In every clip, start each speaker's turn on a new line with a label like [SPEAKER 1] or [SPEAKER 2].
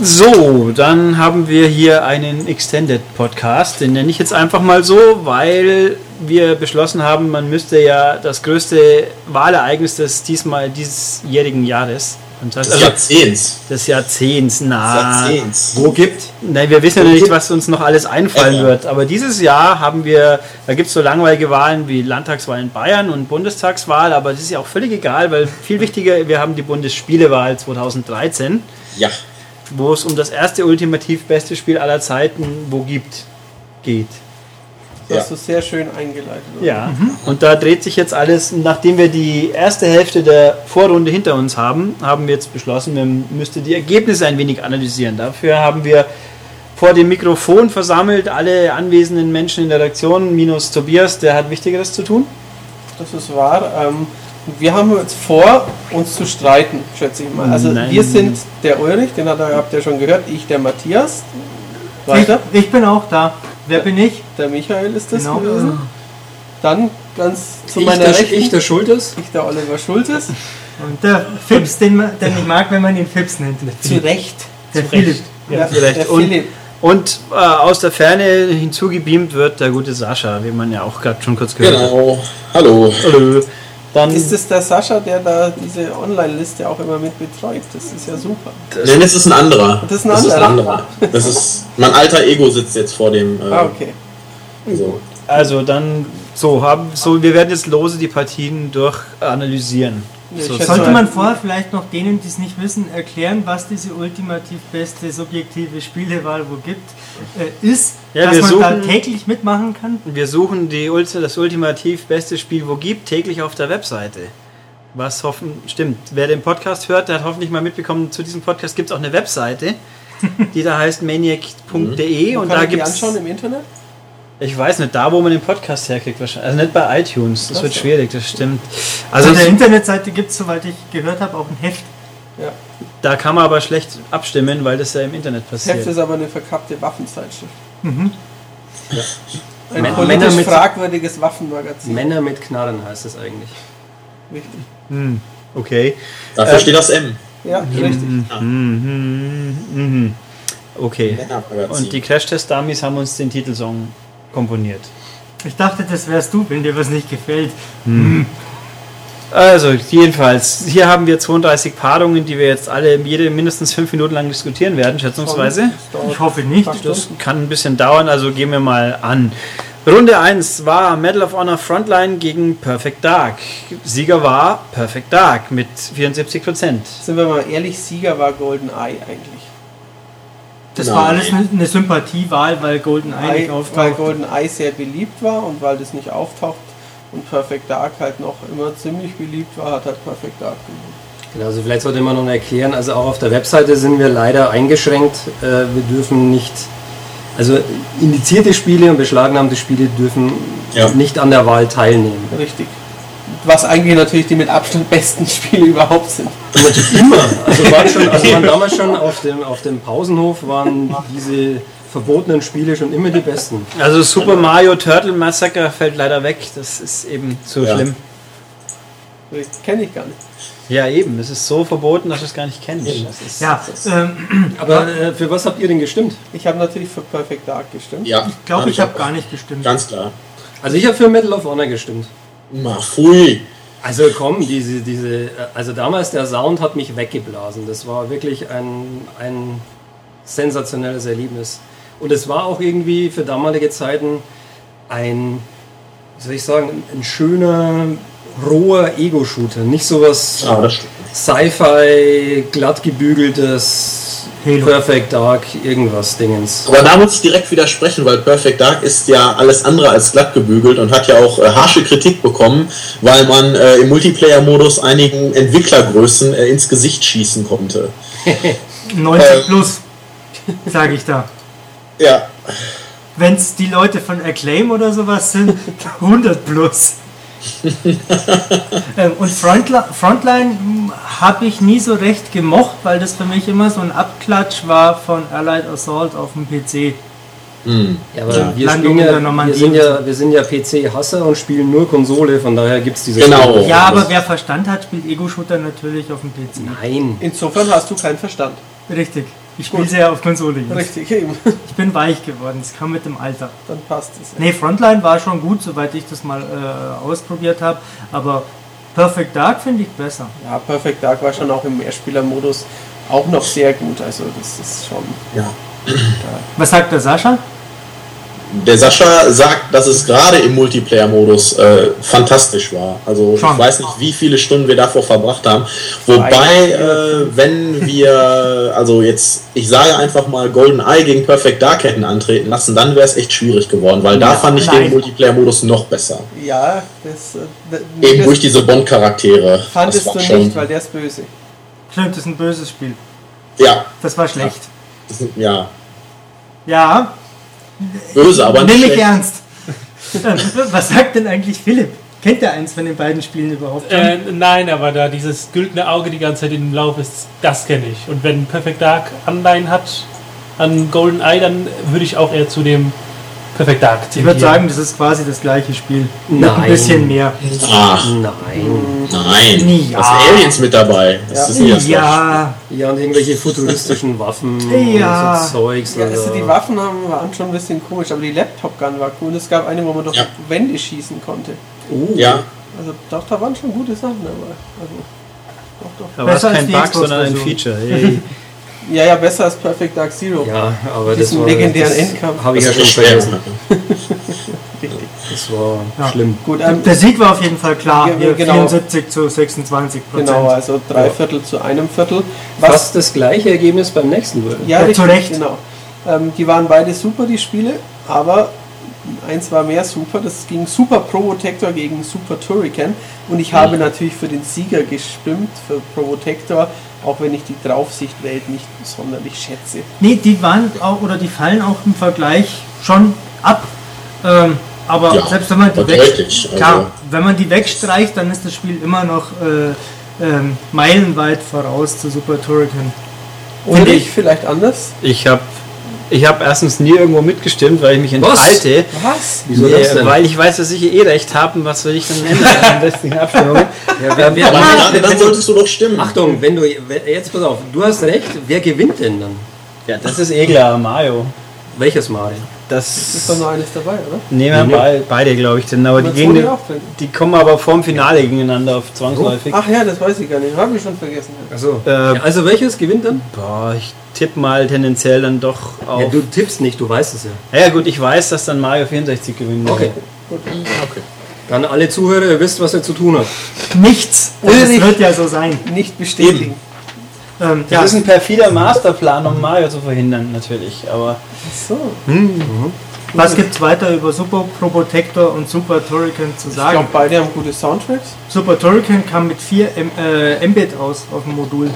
[SPEAKER 1] So, dann haben wir hier einen Extended Podcast. Den nenne ich jetzt einfach mal so, weil wir beschlossen haben, man müsste ja das größte Wahlereignis des diesmal diesjährigen Jahres. Und das, also
[SPEAKER 2] Des Jahrzehnts.
[SPEAKER 1] des Jahrzehnts, na.
[SPEAKER 2] Jahrzehnts.
[SPEAKER 3] Wo gibt?
[SPEAKER 1] Nein, wir wissen ja noch nicht, was uns noch alles einfallen wird. Aber dieses Jahr haben wir, da gibt es so langweilige Wahlen wie Landtagswahl in Bayern und Bundestagswahl, aber das ist ja auch völlig egal, weil viel wichtiger, wir haben die Bundesspielewahl 2013,
[SPEAKER 2] Ja.
[SPEAKER 1] wo es um das erste ultimativ beste Spiel aller Zeiten, wo gibt, geht.
[SPEAKER 2] Ja.
[SPEAKER 4] Das ist sehr schön eingeleitet. oder?
[SPEAKER 1] Ja, Mhm. und da dreht sich jetzt alles, nachdem wir die erste Hälfte der Vorrunde hinter uns haben, haben wir jetzt beschlossen, man müsste die Ergebnisse ein wenig analysieren. Dafür haben wir vor dem Mikrofon versammelt alle anwesenden Menschen in der Redaktion, minus Tobias, der hat Wichtigeres zu tun.
[SPEAKER 4] Das ist wahr. Ähm, wir haben jetzt vor, uns zu streiten, schätze ich mal. Also
[SPEAKER 1] Nein.
[SPEAKER 4] wir sind der Ulrich, den hat er, habt ihr schon gehört, ich der Matthias. Weiter.
[SPEAKER 3] Ich, ich bin auch da. Wer bin ich?
[SPEAKER 4] Der Michael ist das
[SPEAKER 3] Genau.
[SPEAKER 4] gewesen. Dann ganz zu
[SPEAKER 5] ich,
[SPEAKER 4] meiner
[SPEAKER 5] der,
[SPEAKER 4] Rechten.
[SPEAKER 5] ich der Schultes.
[SPEAKER 4] Ich, der Oliver Schultes.
[SPEAKER 3] Und der Fips, den, man, den ich mag, wenn man ihn Fips nennt. Der
[SPEAKER 4] zu
[SPEAKER 3] Philipp.
[SPEAKER 4] Recht.
[SPEAKER 3] Der
[SPEAKER 1] Zu Recht.
[SPEAKER 3] Philipp.
[SPEAKER 1] Ja,
[SPEAKER 4] der,
[SPEAKER 1] zu Recht.
[SPEAKER 4] der
[SPEAKER 1] Und-
[SPEAKER 4] Philipp.
[SPEAKER 1] Und äh, aus der Ferne hinzugebeamt wird der gute Sascha, wie man ja auch gerade schon kurz gehört hat.
[SPEAKER 2] Genau. Hallo.
[SPEAKER 1] Hallo. Dann
[SPEAKER 4] Ist es der Sascha, der da diese Online-Liste auch immer mit betreut? Das ist ja super.
[SPEAKER 2] Nein, das ist ein anderer.
[SPEAKER 4] Das ist ein
[SPEAKER 2] anderer. Das ist mein alter Ego sitzt jetzt vor dem. Äh,
[SPEAKER 4] Ah, okay.
[SPEAKER 2] so.
[SPEAKER 1] also dann so haben so wir werden jetzt lose die Partien durch analysieren.
[SPEAKER 4] Ich
[SPEAKER 1] So,
[SPEAKER 4] schätze
[SPEAKER 3] Sollte
[SPEAKER 4] mal,
[SPEAKER 3] man vorher vielleicht noch denen, die es nicht wissen, erklären, was diese ultimativ beste subjektive Spielewahl wo gibt, äh, ist,
[SPEAKER 1] Ja,
[SPEAKER 3] dass
[SPEAKER 1] wir
[SPEAKER 3] man da
[SPEAKER 1] suchen-
[SPEAKER 3] täglich mitmachen kann?
[SPEAKER 1] Wir suchen die Ulti das ultimativ beste Spiel, wo gibt, täglich auf der Webseite. Was hoffen, stimmt. Wer den Podcast hört, der hat hoffentlich mal mitbekommen, zu diesem Podcast gibt es auch eine Webseite, die da heißt maniac.de
[SPEAKER 4] man
[SPEAKER 1] und
[SPEAKER 4] Mhm. kann
[SPEAKER 1] da
[SPEAKER 4] die
[SPEAKER 1] gibt es.
[SPEAKER 4] anschauen im Internet?
[SPEAKER 1] Ich weiß nicht, da wo man den Podcast herkriegt wahrscheinlich. Also nicht bei iTunes, das
[SPEAKER 4] Ach
[SPEAKER 1] wird
[SPEAKER 4] so.
[SPEAKER 1] schwierig, das stimmt. Also
[SPEAKER 3] Also Auf der Internetseite gibt es, soweit ich gehört habe, auch ein Heft.
[SPEAKER 4] Ja.
[SPEAKER 1] da kann man aber schlecht abstimmen, weil das ja im Internet
[SPEAKER 4] Heft
[SPEAKER 1] passiert.
[SPEAKER 4] ist aber eine verkappte Waffenzeitschrift.
[SPEAKER 3] Mhm.
[SPEAKER 4] Ein
[SPEAKER 5] Männer
[SPEAKER 4] politisch
[SPEAKER 5] mit-
[SPEAKER 4] fragwürdiges Waffenmagazin.
[SPEAKER 5] Männer mit Knarren heißt es eigentlich.
[SPEAKER 4] Richtig.
[SPEAKER 1] Hm, okay.
[SPEAKER 2] Dafür
[SPEAKER 1] Ähm,
[SPEAKER 2] steht das M.
[SPEAKER 4] Ja, richtig.
[SPEAKER 1] Mhm, mhm. Okay. Und die
[SPEAKER 2] Männermagazin.
[SPEAKER 1] Crash-Test-Dummies haben uns den Titelsong komponiert.
[SPEAKER 3] Ich dachte, das wärst du, wenn dir was nicht gefällt.
[SPEAKER 1] Also, jedenfalls, hier haben wir 32 Paarungen, die wir jetzt alle jede mindestens fünf Minuten lang diskutieren werden, schätzungsweise.
[SPEAKER 4] Das dauert
[SPEAKER 3] Ich hoffe nicht.
[SPEAKER 4] ein paar
[SPEAKER 1] Das
[SPEAKER 4] Stunden.
[SPEAKER 1] kann ein bisschen dauern, also gehen wir mal an. Runde 1 war Medal of Honor Frontline gegen Perfect Dark. Sieger war Perfect Dark mit 74%.
[SPEAKER 4] Sind wir mal ehrlich, Sieger war Golden Eye eigentlich.
[SPEAKER 3] Das
[SPEAKER 2] Nein.
[SPEAKER 3] war alles eine, eine Sympathiewahl, weil Golden Eye
[SPEAKER 4] Eye,
[SPEAKER 3] nicht
[SPEAKER 4] weil
[SPEAKER 3] auftaucht.
[SPEAKER 4] Golden Eye sehr beliebt war und weil das nicht auftaucht und Perfect Dark halt noch immer ziemlich beliebt war, hat halt Perfect Dark gewonnen.
[SPEAKER 5] Genau, also vielleicht sollte man noch erklären, also auch auf der Webseite sind wir leider eingeschränkt. Äh, wir dürfen nicht, also indizierte Spiele und beschlagnahmte Spiele dürfen
[SPEAKER 2] Ja.
[SPEAKER 5] nicht an der Wahl teilnehmen.
[SPEAKER 4] Richtig. Was eigentlich natürlich die mit Abstand besten Spiele überhaupt sind.
[SPEAKER 5] Immer. Also waren schon, also waren damals schon auf dem, auf dem Pausenhof waren diese verbotenen Spiele schon immer die besten.
[SPEAKER 1] Also, Super Mario Turtle Massacre fällt leider weg, das ist eben zu
[SPEAKER 2] Ja.
[SPEAKER 1] schlimm.
[SPEAKER 4] Kenne ich gar nicht.
[SPEAKER 1] Ja, eben, es ist so verboten, dass du es gar nicht kennst. Das ist-
[SPEAKER 3] Ja, ähm,
[SPEAKER 5] Aber äh, für was habt ihr denn gestimmt?
[SPEAKER 4] Ich habe natürlich für Perfect Dark gestimmt.
[SPEAKER 2] Ja,
[SPEAKER 3] ich glaube,
[SPEAKER 2] hab
[SPEAKER 3] ich habe
[SPEAKER 2] auch.
[SPEAKER 3] gar nicht gestimmt.
[SPEAKER 2] Ganz klar.
[SPEAKER 5] Also ich habe für Medal of Honor gestimmt.
[SPEAKER 2] Ma, pfui.
[SPEAKER 5] Also komm, diese, diese, also damals der Sound hat mich weggeblasen. Das war wirklich ein, ein sensationelles Erlebnis. Und es war auch irgendwie für damalige Zeiten ein, wie soll ich sagen, ein schöner, roher Ego-Shooter. Nicht sowas
[SPEAKER 2] Ah, das stimmt.
[SPEAKER 5] Sci-Fi, glatt gebügeltes,
[SPEAKER 3] Halo.
[SPEAKER 5] Perfect Dark, irgendwas Dingens.
[SPEAKER 2] Aber da muss ich direkt widersprechen, weil Perfect Dark ist ja alles andere als glatt gebügelt und hat ja auch äh, harsche Kritik bekommen, weil man äh, im Multiplayer-Modus einigen Entwicklergrößen äh, ins Gesicht schießen konnte.
[SPEAKER 3] 90 plus, sage ich da.
[SPEAKER 2] Ja,
[SPEAKER 3] Wenn es die Leute von Acclaim oder sowas sind, 100 plus. ähm, und Frontline, Frontline habe ich nie so recht gemocht, weil das für mich immer so ein Abklatsch war von Allied Assault auf dem PC.
[SPEAKER 5] Ja, aber
[SPEAKER 2] Ja.
[SPEAKER 5] wir,
[SPEAKER 3] Landung
[SPEAKER 5] spielen
[SPEAKER 3] in
[SPEAKER 5] ja,
[SPEAKER 3] der Normandie
[SPEAKER 5] wir, sind
[SPEAKER 3] und
[SPEAKER 5] ja, wir sind ja PC-Hasser und spielen nur Konsole, von daher gibt es diese
[SPEAKER 2] Genau.
[SPEAKER 5] Spiele.
[SPEAKER 3] Ja, aber
[SPEAKER 2] das-
[SPEAKER 3] wer
[SPEAKER 5] Mhm.
[SPEAKER 3] Verstand hat, spielt Ego-Shooter natürlich auf dem PC.
[SPEAKER 5] Nein.
[SPEAKER 4] Insofern hast du keinen Verstand.
[SPEAKER 3] Richtig. Ich spiele sie ja auf Konsole jetzt.
[SPEAKER 4] Richtig, eben.
[SPEAKER 3] Ich bin weich geworden, das kam mit dem Alter.
[SPEAKER 4] Dann passt es.
[SPEAKER 3] Nee, Frontline war schon gut, soweit ich das mal äh, ausprobiert habe, aber Perfect Dark finde ich besser.
[SPEAKER 4] Ja, Perfect Dark war schon auch im Mehrspielermodus auch noch sehr gut. Also das ist schon.
[SPEAKER 2] Ja.
[SPEAKER 3] Was sagt der Sascha?
[SPEAKER 2] Der Sascha sagt, dass es gerade im Multiplayer-Modus äh, fantastisch war. Also
[SPEAKER 3] Schon.
[SPEAKER 2] ich weiß nicht, wie viele Stunden wir davor verbracht haben. Wobei, äh, wenn wir, also jetzt, ich sage einfach mal, GoldenEye gegen Perfect Dark hätten antreten lassen, dann wäre es echt schwierig geworden, weil da fand ich
[SPEAKER 3] nein.
[SPEAKER 2] den Multiplayer-Modus noch besser.
[SPEAKER 4] Ja, das. äh, nee,
[SPEAKER 2] Eben
[SPEAKER 4] das
[SPEAKER 2] durch diese Bond-Charaktere.
[SPEAKER 4] fandest du nicht, weil der ist böse.
[SPEAKER 3] Stimmt, das ist ein böses Spiel.
[SPEAKER 2] ja,
[SPEAKER 3] Das war schlecht.
[SPEAKER 2] das sind- ja,
[SPEAKER 3] Ja,
[SPEAKER 2] böse, aber nicht
[SPEAKER 3] nimm mich
[SPEAKER 2] schlecht.
[SPEAKER 3] ernst. Ähm, Was sagt denn eigentlich Philipp? Kennt er eins von den beiden Spielen überhaupt?
[SPEAKER 6] Äh, nein, aber da dieses güldene Auge die ganze Zeit in dem Lauf ist, das kenne ich. Und wenn Perfect Dark Anleihen hat an Golden Eye, dann würde ich auch eher zu dem Perfect Dark
[SPEAKER 3] ich
[SPEAKER 6] ziehen.
[SPEAKER 3] würde sagen, das ist quasi das gleiche Spiel. Noch ein
[SPEAKER 5] Nein.
[SPEAKER 3] bisschen mehr.
[SPEAKER 2] Ach,
[SPEAKER 5] Nein.
[SPEAKER 2] nein.
[SPEAKER 3] Ja.
[SPEAKER 2] Da sind Aliens mit dabei. Das ist erst
[SPEAKER 3] Ja,
[SPEAKER 5] Ja, und irgendwelche futuristischen Waffen
[SPEAKER 3] Ja.
[SPEAKER 5] und so Zeugs.
[SPEAKER 4] Ja, also
[SPEAKER 5] also-
[SPEAKER 4] die Waffen haben, waren schon ein bisschen komisch, aber die Laptop-Gun war cool. Es gab eine, wo man durch
[SPEAKER 2] Ja.
[SPEAKER 4] Wände schießen konnte.
[SPEAKER 5] Uh.
[SPEAKER 2] Ja,
[SPEAKER 4] Also doch, da waren schon gute Sachen dabei. Also, doch, doch.
[SPEAKER 1] Da war es
[SPEAKER 3] Besser als
[SPEAKER 1] kein
[SPEAKER 3] die
[SPEAKER 1] Bug, sondern ein
[SPEAKER 3] Xbox-Version.
[SPEAKER 1] Feature. Hey.
[SPEAKER 4] Ja, ja, besser als Perfect Dark Zero.
[SPEAKER 5] Ja, aber das
[SPEAKER 4] Diesen
[SPEAKER 5] war.
[SPEAKER 4] legendären
[SPEAKER 5] das
[SPEAKER 4] Endkampf.
[SPEAKER 5] Habe ich
[SPEAKER 2] das
[SPEAKER 5] ja
[SPEAKER 2] ist
[SPEAKER 5] schon
[SPEAKER 2] echt schwer.
[SPEAKER 5] vergessen.
[SPEAKER 4] Richtig.
[SPEAKER 5] Das war
[SPEAKER 3] Ja.
[SPEAKER 5] schlimm.
[SPEAKER 4] Gut,
[SPEAKER 3] der
[SPEAKER 4] ähm,
[SPEAKER 3] der Sieg war auf jeden Fall klar.
[SPEAKER 4] Ja,
[SPEAKER 3] Hier,
[SPEAKER 4] genau.
[SPEAKER 3] 74 zu 26 Prozent.
[SPEAKER 4] genau, also drei Viertel zu einem Viertel.
[SPEAKER 5] Fast das gleiche Ergebnis beim nächsten Duell.
[SPEAKER 4] Ja,
[SPEAKER 3] Ja,
[SPEAKER 4] richtig,
[SPEAKER 3] zu Recht.
[SPEAKER 4] Genau. Ähm, die waren beide super, die Spiele, aber eins war mehr super. Das ging Super Provotector gegen Super Turrican. Und ich
[SPEAKER 3] Mhm.
[SPEAKER 4] habe natürlich für den Sieger gestimmt, für Provotector, auch wenn ich die Draufsichtwelt nicht sonderlich schätze.
[SPEAKER 3] Nee, die waren auch oder die fallen auch im Vergleich schon ab. Ähm, aber
[SPEAKER 2] Ja,
[SPEAKER 3] selbst wenn man die
[SPEAKER 2] aber
[SPEAKER 3] weg,
[SPEAKER 2] deutlich, also-
[SPEAKER 3] klar, wenn man die wegstreicht, dann ist das Spiel immer noch äh, ähm, meilenweit voraus zu Super Turrican.
[SPEAKER 4] Oder
[SPEAKER 3] Finde
[SPEAKER 4] ich,
[SPEAKER 3] ich.
[SPEAKER 4] vielleicht anders?
[SPEAKER 1] Ich habe ich hab erstens nie irgendwo mitgestimmt, weil ich mich
[SPEAKER 5] Was?
[SPEAKER 1] enthalte.
[SPEAKER 4] Was?
[SPEAKER 5] Wieso das denn?
[SPEAKER 1] Weil ich weiß, dass ich eh recht habe und was will ich dann ändern an den letzten Ähm, Abstimmungen?
[SPEAKER 5] Ja, wer, wer,
[SPEAKER 2] Aber gerade
[SPEAKER 5] wenn
[SPEAKER 2] dann
[SPEAKER 5] du-
[SPEAKER 2] solltest du doch stimmen.
[SPEAKER 5] Achtung, wenn du wer- jetzt pass auf, du hast recht, wer gewinnt denn dann?
[SPEAKER 1] Ja, das ist eh klar, Mario.
[SPEAKER 5] Welches Mario?
[SPEAKER 1] Das
[SPEAKER 4] Ist doch nur eines dabei, oder?
[SPEAKER 1] nehmen wir be- beide, glaube ich, denn. Aber die,
[SPEAKER 4] Oder zwei,
[SPEAKER 1] gegen,
[SPEAKER 4] die auch drin.
[SPEAKER 1] die kommen aber vorm Finale gegeneinander auf zwangsläufig.
[SPEAKER 4] Oh, Ach ja, das weiß ich gar nicht. Habe ich schon vergessen.
[SPEAKER 5] Achso.
[SPEAKER 1] Äh,
[SPEAKER 5] ja, also welches gewinnt dann?
[SPEAKER 1] Boah, ich tippe mal tendenziell dann doch auf.
[SPEAKER 5] Ja,
[SPEAKER 1] Ja,
[SPEAKER 5] du tippst nicht, du weißt es ja.
[SPEAKER 1] gut, ich weiß, dass dann Mario 64 gewinnen wird.
[SPEAKER 5] Okay. Dann alle Zuhörer, ihr wisst, was ihr zu tun habt.
[SPEAKER 3] Nichts. Das
[SPEAKER 4] Ulrich.
[SPEAKER 3] wird ja so sein.
[SPEAKER 4] Nicht bestätigen.
[SPEAKER 3] Ähm,
[SPEAKER 1] Das
[SPEAKER 3] ja,
[SPEAKER 1] ist ein perfider Masterplan, um Mario zu verhindern, natürlich. Aber
[SPEAKER 4] Ach so.
[SPEAKER 3] was gibt's weiter über Super Probotector und Super Turrican zu
[SPEAKER 4] Ich glaube,
[SPEAKER 3] sagen?
[SPEAKER 4] beide haben gute Soundtracks.
[SPEAKER 3] Super Turrican kam mit 4 M äh, Mbit aus auf dem Modul.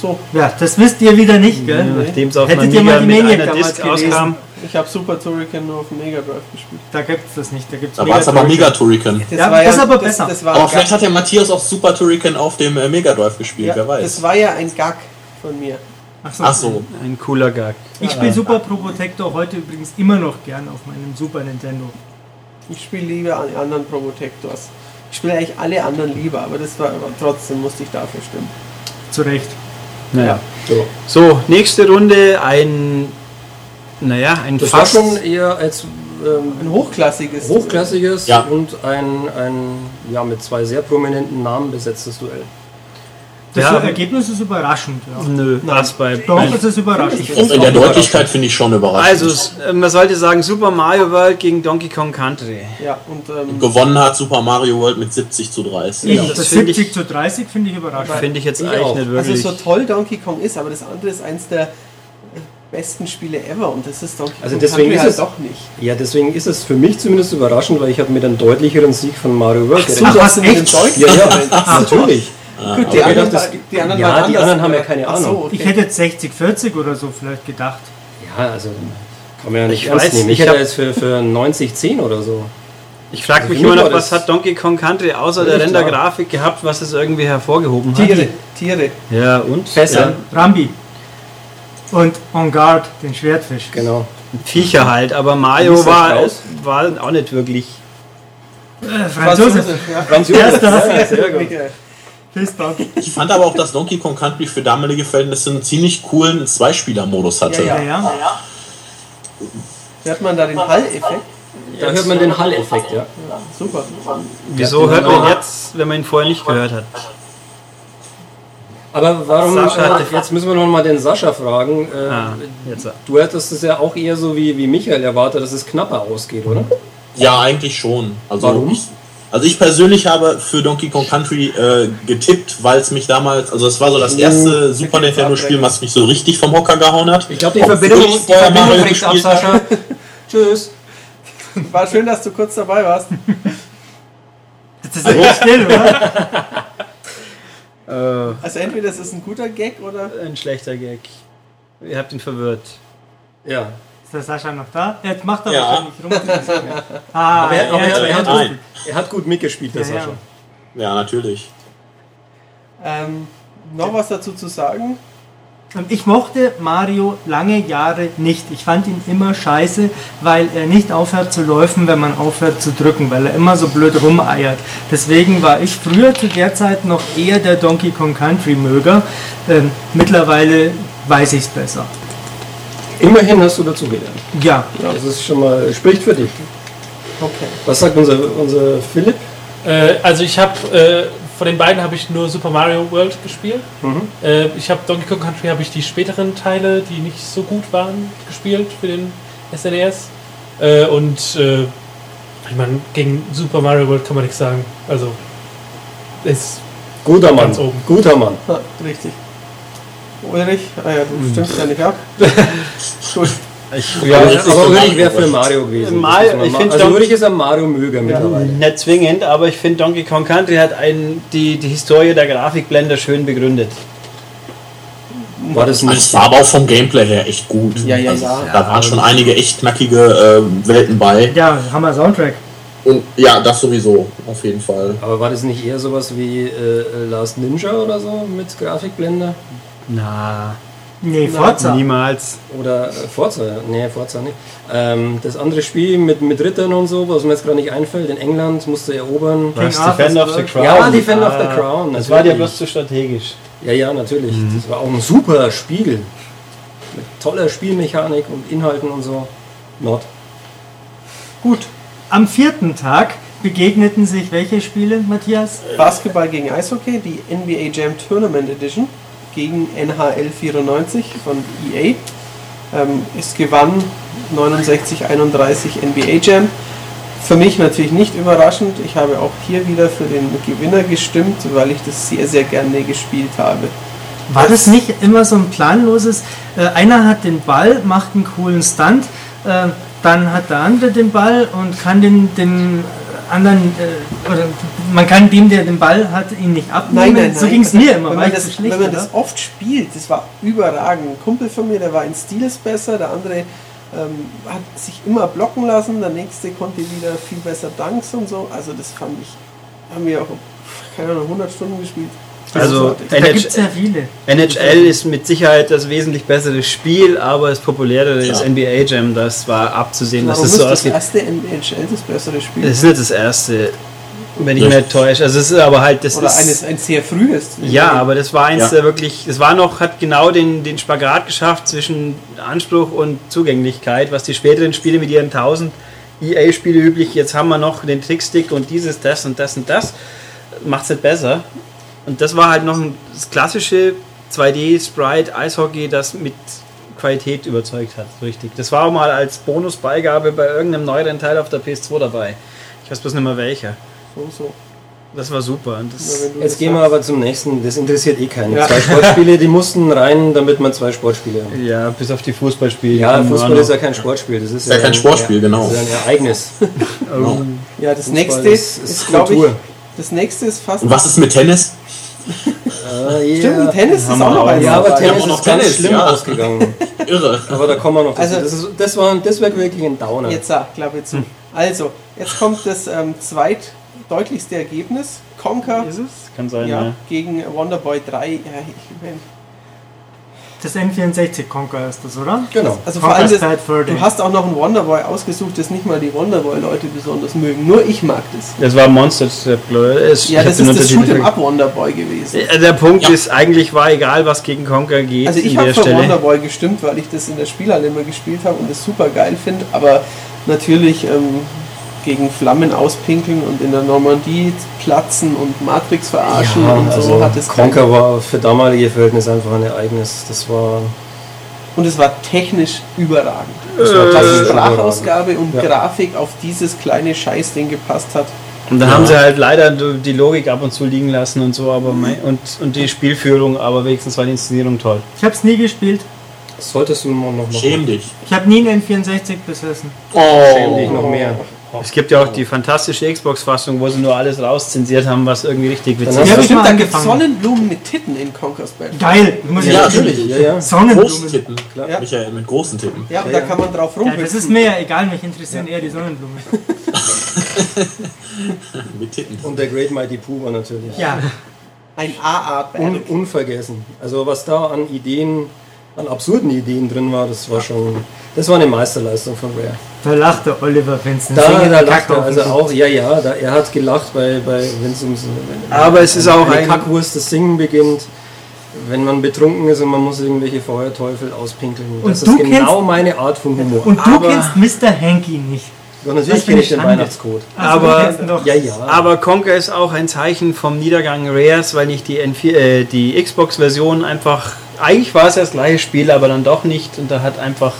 [SPEAKER 4] So, so.
[SPEAKER 3] Ja, das wisst ihr wieder nicht, gell?
[SPEAKER 1] nachdem es auf einer
[SPEAKER 3] Hättet ihr
[SPEAKER 1] Mega
[SPEAKER 3] mal die
[SPEAKER 1] mit
[SPEAKER 3] Maniac
[SPEAKER 1] einer
[SPEAKER 3] damals
[SPEAKER 1] Disc auskam,
[SPEAKER 3] gelesen?
[SPEAKER 4] Ich habe Super Turrican nur auf dem Mega Drive gespielt.
[SPEAKER 3] Da gibt's das nicht. Da gibt's
[SPEAKER 2] Da war es aber
[SPEAKER 3] Megaturrican.
[SPEAKER 2] Mega Turrican.
[SPEAKER 4] Das
[SPEAKER 3] Ja, das ist aber besser.
[SPEAKER 4] Das war
[SPEAKER 2] Aber
[SPEAKER 4] ein Gag.
[SPEAKER 2] vielleicht hat der Matthias auch Super Turrican auf dem äh, Mega Drive gespielt,
[SPEAKER 4] ja,
[SPEAKER 2] wer
[SPEAKER 4] Das
[SPEAKER 2] weiß.
[SPEAKER 4] war ja ein Gag von mir.
[SPEAKER 3] Ach so.
[SPEAKER 2] Ach so.
[SPEAKER 1] ein cooler Gag.
[SPEAKER 3] Ich spiele Super Probotector heute übrigens immer noch gern auf meinem Super Nintendo.
[SPEAKER 4] Ich spiele lieber alle anderen Probotectors. Ich spiele eigentlich alle anderen lieber, aber das war aber trotzdem musste ich dafür stimmen.
[SPEAKER 3] Zu Recht.
[SPEAKER 1] Naja.
[SPEAKER 5] So.
[SPEAKER 1] So, nächste Runde ein. Naja, ein
[SPEAKER 5] Das war
[SPEAKER 1] fast.
[SPEAKER 5] schon eher als ähm,
[SPEAKER 4] Ein hochklassiges.
[SPEAKER 5] hochklassiges
[SPEAKER 2] Ja.
[SPEAKER 5] und ein, ein ja, mit zwei sehr prominenten Namen besetztes Duell.
[SPEAKER 3] Das
[SPEAKER 1] Ja. Also,
[SPEAKER 3] Ergebnis ist überraschend. Ja.
[SPEAKER 1] Nö, das bei.
[SPEAKER 3] Doch, es ist überraschend.
[SPEAKER 2] Auch in
[SPEAKER 5] auch
[SPEAKER 2] der
[SPEAKER 5] überraschend.
[SPEAKER 2] Deutlichkeit finde ich schon überraschend.
[SPEAKER 1] Also, es- äh, man sollte sagen Super Mario World gegen Donkey Kong Country.
[SPEAKER 4] Ja, und ähm,
[SPEAKER 2] Gewonnen hat Super Mario World mit 70 zu 30.
[SPEAKER 3] Ich,
[SPEAKER 1] Ja,
[SPEAKER 3] das
[SPEAKER 1] das find
[SPEAKER 3] 70
[SPEAKER 1] ich-
[SPEAKER 3] zu 30 finde ich überraschend.
[SPEAKER 1] Finde ich jetzt
[SPEAKER 5] Ich
[SPEAKER 1] eigentlich
[SPEAKER 5] auch.
[SPEAKER 1] nicht
[SPEAKER 4] also
[SPEAKER 1] wirklich.
[SPEAKER 4] so toll Donkey Kong ist, aber das andere ist eins der besten Spiele ever und das ist Donkey Kong.
[SPEAKER 5] Also deswegen
[SPEAKER 4] Country
[SPEAKER 5] ist
[SPEAKER 4] halt
[SPEAKER 5] es-
[SPEAKER 4] doch nicht.
[SPEAKER 5] Ja, deswegen ist es für mich zumindest überraschend, weil ich habe mit einem deutlicheren Sieg von Mario World
[SPEAKER 3] Ach,
[SPEAKER 5] gerechnet.
[SPEAKER 3] was,
[SPEAKER 4] Hast du mit den
[SPEAKER 3] echt?
[SPEAKER 4] Deutschen
[SPEAKER 5] Ja, ja,
[SPEAKER 4] gemeint?
[SPEAKER 5] natürlich.
[SPEAKER 4] Gut, die,
[SPEAKER 5] okay,
[SPEAKER 4] anderen,
[SPEAKER 5] das-
[SPEAKER 4] war- die anderen
[SPEAKER 5] ja,
[SPEAKER 4] waren
[SPEAKER 5] die
[SPEAKER 4] anders.
[SPEAKER 5] anderen haben ja keine
[SPEAKER 4] Ach so,
[SPEAKER 5] Ahnung.
[SPEAKER 4] okay.
[SPEAKER 3] Ich hätte jetzt 60, 40 oder so vielleicht gedacht.
[SPEAKER 5] Ja, also kann man ja nicht
[SPEAKER 1] Ich
[SPEAKER 5] ernst
[SPEAKER 1] weiß,
[SPEAKER 5] nehmen. Ich
[SPEAKER 1] ich
[SPEAKER 5] hätte
[SPEAKER 1] hab-
[SPEAKER 5] jetzt für, für 90, 10 oder so.
[SPEAKER 1] Ich frage
[SPEAKER 5] Also
[SPEAKER 1] mich
[SPEAKER 5] für mich
[SPEAKER 1] immer noch,
[SPEAKER 5] war
[SPEAKER 1] was
[SPEAKER 5] das-
[SPEAKER 1] hat Donkey Kong Country außer der
[SPEAKER 5] Völlig klar.
[SPEAKER 1] Rendergrafik gehabt, was es irgendwie hervorgehoben hat?
[SPEAKER 4] Tiere, Tiere.
[SPEAKER 1] Ja, und?
[SPEAKER 5] Besser.
[SPEAKER 3] Rambi. Und On Guard, den Schwertfisch.
[SPEAKER 5] Genau.
[SPEAKER 1] Ja, Viecher halt, aber
[SPEAKER 5] Wie
[SPEAKER 1] Mario
[SPEAKER 5] ist das
[SPEAKER 1] war,
[SPEAKER 5] raus?
[SPEAKER 1] war auch nicht wirklich.
[SPEAKER 3] Äh, Franzose.
[SPEAKER 4] Ja.
[SPEAKER 5] Franz Josef.
[SPEAKER 3] Erster.
[SPEAKER 5] Ja, sehr gut.
[SPEAKER 4] Mega.
[SPEAKER 3] Bis dann.
[SPEAKER 2] Ich fand aber auch, dass Donkey Kong Country für damalige Verhältnisse einen ziemlich coolen Zweispieler-Modus hatte.
[SPEAKER 3] Ja, ja.
[SPEAKER 4] Hört man da den Hall-Effekt?
[SPEAKER 5] Da hört man den Hall-Effekt, ja.
[SPEAKER 4] Super.
[SPEAKER 1] Wieso hört man jetzt, wenn man ihn vorher nicht gehört hat?
[SPEAKER 5] Aber warum,
[SPEAKER 1] Sascha-
[SPEAKER 5] äh, jetzt müssen wir noch mal den Sascha fragen. Äh,
[SPEAKER 1] Ah, jetzt.
[SPEAKER 5] Du hättest es ja auch eher so wie, wie Michael erwartet, dass es knapper ausgeht, oder?
[SPEAKER 2] Ja, eigentlich schon. Also
[SPEAKER 5] Warum?
[SPEAKER 2] Ich, also ich persönlich habe für Donkey Kong Country äh, getippt, weil es mich damals, also es war so das erste Super Nintendo-Spiel, was mich so richtig vom Hocker gehauen hat.
[SPEAKER 5] Ich glaube, die
[SPEAKER 2] Obwohl
[SPEAKER 5] Verbindung,
[SPEAKER 2] ich
[SPEAKER 5] die
[SPEAKER 2] vorher
[SPEAKER 5] Verbindung
[SPEAKER 2] Mario
[SPEAKER 5] bricht ab,
[SPEAKER 2] gespielt
[SPEAKER 5] Sascha. Tschüss.
[SPEAKER 4] War schön, dass du kurz dabei warst.
[SPEAKER 3] Das ist echt still, oder?
[SPEAKER 4] Also entweder es ist ein guter Gag oder
[SPEAKER 1] Ein schlechter Gag. Ihr habt ihn verwirrt.
[SPEAKER 5] Ja.
[SPEAKER 3] Ist der Sascha noch da? Jetzt macht er
[SPEAKER 2] Ja.
[SPEAKER 3] wahrscheinlich rum. Ah,
[SPEAKER 5] Er,
[SPEAKER 3] ja,
[SPEAKER 5] er, er,
[SPEAKER 3] ja,
[SPEAKER 5] hat
[SPEAKER 3] ja.
[SPEAKER 5] gut, er hat gut mitgespielt, der
[SPEAKER 3] Ja, ja.
[SPEAKER 5] Sascha.
[SPEAKER 2] Ja, natürlich.
[SPEAKER 4] ähm, noch was dazu zu sagen.
[SPEAKER 3] Ähm, Ich mochte Mario lange Jahre nicht. Ich fand ihn immer scheiße, weil er nicht aufhört zu läufen, wenn man aufhört zu drücken, weil er immer so blöd rumeiert. Deswegen war ich früher zu der Zeit noch eher der Donkey Kong Country Möger. Ähm, mittlerweile weiß ich es besser.
[SPEAKER 5] Immerhin hast du dazugelernt.
[SPEAKER 3] Ja,
[SPEAKER 5] Das ist schon mal, spricht für dich.
[SPEAKER 4] Okay.
[SPEAKER 5] Was sagt unser, unser Philipp?
[SPEAKER 6] Äh, also ich habe äh, von den beiden habe ich nur Super Mario World gespielt.
[SPEAKER 3] Mhm.
[SPEAKER 6] Äh, ich habe Donkey Kong Country habe ich die späteren Teile, die nicht so gut waren, gespielt für den SNES. Äh, und äh, ich meine gegen Super Mario World kann man nichts sagen. Also es
[SPEAKER 5] Guter Mann.
[SPEAKER 6] Ganz oben.
[SPEAKER 5] Guter Mann.
[SPEAKER 4] Ha, richtig. Ulrich, ah ja, du stimmst ja nicht ab. Gut.
[SPEAKER 1] Ich,
[SPEAKER 5] Ja,
[SPEAKER 2] Aber jetzt ist
[SPEAKER 5] aber
[SPEAKER 2] der
[SPEAKER 5] Ulrich
[SPEAKER 2] Mario
[SPEAKER 5] wäre für
[SPEAKER 2] World.
[SPEAKER 5] Mario gewesen.
[SPEAKER 1] Mario-
[SPEAKER 5] Das muss man
[SPEAKER 1] ich
[SPEAKER 5] ma-
[SPEAKER 1] find
[SPEAKER 5] also
[SPEAKER 1] doch-
[SPEAKER 5] Ulrich ist ein Mario-Möger mittlerweile.
[SPEAKER 1] Nicht zwingend, aber ich finde Donkey Kong Country hat einen, die, die Historie der Grafikblender schön begründet.
[SPEAKER 5] War das
[SPEAKER 2] Also es
[SPEAKER 5] nicht?
[SPEAKER 2] war aber auch vom Gameplay her echt gut.
[SPEAKER 4] Ja, ja,
[SPEAKER 2] also,
[SPEAKER 4] ja.
[SPEAKER 2] Da waren schon einige echt knackige äh, Welten bei.
[SPEAKER 3] ja, Hammer Soundtrack.
[SPEAKER 2] Und ja, das sowieso, auf jeden Fall.
[SPEAKER 5] Aber war das nicht eher sowas wie äh, Last Ninja oder so mit Grafikblender?
[SPEAKER 1] Na,
[SPEAKER 3] Nee, Forza.
[SPEAKER 1] niemals.
[SPEAKER 5] Oder äh, Forza? Nee, Forza nicht. Ähm, das andere Spiel mit, mit Rittern und so, was mir jetzt gerade nicht einfällt, in England musste erobern.
[SPEAKER 3] King
[SPEAKER 1] Was?
[SPEAKER 3] Arthur's
[SPEAKER 1] Defender of the
[SPEAKER 3] World.
[SPEAKER 1] Crown.
[SPEAKER 5] Ja, Defender
[SPEAKER 1] Ah,
[SPEAKER 5] of the Crown,
[SPEAKER 1] Das war dir
[SPEAKER 5] natürlich.
[SPEAKER 1] bloß zu strategisch.
[SPEAKER 5] Ja, ja, natürlich. Das war auch ein super Spiel. Mit toller Spielmechanik und Inhalten und so. Not.
[SPEAKER 3] Gut. Am vierten Tag begegneten sich welche Spiele, Matthias?
[SPEAKER 4] Basketball gegen Eishockey, die NBA Jam Tournament Edition gegen NHL 94 von EA. Ähm, es gewann 69-31 NBA Jam. Für mich natürlich nicht überraschend. Ich habe auch hier wieder für den Gewinner gestimmt, weil ich das sehr, sehr gerne gespielt habe.
[SPEAKER 3] War das nicht immer so ein planloses? Äh, einer hat den Ball, macht einen coolen Stunt, äh, dann hat der andere den Ball und kann den, dem anderen, äh, oder man kann dem, der den Ball hat, ihn nicht abnehmen. So ging es mir immer.
[SPEAKER 4] Wenn
[SPEAKER 3] War
[SPEAKER 4] man,
[SPEAKER 3] ich
[SPEAKER 4] das,
[SPEAKER 3] zu schlecht,
[SPEAKER 4] wenn man
[SPEAKER 3] oder?
[SPEAKER 4] das oft spielt, das war überragend. Ein Kumpel von mir, der war in Stiles besser, der andere ähm, hat sich immer blocken lassen, der nächste konnte wieder viel besser Dunks und so. Also das fand ich, haben wir auch, keine Ahnung, 100 Stunden gespielt. Das
[SPEAKER 1] Also,
[SPEAKER 4] ist
[SPEAKER 3] da gibt es ja viele.
[SPEAKER 1] NHL ist mit Sicherheit das wesentlich bessere Spiel, aber das populärere
[SPEAKER 2] Ja.
[SPEAKER 1] ist NBA Jam. Das war abzusehen, dass
[SPEAKER 4] Warum
[SPEAKER 1] es
[SPEAKER 4] ist
[SPEAKER 1] so
[SPEAKER 4] das
[SPEAKER 1] ausgeht.
[SPEAKER 4] erste NHL das bessere Spiel?
[SPEAKER 1] Das ist nicht das erste, wenn ich
[SPEAKER 2] Das-
[SPEAKER 1] mich nicht täusche. Also es ist aber halt, das
[SPEAKER 4] Oder
[SPEAKER 1] ist...
[SPEAKER 4] eines, ein sehr frühes.
[SPEAKER 1] ja, aber das war eins
[SPEAKER 2] Ja.
[SPEAKER 1] der wirklich, es war noch, hat genau den, den Spagat geschafft zwischen Anspruch und Zugänglichkeit, was die späteren Spiele mit ihren 1000 EA-Spiele üblich, jetzt haben wir noch den Trickstick und dieses, das und das und das, macht's nicht besser. Und das war halt noch ein, das klassische 2D-Sprite Eishockey, das mit Qualität überzeugt hat, richtig. Das war auch mal als Bonusbeigabe bei irgendeinem neueren Teil auf der PS2 dabei. Ich weiß bloß nicht mehr welcher.
[SPEAKER 4] So, so.
[SPEAKER 1] Das war super. Und
[SPEAKER 4] Ja,
[SPEAKER 1] das,
[SPEAKER 4] wenn du das
[SPEAKER 5] Jetzt gehen wir
[SPEAKER 4] sagst.
[SPEAKER 5] aber zum nächsten. Das interessiert eh keinen.
[SPEAKER 4] Ja.
[SPEAKER 5] Zwei Sportspiele, die mussten rein, damit man zwei Sportspiele hat.
[SPEAKER 1] Ja, bis auf die Fußballspiele.
[SPEAKER 5] Ja,
[SPEAKER 1] Kommen wir
[SPEAKER 5] Fußball
[SPEAKER 1] noch.
[SPEAKER 5] ist ja kein Sportspiel. Das ist
[SPEAKER 2] ja kein Sportspiel, genau.
[SPEAKER 5] Das ist ein Ereignis.
[SPEAKER 2] Genau.
[SPEAKER 4] Ja, das
[SPEAKER 5] Fußball
[SPEAKER 4] nächste ist, glaube ich,
[SPEAKER 5] Kultur.
[SPEAKER 4] das nächste ist fast.
[SPEAKER 2] Und was ist mit Tennis?
[SPEAKER 5] Ah, yeah.
[SPEAKER 4] Stimmt, Tennis ist
[SPEAKER 1] Haben
[SPEAKER 4] auch
[SPEAKER 1] wir
[SPEAKER 4] noch
[SPEAKER 1] auch.
[SPEAKER 4] eins
[SPEAKER 5] Ja, aber
[SPEAKER 4] dabei.
[SPEAKER 5] Tennis
[SPEAKER 2] aber
[SPEAKER 5] ist
[SPEAKER 2] noch
[SPEAKER 5] ganz
[SPEAKER 2] Tennis,
[SPEAKER 5] schlimm
[SPEAKER 2] ja.
[SPEAKER 5] ausgegangen.
[SPEAKER 2] Irre.
[SPEAKER 5] Aber da kommen wir noch. dazu.
[SPEAKER 4] Also-
[SPEAKER 5] das, ist, das, war, das wäre wirklich ein Downer.
[SPEAKER 4] Jetzt sag, klappe zu.
[SPEAKER 1] Hm.
[SPEAKER 4] Also, jetzt kommt das ähm, zweitdeutlichste Ergebnis. Conker
[SPEAKER 1] Ist es? Kann sein,
[SPEAKER 4] ja,
[SPEAKER 1] ja.
[SPEAKER 4] gegen Wonderboy 3. Ja, ich mein,
[SPEAKER 3] Das N64 Conquer ist das, oder?
[SPEAKER 2] Genau.
[SPEAKER 4] Also vor allem,
[SPEAKER 3] Conquer's
[SPEAKER 4] das,
[SPEAKER 3] Bad Fur Day.
[SPEAKER 4] du hast auch noch einen Wonderboy ausgesucht, das nicht mal die Wonderboy-Leute besonders mögen. Nur ich mag das.
[SPEAKER 1] Das war Monster Step, glaube ich. Es-
[SPEAKER 4] Ja,
[SPEAKER 1] ich hab
[SPEAKER 4] das
[SPEAKER 1] den
[SPEAKER 4] ist das
[SPEAKER 1] Untertitel
[SPEAKER 4] Shoot'em
[SPEAKER 1] vergessen.
[SPEAKER 4] Up Wonderboy gewesen.
[SPEAKER 1] Äh, Der Punkt
[SPEAKER 2] Ja.
[SPEAKER 1] ist, eigentlich war egal, was gegen Conker geht
[SPEAKER 4] Also ich
[SPEAKER 1] an
[SPEAKER 4] habe
[SPEAKER 1] der
[SPEAKER 4] für
[SPEAKER 1] Stelle.
[SPEAKER 4] Wonderboy gestimmt, weil ich das in der Spielhalle immer gespielt habe und es super geil finde, aber natürlich ähm, gegen Flammen auspinkeln und in der Normandie platzen und Matrix verarschen und so
[SPEAKER 5] also
[SPEAKER 4] hat es
[SPEAKER 5] Conker war für damalige Verhältnisse einfach ein Ereignis. Das war
[SPEAKER 4] Und es war technisch überragend.
[SPEAKER 5] Das
[SPEAKER 3] Äh,
[SPEAKER 5] war
[SPEAKER 4] Dass
[SPEAKER 5] technisch
[SPEAKER 4] Sprachausgabe und
[SPEAKER 5] Ja.
[SPEAKER 4] Grafik auf dieses kleine Scheißding gepasst hat.
[SPEAKER 1] Und da
[SPEAKER 5] Ja.
[SPEAKER 1] haben sie halt leider die Logik ab und zu liegen lassen und so, aber mei- und, und die Spielführung, aber wenigstens war die Inszenierung toll.
[SPEAKER 3] Ich habe es nie gespielt.
[SPEAKER 5] solltest du noch machen.
[SPEAKER 2] Schäm dich.
[SPEAKER 3] Ich habe nie einen N64 besessen.
[SPEAKER 2] Oh.
[SPEAKER 5] Schäm dich noch mehr.
[SPEAKER 1] Es gibt ja auch die fantastische Xbox-Fassung, wo sie nur alles rauszensiert haben, was irgendwie richtig witzig
[SPEAKER 5] hast
[SPEAKER 1] ist.
[SPEAKER 3] Ja,
[SPEAKER 4] Ja,
[SPEAKER 3] hab ich
[SPEAKER 4] stimmt,
[SPEAKER 3] mal
[SPEAKER 4] da gibt
[SPEAKER 3] angefangen.
[SPEAKER 4] Sonnenblumen mit Titten in Conquer's Bad.
[SPEAKER 3] Geil, muss
[SPEAKER 2] Ja,
[SPEAKER 3] ich
[SPEAKER 2] natürlich.
[SPEAKER 5] Ja, ja.
[SPEAKER 2] Großen
[SPEAKER 3] Sonnenblumen.
[SPEAKER 2] Tippen, klar.
[SPEAKER 4] Ja.
[SPEAKER 2] Michael, mit großen Tippen.
[SPEAKER 4] Ja, und da kann man drauf
[SPEAKER 3] Ja,
[SPEAKER 4] rumhüpfen.
[SPEAKER 3] das ist mir ja egal, mich interessieren eher die Sonnenblumen.
[SPEAKER 2] Mit Titten.
[SPEAKER 5] Und der Great Mighty Pooh war natürlich
[SPEAKER 3] Ja,
[SPEAKER 4] ein aa
[SPEAKER 5] un
[SPEAKER 4] battle
[SPEAKER 5] unvergessen. Also was da an Ideen, an absurden Ideen drin war, das war schon, das war eine Meisterleistung von Rare.
[SPEAKER 3] da lacht der Oliver, wenn es
[SPEAKER 5] Da, da lacht er also auch, ja, ja, da, er hat gelacht, bei, bei, wenn es ums.
[SPEAKER 1] Aber es ist auch
[SPEAKER 5] eine
[SPEAKER 1] ein-
[SPEAKER 5] Kackwurst, das Singen beginnt, wenn man betrunken ist und man muss irgendwelche Feuerteufel auspinkeln.
[SPEAKER 3] Und
[SPEAKER 5] das
[SPEAKER 3] du
[SPEAKER 5] ist genau
[SPEAKER 3] kennst-
[SPEAKER 5] meine Art von Humor.
[SPEAKER 3] Und du
[SPEAKER 1] Aber-
[SPEAKER 3] kennst Mr. Hanky nicht.
[SPEAKER 5] Ja,
[SPEAKER 3] das
[SPEAKER 5] natürlich
[SPEAKER 3] finde
[SPEAKER 5] kenne
[SPEAKER 3] ich
[SPEAKER 5] ich den
[SPEAKER 3] spannend.
[SPEAKER 5] Weihnachtscode.
[SPEAKER 3] Also, du
[SPEAKER 1] Aber-
[SPEAKER 3] kennst ihn doch.
[SPEAKER 5] Ja, ja.
[SPEAKER 1] Aber Conker ist auch ein Zeichen vom Niedergang Rares, weil nicht die, N4, äh, die Xbox-Version einfach. Eigentlich war es ja das gleiche Spiel, aber dann doch nicht. Und da hat einfach.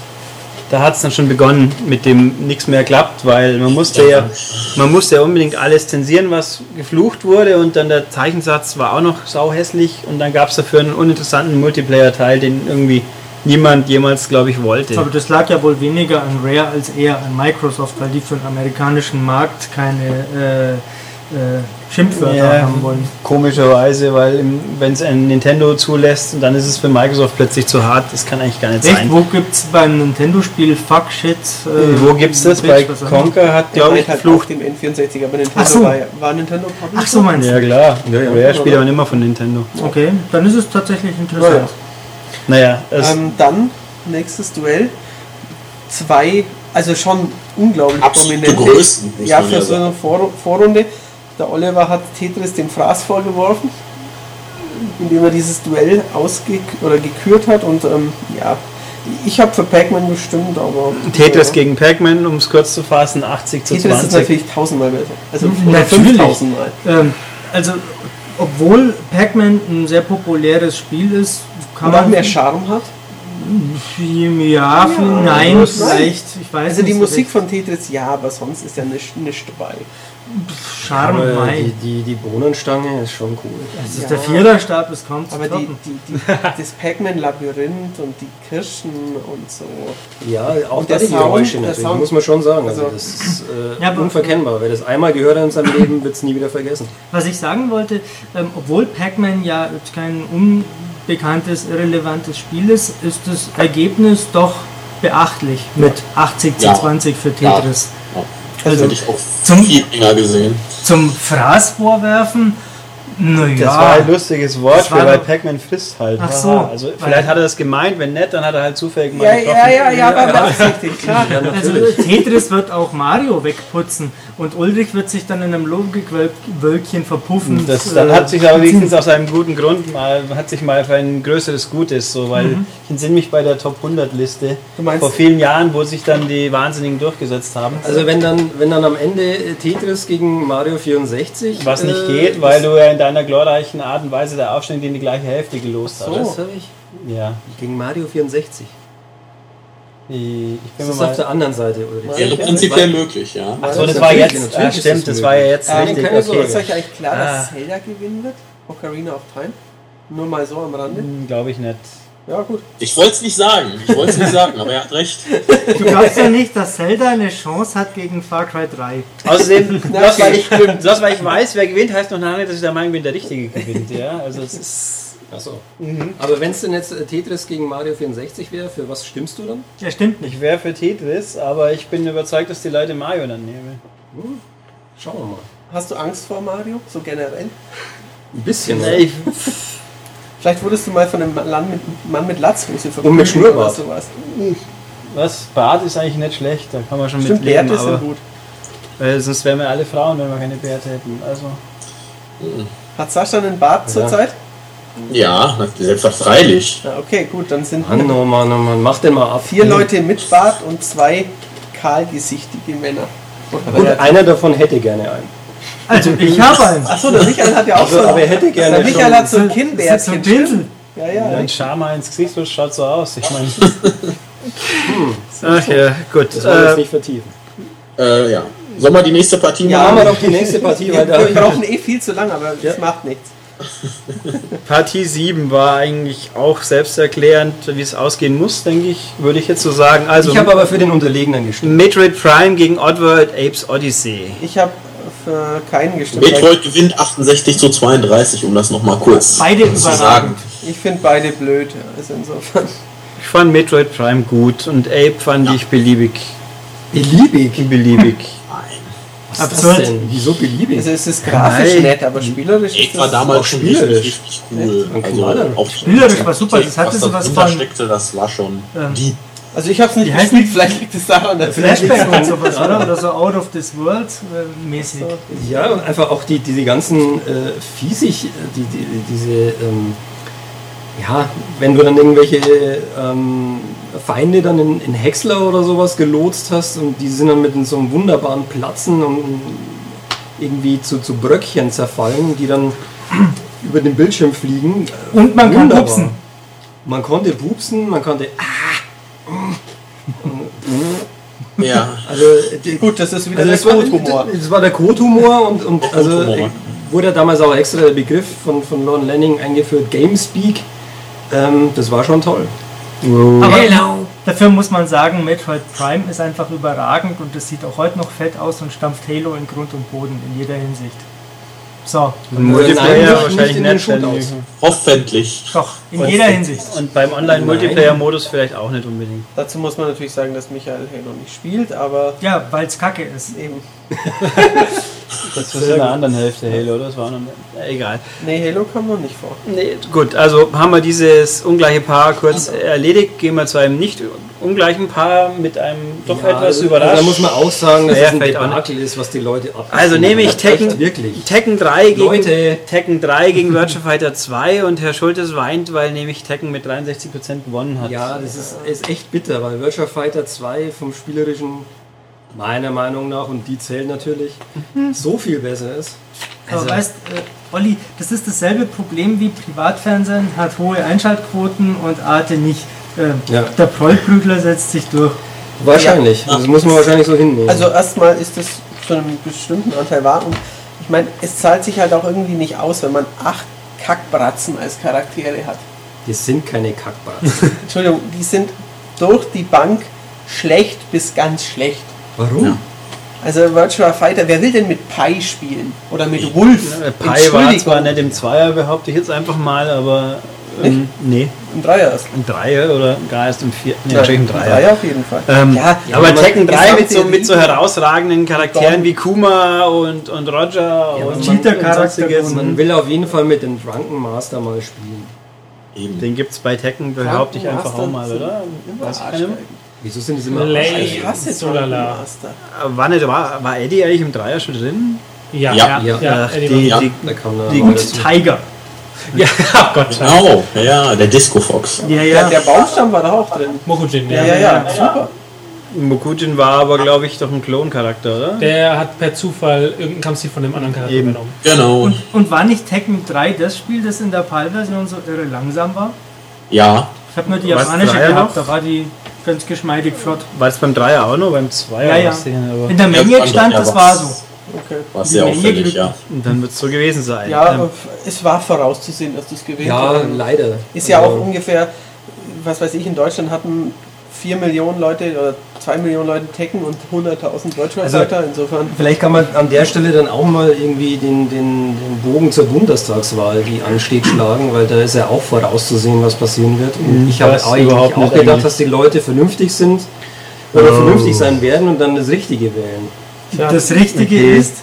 [SPEAKER 1] Da hat es dann schon begonnen, mit dem nichts mehr klappt, weil man musste ja, man musste ja unbedingt alles zensieren, was geflucht wurde. Und dann der Zeichensatz war auch noch sauhässlich. Und dann gab es dafür einen uninteressanten Multiplayer-Teil, den irgendwie niemand jemals, glaube ich, wollte.
[SPEAKER 3] Aber das lag ja wohl weniger an Rare als eher an Microsoft, weil die für den amerikanischen Markt keine äh, äh, Schimpfwörter
[SPEAKER 1] Ja.
[SPEAKER 3] haben wollen.
[SPEAKER 1] Komischerweise, weil wenn es ein Nintendo zulässt, und dann ist es für Microsoft plötzlich zu hart. Das kann eigentlich gar nicht
[SPEAKER 3] Echt,
[SPEAKER 1] sein.
[SPEAKER 3] wo gibt's beim Nintendo-Spiel Fuck Shit?
[SPEAKER 1] Äh, wo gibt's das? Bei
[SPEAKER 3] Bitch, was auch immer?
[SPEAKER 1] Conker hat, glaube ich,
[SPEAKER 4] halt auf
[SPEAKER 1] geflucht.
[SPEAKER 4] dem N64, aber Nintendo
[SPEAKER 3] Ach so.
[SPEAKER 4] war, ja- war Nintendo Publisher.
[SPEAKER 3] Ach so, meinst
[SPEAKER 1] Ja,
[SPEAKER 3] du?
[SPEAKER 1] klar.
[SPEAKER 5] Ja, ja.
[SPEAKER 1] Rare spielt aber immer von Nintendo.
[SPEAKER 3] Okay, dann ist es tatsächlich interessant.
[SPEAKER 1] Naja, es,
[SPEAKER 4] ähm, Dann, nächstes Duell. Zwei, also schon unglaublich
[SPEAKER 2] Absolute
[SPEAKER 4] prominente.
[SPEAKER 2] Größen, muss
[SPEAKER 4] ja,
[SPEAKER 2] man
[SPEAKER 4] für
[SPEAKER 2] ja
[SPEAKER 4] so eine Vor Vorrunde. Der Oliver hat Tetris den Fraß vorgeworfen, indem er dieses Duell ausge oder gekürt hat. Und ähm, ja, ich habe für Pac-Man bestimmt, aber.
[SPEAKER 1] Tetris
[SPEAKER 4] ja.
[SPEAKER 1] gegen Pac-Man, um es kurz zu fassen, 80 zu
[SPEAKER 4] Tetris ist
[SPEAKER 1] 20.
[SPEAKER 4] natürlich tausendmal besser. Also
[SPEAKER 3] Mhm,
[SPEAKER 4] oder
[SPEAKER 3] natürlich.
[SPEAKER 4] 5000 Mal.
[SPEAKER 3] Ähm, also, obwohl Pac-Man ein sehr populäres Spiel ist, kann
[SPEAKER 4] Aber
[SPEAKER 3] man
[SPEAKER 4] mehr Charme hat.
[SPEAKER 3] Ja, nein,
[SPEAKER 4] nein.
[SPEAKER 3] vielleicht. Ich weiß
[SPEAKER 4] Also
[SPEAKER 3] nicht
[SPEAKER 4] die
[SPEAKER 3] so
[SPEAKER 4] Musik
[SPEAKER 3] recht.
[SPEAKER 4] von Tetris, ja, aber sonst ist ja nicht, nicht dabei.
[SPEAKER 3] Charme,
[SPEAKER 5] Aber
[SPEAKER 3] nein.
[SPEAKER 5] die, die, die Bohnenstange ist schon cool.
[SPEAKER 3] Das
[SPEAKER 4] Ja.
[SPEAKER 3] ist der Viererstab, ist kaum zu
[SPEAKER 4] Aber die,
[SPEAKER 3] toppen.
[SPEAKER 4] die, die, das Pac-Man-Labyrinth und die Kirschen und so.
[SPEAKER 5] Ja, auch
[SPEAKER 4] Und der
[SPEAKER 5] das die
[SPEAKER 4] Sound,
[SPEAKER 5] Geräusche
[SPEAKER 4] der
[SPEAKER 5] natürlich,
[SPEAKER 4] Sound.
[SPEAKER 5] muss man schon sagen. Also
[SPEAKER 4] Also-
[SPEAKER 5] das ist äh,
[SPEAKER 3] Ja, aber-
[SPEAKER 5] unverkennbar. Wer das einmal gehört hat in seinem Leben, wird es nie wieder vergessen.
[SPEAKER 3] Was ich sagen wollte, ähm, obwohl Pac-Man ja jetzt kein unbekanntes, irrelevantes Spiel ist, ist das Ergebnis doch beachtlich mit 80 zu
[SPEAKER 2] Ja.
[SPEAKER 3] 20 für Tetris.
[SPEAKER 2] Das
[SPEAKER 3] Also-
[SPEAKER 2] hätte ich auch
[SPEAKER 3] Zum-
[SPEAKER 2] viel länger gesehen.
[SPEAKER 3] Zum Fraß vorwerfen, naja.
[SPEAKER 1] Das war halt ein lustiges Wort,
[SPEAKER 3] Das war
[SPEAKER 1] für, weil
[SPEAKER 3] doch-
[SPEAKER 1] Pac-Man frisst halt.
[SPEAKER 3] Ach
[SPEAKER 1] Haha.
[SPEAKER 3] so.
[SPEAKER 1] Also vielleicht hat er das gemeint, wenn nicht, dann hat er halt zufällig mal
[SPEAKER 4] Ja,
[SPEAKER 1] getroffen.
[SPEAKER 4] ja, ja, ja, aber beabsichtigt, klar.
[SPEAKER 3] Also Tetris wird auch Mario wegputzen und Ulrich wird sich dann in einem Logikwölkchen verpuffen.
[SPEAKER 1] Das, dann hat sich aber wenigstens aus einem guten Grund mal, hat sich mal für ein größeres Gutes so, weil
[SPEAKER 5] Mhm.
[SPEAKER 1] ich entsinne mich bei der Top 100 Liste
[SPEAKER 4] Du meinst-
[SPEAKER 1] vor vielen Jahren, wo sich dann die Wahnsinnigen durchgesetzt haben.
[SPEAKER 5] Also wenn dann, wenn dann am Ende äh, Tetris gegen Mario 64...
[SPEAKER 1] was nicht
[SPEAKER 5] äh,
[SPEAKER 1] geht, weil du ja in deiner glorreichen Art und Weise der Aufstellung die in die gleiche Hälfte gelost hast.
[SPEAKER 5] Was habe ich?
[SPEAKER 1] Ja.
[SPEAKER 5] Gegen Mario 64.
[SPEAKER 1] Ich bin
[SPEAKER 5] Das
[SPEAKER 1] mir
[SPEAKER 5] ist auf
[SPEAKER 1] mal.
[SPEAKER 5] der anderen Seite, Ulrich.
[SPEAKER 2] Wäre prinzipiell möglich, ja.
[SPEAKER 1] Ach so, das
[SPEAKER 5] Natürlich,
[SPEAKER 1] war jetzt.
[SPEAKER 5] natürlich
[SPEAKER 1] Ah,
[SPEAKER 5] ist
[SPEAKER 1] stimmt,
[SPEAKER 5] das
[SPEAKER 1] das war ja jetzt
[SPEAKER 4] möglich.
[SPEAKER 1] richtig.
[SPEAKER 5] Keine Sorge.
[SPEAKER 1] Okay.
[SPEAKER 4] Ist euch eigentlich klar, dass
[SPEAKER 1] Ah.
[SPEAKER 4] Zelda gewinnen wird? Ocarina of Time? Nur mal so am Rande?
[SPEAKER 1] Glaube hm, ich nicht.
[SPEAKER 4] Ja, gut.
[SPEAKER 2] Ich wollte es nicht sagen, ich wollte es nicht sagen, aber er hat recht.
[SPEAKER 3] du glaubst ja nicht, dass Zelda eine Chance hat gegen Far Cry 3.
[SPEAKER 1] Außerdem,
[SPEAKER 4] Na,
[SPEAKER 1] bloß, weil
[SPEAKER 4] okay.
[SPEAKER 1] ich, bloß weil ich weiß, wer gewinnt, heißt noch lange, nicht, dass ich der Meinung bin, der Richtige gewinnt. Ja? Also es ist.
[SPEAKER 5] Achso.
[SPEAKER 1] Mhm.
[SPEAKER 5] Aber wenn es denn jetzt äh, Tetris gegen Mario 64 wäre, für was stimmst du dann?
[SPEAKER 3] Ja, stimmt nicht.
[SPEAKER 1] Ich wäre für Tetris, aber ich bin überzeugt, dass die Leute Mario dann nehmen.
[SPEAKER 5] Schauen wir mal.
[SPEAKER 4] Hast du Angst vor Mario? So generell?
[SPEAKER 5] Ein bisschen.
[SPEAKER 1] Nee, ich,
[SPEAKER 4] Vielleicht wurdest du mal von einem Mann mit, Mann mit Latzhose verprügelt
[SPEAKER 5] mit Schnurrbart.
[SPEAKER 4] oder sowas.
[SPEAKER 1] Was? Bart ist eigentlich nicht schlecht, da kann man schon
[SPEAKER 4] Stimmt,
[SPEAKER 1] mit leben,
[SPEAKER 4] Bärte sind
[SPEAKER 1] aber
[SPEAKER 4] gut.
[SPEAKER 1] weil sonst wären wir alle Frauen, wenn wir keine Bärte hätten. Also
[SPEAKER 4] Hat Sascha einen Bart
[SPEAKER 5] Ja.
[SPEAKER 4] zurzeit?
[SPEAKER 2] Ja, na, selbst freilich.
[SPEAKER 4] Na, okay, gut, dann sind
[SPEAKER 5] Mann, oh Mann, oh Mann, mach den mal ab.
[SPEAKER 4] vier Leute mit Bart und zwei kahlgesichtige Männer.
[SPEAKER 5] Und einer davon hätte gerne einen.
[SPEAKER 3] Also ich habe einen.
[SPEAKER 4] Achso, der Michael hat ja auch so.
[SPEAKER 5] aber er hätte gerne
[SPEAKER 4] Der Michael hat so ein
[SPEAKER 3] Das ist so ein
[SPEAKER 4] Kinnbärtchen. stimmt?
[SPEAKER 3] Pinsel.
[SPEAKER 4] Ja, ja.
[SPEAKER 1] ein Schama ins Gesicht rutscht, schaut so aus. Ich meine. Ach ja, gut.
[SPEAKER 5] Das wollen wir jetzt
[SPEAKER 1] Äh,
[SPEAKER 5] nicht vertiefen.
[SPEAKER 2] Äh, ja. Sollen wir die nächste Partie
[SPEAKER 4] Ja,
[SPEAKER 5] Machen
[SPEAKER 2] machen?
[SPEAKER 5] wir doch die nächste Partie, weil da
[SPEAKER 4] Wir brauchen eh viel zu lang, aber das macht nichts.
[SPEAKER 1] Partie 7 war eigentlich auch selbsterklärend, wie es ausgehen muss, denke ich, würde ich jetzt so sagen. Also
[SPEAKER 5] Ich habe aber für den Unterlegenen gestimmt.
[SPEAKER 1] Metroid Prime gegen Oddworld Apes Odyssey.
[SPEAKER 4] Ich habe für keinen gestimmt.
[SPEAKER 2] Metroid gewinnt 68 zu 32, um das nochmal kurz
[SPEAKER 3] Beide
[SPEAKER 2] zu
[SPEAKER 3] überragend.
[SPEAKER 2] sagen.
[SPEAKER 4] Ich finde beide blöd. Also insofern.
[SPEAKER 1] Ich fand Metroid Prime gut und Ape fand ich beliebig.
[SPEAKER 5] Beliebig?
[SPEAKER 1] Beliebig.
[SPEAKER 2] Nein.
[SPEAKER 5] Was
[SPEAKER 3] Absurd.
[SPEAKER 5] Ist das denn? Wieso beliebig?
[SPEAKER 4] Also es ist grafisch
[SPEAKER 1] Nein.
[SPEAKER 4] nett, aber spielerisch
[SPEAKER 2] Ich
[SPEAKER 4] ist
[SPEAKER 2] war
[SPEAKER 4] das.
[SPEAKER 2] damals schon richtig,
[SPEAKER 5] spielerisch.
[SPEAKER 2] richtig cool.
[SPEAKER 5] Ja,
[SPEAKER 2] Also
[SPEAKER 5] klar.
[SPEAKER 2] auch
[SPEAKER 3] Spielerisch war super, das hatte
[SPEAKER 2] was
[SPEAKER 3] so
[SPEAKER 2] da
[SPEAKER 3] was
[SPEAKER 2] drunter
[SPEAKER 3] von-
[SPEAKER 2] steckte, das war schon
[SPEAKER 3] Ähm,
[SPEAKER 2] die
[SPEAKER 4] Also ich habe es nicht
[SPEAKER 3] Die
[SPEAKER 4] gespielt,
[SPEAKER 3] heißen-
[SPEAKER 4] vielleicht liegt es daran, dass
[SPEAKER 3] Flashback und sowas, oder? Oder so Out of this World äh, mäßig.
[SPEAKER 5] Ja, und einfach auch die, diese ganzen äh, fiesig, äh, die, die, diese, ähm, ja, wenn du dann irgendwelche ähm, Feinde dann in, in Häcksler oder sowas gelotst hast und die sind dann mit in so einem wunderbaren Platzen und irgendwie zu, zu Bröckchen zerfallen, die dann über den Bildschirm fliegen. äh,
[SPEAKER 3] Und man kann
[SPEAKER 5] Wunderbar.
[SPEAKER 3] pupsen.
[SPEAKER 5] Man konnte pupsen, man konnte. Ah,
[SPEAKER 2] Ja,
[SPEAKER 5] also die,
[SPEAKER 4] Gut, das ist wieder
[SPEAKER 5] Also
[SPEAKER 4] der
[SPEAKER 5] das war,
[SPEAKER 4] Code-Humor.
[SPEAKER 5] das war der Code-Humor und, und also
[SPEAKER 4] ne?
[SPEAKER 2] Code-Humor.
[SPEAKER 5] wurde ja damals auch extra der Begriff von, von Lon Lanning eingeführt, Gamespeak. Ähm, das war schon toll.
[SPEAKER 3] Aber dafür muss man sagen, Metroid Prime ist einfach überragend und das sieht auch heute noch fett aus und stampft Halo in Grund und Boden in jeder Hinsicht. So,
[SPEAKER 5] Äh, Nein,
[SPEAKER 1] Multiplayer
[SPEAKER 5] nicht
[SPEAKER 1] wahrscheinlich
[SPEAKER 5] in den
[SPEAKER 1] nicht.
[SPEAKER 5] Shootouts.
[SPEAKER 2] hoffentlich.
[SPEAKER 3] doch, in jeder Hinsicht.
[SPEAKER 1] Und beim Online-Multiplayer-Modus vielleicht auch nicht unbedingt.
[SPEAKER 4] Dazu muss man natürlich sagen, dass Michael Halo nicht spielt, aber
[SPEAKER 3] Ja, weil es kacke ist.
[SPEAKER 4] eben.
[SPEAKER 1] Das war in der anderen Hälfte Halo, oder? Das war noch nicht. Egal.
[SPEAKER 4] Nee, Halo kam noch nicht vor.
[SPEAKER 1] Nee, gut, also haben wir dieses ungleiche Paar kurz erledigt. Gehen wir zu einem nicht ungleichen Paar mit einem doch etwas
[SPEAKER 5] Also, da
[SPEAKER 1] überraschend.
[SPEAKER 5] muss man auch sagen, dass
[SPEAKER 1] Ja,
[SPEAKER 5] es ein
[SPEAKER 1] fällt auch
[SPEAKER 5] Debakel ist, was die Leute ab.
[SPEAKER 1] Also nehme ich Tekken,
[SPEAKER 5] Echt, wirklich.
[SPEAKER 1] Tekken 3 gegen
[SPEAKER 5] Leute.
[SPEAKER 1] Tekken 3 gegen Virtua Fighter 2 und Herr Schultes weint, weil nämlich Tekken mit 63% gewonnen hat.
[SPEAKER 5] Ja, das ist, ist echt bitter, weil Virtua Fighter 2 vom spielerischen meiner Meinung nach und die zählen natürlich
[SPEAKER 1] Mhm.
[SPEAKER 5] so viel besser ist.
[SPEAKER 3] Aber weißt, äh, Olli, das ist dasselbe Problem wie Privatfernsehen, hat hohe Einschaltquoten und Arte nicht. Äh,
[SPEAKER 5] Ja.
[SPEAKER 3] Der Prollprügler setzt sich durch.
[SPEAKER 5] Wahrscheinlich. Das muss man wahrscheinlich so hinnehmen.
[SPEAKER 4] Also erstmal ist das zu einem bestimmten Anteil wahr und ich meine, es zahlt sich halt auch irgendwie nicht aus, wenn man acht Kackbratzen als Charaktere hat.
[SPEAKER 5] das sind keine Kackbars.
[SPEAKER 4] Entschuldigung, die sind durch die Bank schlecht bis ganz schlecht.
[SPEAKER 5] Warum?
[SPEAKER 4] Also Virtua Fighter, wer will denn mit Pi spielen? Oder mit Wolf?
[SPEAKER 1] Äh, Pi war
[SPEAKER 4] Entschuldigung.
[SPEAKER 1] zwar nicht im Zweier, behaupte ich jetzt einfach mal, aber ähm, nee,
[SPEAKER 4] Im Dreier erst.
[SPEAKER 1] im Dreier oder gar erst im vierten, nee,
[SPEAKER 4] Nein,
[SPEAKER 1] im Dreier.
[SPEAKER 4] auf jeden Fall.
[SPEAKER 1] Ähm,
[SPEAKER 4] ja,
[SPEAKER 1] aber
[SPEAKER 4] man-
[SPEAKER 1] Tekken 3 mit so,
[SPEAKER 4] Gesamttheorie-
[SPEAKER 1] mit so herausragenden Charakteren
[SPEAKER 4] Don.
[SPEAKER 1] wie Kuma und, und Roger und,
[SPEAKER 5] man-
[SPEAKER 3] Cheater-Charakter
[SPEAKER 1] sonstiges.
[SPEAKER 5] Man will auf jeden Fall mit dem Drunken Master mal spielen.
[SPEAKER 2] Eben.
[SPEAKER 1] Den gibt es bei Tekken, behaupte ich einfach auch mal, oder? Weiß ich gar nicht mehr.
[SPEAKER 5] Wieso sind die immer
[SPEAKER 6] Lay.
[SPEAKER 4] Ich hasse
[SPEAKER 6] So lala.
[SPEAKER 4] Master.
[SPEAKER 1] War, nicht, war, war Eddie eigentlich im Dreier schon drin?
[SPEAKER 6] Ja,
[SPEAKER 2] Ja.
[SPEAKER 6] ja,
[SPEAKER 1] Ach,
[SPEAKER 6] Eddie
[SPEAKER 1] die,
[SPEAKER 2] Ja.
[SPEAKER 1] die,
[SPEAKER 5] Da kam da
[SPEAKER 1] Die-
[SPEAKER 5] aber
[SPEAKER 3] Und
[SPEAKER 5] dazu.
[SPEAKER 3] Tiger.
[SPEAKER 1] ja, oh Gott.
[SPEAKER 2] Genau, ja, der Disco Fox.
[SPEAKER 3] Ja,
[SPEAKER 4] Ja,
[SPEAKER 3] ja.
[SPEAKER 4] der Baumstamm war doch auch drin.
[SPEAKER 6] Mokujin,
[SPEAKER 4] Ja,
[SPEAKER 6] ja.
[SPEAKER 4] ja, ja, super.
[SPEAKER 1] Mokujin war aber, glaube ich, doch ein Kloncharakter, oder?
[SPEAKER 6] Der hat per Zufall irgendeinen Kampfstil von dem anderen Charakter
[SPEAKER 1] Eben.
[SPEAKER 6] genommen.
[SPEAKER 2] Genau,
[SPEAKER 3] Und, und war nicht Tekken 3 das Spiel, das in der PAL-Version so irre langsam war?
[SPEAKER 2] ja.
[SPEAKER 3] Ich habe nur die
[SPEAKER 1] Was,
[SPEAKER 3] japanische
[SPEAKER 1] Dreier noch?
[SPEAKER 3] gehabt, da war die ganz geschmeidig flott.
[SPEAKER 1] War es beim Dreier auch noch? Beim Zweier?
[SPEAKER 3] Ja, ja.
[SPEAKER 1] war's denn, aber-
[SPEAKER 3] In der
[SPEAKER 2] Ja,
[SPEAKER 3] Menge
[SPEAKER 2] das
[SPEAKER 3] stand,
[SPEAKER 2] andere,
[SPEAKER 3] das
[SPEAKER 2] ja,
[SPEAKER 3] war
[SPEAKER 2] was-
[SPEAKER 3] so.
[SPEAKER 4] Okay.
[SPEAKER 2] War sehr
[SPEAKER 3] Die Menge
[SPEAKER 2] auffällig,
[SPEAKER 3] Glück.
[SPEAKER 2] ja.
[SPEAKER 1] Und dann wird es so gewesen sein.
[SPEAKER 4] Ja, äh,
[SPEAKER 1] Ähm,
[SPEAKER 4] es war vorauszusehen, dass das gewählt
[SPEAKER 5] Ja,
[SPEAKER 4] wurde.
[SPEAKER 5] leider.
[SPEAKER 4] Ist ja auch
[SPEAKER 5] Also,
[SPEAKER 4] ungefähr, was weiß ich, in Deutschland hatten 4 Millionen Leute oder 2 Millionen Leute Tekken und 100.000 Deutsche
[SPEAKER 5] Also-
[SPEAKER 4] Leute, insofern.
[SPEAKER 5] Vielleicht kann man an der Stelle dann auch mal irgendwie den, den, den Bogen zur Bundestagswahl, die ansteht, schlagen, weil da ist ja auch vorauszusehen, was passieren wird. Und ich habe
[SPEAKER 1] das
[SPEAKER 5] eigentlich auch
[SPEAKER 1] Mhm. überhaupt nicht
[SPEAKER 5] gedacht,
[SPEAKER 1] eigentlich.
[SPEAKER 5] dass
[SPEAKER 1] Ähm.
[SPEAKER 5] die Leute vernünftig sind oder vernünftig sein werden und dann das Richtige wählen.
[SPEAKER 4] Tja,
[SPEAKER 3] das Richtige
[SPEAKER 1] okay.
[SPEAKER 3] ist,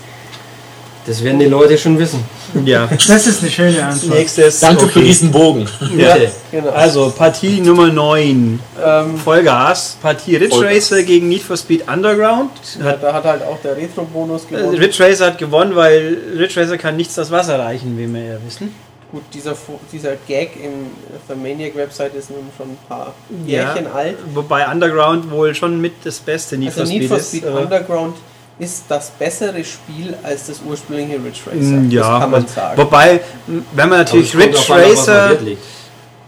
[SPEAKER 5] Das werden die Leute schon wissen.
[SPEAKER 1] Ja.
[SPEAKER 3] Das ist eine schöne
[SPEAKER 1] Als
[SPEAKER 3] Antwort.
[SPEAKER 1] nächstes.
[SPEAKER 2] Danke für
[SPEAKER 1] okay.
[SPEAKER 2] diesen Bogen.
[SPEAKER 1] Ja.
[SPEAKER 4] Genau.
[SPEAKER 1] Also Partie Nummer 9.
[SPEAKER 4] ähm,
[SPEAKER 1] Vollgas. Partie Ridge
[SPEAKER 2] Vollgas.
[SPEAKER 1] Racer gegen Need for Speed Underground.
[SPEAKER 4] ja,
[SPEAKER 1] Hat,
[SPEAKER 4] da hat halt auch der Retro-Bonus
[SPEAKER 1] äh,
[SPEAKER 4] gewonnen.
[SPEAKER 1] Ridge Racer hat gewonnen, weil Ridge Racer kann nichts das Wasser reichen, wie wir ja wissen.
[SPEAKER 4] Gut, dieser, Fo- dieser Gag im The Maniac-Website ist nun schon ein paar
[SPEAKER 1] Ja.
[SPEAKER 4] Jährchen alt.
[SPEAKER 1] Wobei Underground wohl schon mit das beste Need
[SPEAKER 4] Also
[SPEAKER 1] for Speed
[SPEAKER 4] Need for
[SPEAKER 1] ist. äh,
[SPEAKER 4] Speed
[SPEAKER 1] aber-
[SPEAKER 4] Underground ist das bessere Spiel als das ursprüngliche Ridge Racer.
[SPEAKER 1] Mm, ja,
[SPEAKER 4] das kann man
[SPEAKER 1] aber-
[SPEAKER 4] sagen.
[SPEAKER 1] wobei, m, wenn man natürlich
[SPEAKER 5] Aber es
[SPEAKER 1] Ridge
[SPEAKER 5] kommt drauf an, auf was man
[SPEAKER 1] Racer,
[SPEAKER 5] Wert legt.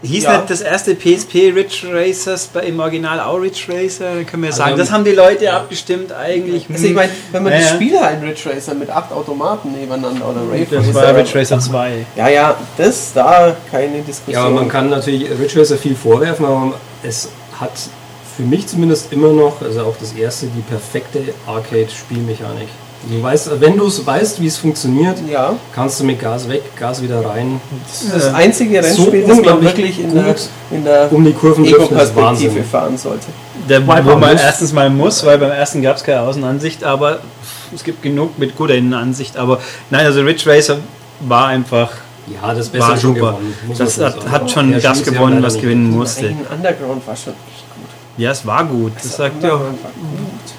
[SPEAKER 1] hieß
[SPEAKER 4] Ja.
[SPEAKER 1] nicht das erste PSP Ridge Racers bei, im Original auch Ridge Racer, dann können wir
[SPEAKER 5] Also,
[SPEAKER 1] sagen, das haben die Leute abgestimmt eigentlich.
[SPEAKER 4] also ich
[SPEAKER 5] Mhm.
[SPEAKER 4] meine, wenn man
[SPEAKER 1] Ja,
[SPEAKER 4] die
[SPEAKER 1] ja.
[SPEAKER 4] Spiele halt in Ridge Racer mit acht Automaten nebeneinander oder Rave
[SPEAKER 1] das war Ridge Racer 2.
[SPEAKER 4] Ja, ja, das da keine
[SPEAKER 5] Ja,
[SPEAKER 4] Diskussion.
[SPEAKER 5] aber man kann natürlich Ridge Racer viel vorwerfen, aber es hat für mich zumindest immer noch, also auch das erste, die perfekte Arcade-Spielmechanik. Du weißt, wenn du es weißt, wie es funktioniert,
[SPEAKER 4] ja,
[SPEAKER 5] kannst du mit Gas weg, Gas wieder rein.
[SPEAKER 4] das ist das einzige
[SPEAKER 5] Äh, so
[SPEAKER 4] Rennspiel, das man
[SPEAKER 5] unglaublich
[SPEAKER 4] wirklich in
[SPEAKER 5] gut
[SPEAKER 4] der, in der
[SPEAKER 5] Um die Kurven driften ist
[SPEAKER 4] Ego-Perspektive
[SPEAKER 5] Wahnsinn.
[SPEAKER 4] fahren sollte.
[SPEAKER 1] Der,
[SPEAKER 5] Weil
[SPEAKER 1] wo
[SPEAKER 5] man
[SPEAKER 1] man
[SPEAKER 5] muss.
[SPEAKER 1] erstens mal muss, weil beim ersten gab es keine Außenansicht, aber es gibt genug mit guter Innenansicht. Aber nein, also Ridge Racer war einfach,
[SPEAKER 5] Ja, das Beste
[SPEAKER 1] war
[SPEAKER 5] hat schon
[SPEAKER 1] super.
[SPEAKER 5] gewonnen. muss man
[SPEAKER 1] Das
[SPEAKER 5] schon
[SPEAKER 1] hat,
[SPEAKER 5] sagen.
[SPEAKER 1] hat schon
[SPEAKER 5] Ja,
[SPEAKER 1] das
[SPEAKER 5] stimmt, sie haben
[SPEAKER 1] gewonnen,
[SPEAKER 5] leider
[SPEAKER 1] was
[SPEAKER 5] nicht
[SPEAKER 1] gewinnen musste.
[SPEAKER 4] Ein Underground war schon echt gut.
[SPEAKER 1] Ja, es war gut, das sagt ja auch.
[SPEAKER 4] Underground war gut.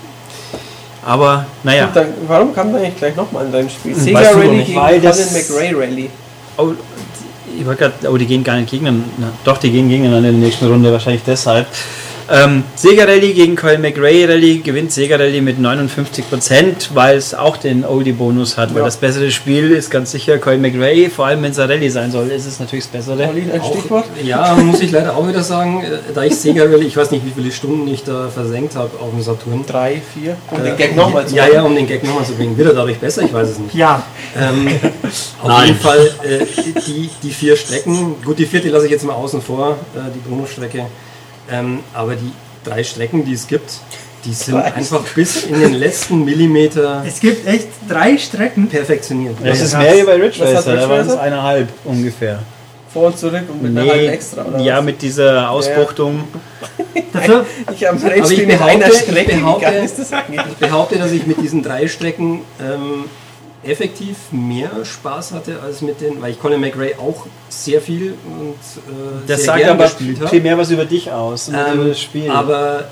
[SPEAKER 1] Aber naja,
[SPEAKER 4] Und dann, warum kam da eigentlich gleich nochmal an dein
[SPEAKER 5] Hm,
[SPEAKER 4] Spiel? Sega
[SPEAKER 1] weißt du doch
[SPEAKER 4] Rally
[SPEAKER 1] nicht,
[SPEAKER 4] gegen
[SPEAKER 1] weil
[SPEAKER 4] Colin
[SPEAKER 1] das-
[SPEAKER 4] McRae Rally.
[SPEAKER 1] oh, ich wollte gerade, oh, die gehen gar nicht gegeneinander. Na, Doch, die gehen gegeneinander in der nächsten Runde, wahrscheinlich deshalb. Ähm, Sega Rally gegen Coil McRae Rally gewinnt Sega Rally mit 59%, weil es auch den Oldie-Bonus hat, weil
[SPEAKER 4] Ja.
[SPEAKER 1] das bessere Spiel ist ganz sicher Coil McRae, vor allem wenn es ein Rally sein soll, ist es natürlich das bessere.
[SPEAKER 4] Colin, ein
[SPEAKER 5] Auch,
[SPEAKER 4] Stichwort?
[SPEAKER 5] ja, muss ich leider auch wieder sagen, äh, da ich Sega Rally, ich weiß nicht, wie viele Stunden ich da versenkt habe auf dem Saturn.
[SPEAKER 4] Drei, vier. Um den Gag nochmal zu
[SPEAKER 5] Äh, Ja, ja, um den Gag nochmal zu bringen. Wird er dadurch besser? Ich weiß es nicht.
[SPEAKER 3] Ja,
[SPEAKER 5] Ähm, auf
[SPEAKER 2] Nein.
[SPEAKER 5] jeden Fall äh, die, die vier Strecken. Gut, die vierte lasse ich jetzt mal außen vor, äh, die Bonusstrecke. Ähm, aber die drei Strecken, die es gibt, die sind einfach bis in den letzten Millimeter
[SPEAKER 3] es gibt echt drei Strecken.
[SPEAKER 5] perfektioniert. Also
[SPEAKER 1] Das
[SPEAKER 3] Ja,
[SPEAKER 1] ist
[SPEAKER 3] ja.
[SPEAKER 1] mehr wie bei Ridge
[SPEAKER 4] Was hat
[SPEAKER 1] Racer,
[SPEAKER 4] Ridge
[SPEAKER 1] da waren es
[SPEAKER 4] Racer?
[SPEAKER 1] eineinhalb ungefähr.
[SPEAKER 4] vor und zurück und mit einer halben extra. Oder
[SPEAKER 1] ja,
[SPEAKER 4] was?
[SPEAKER 1] mit dieser Ausbuchtung.
[SPEAKER 3] Dafür,
[SPEAKER 4] ich am
[SPEAKER 5] Aber ich
[SPEAKER 4] Rennspiel mit
[SPEAKER 5] behaupte-
[SPEAKER 4] einer
[SPEAKER 5] ich
[SPEAKER 4] Strecke. Wie
[SPEAKER 5] behaupte-
[SPEAKER 4] geil ist das eigentlich?
[SPEAKER 5] Ich behaupte, dass ich mit diesen drei Strecken ähm, effektiv mehr Spaß hatte als mit den, weil ich Colin McRae auch sehr viel und äh,
[SPEAKER 1] Das
[SPEAKER 5] sehr
[SPEAKER 1] sagt
[SPEAKER 5] gern
[SPEAKER 1] aber
[SPEAKER 5] gespielt habe.
[SPEAKER 1] primär was über dich aus, und nicht über
[SPEAKER 5] Ähm,
[SPEAKER 1] das Spiel.
[SPEAKER 5] aber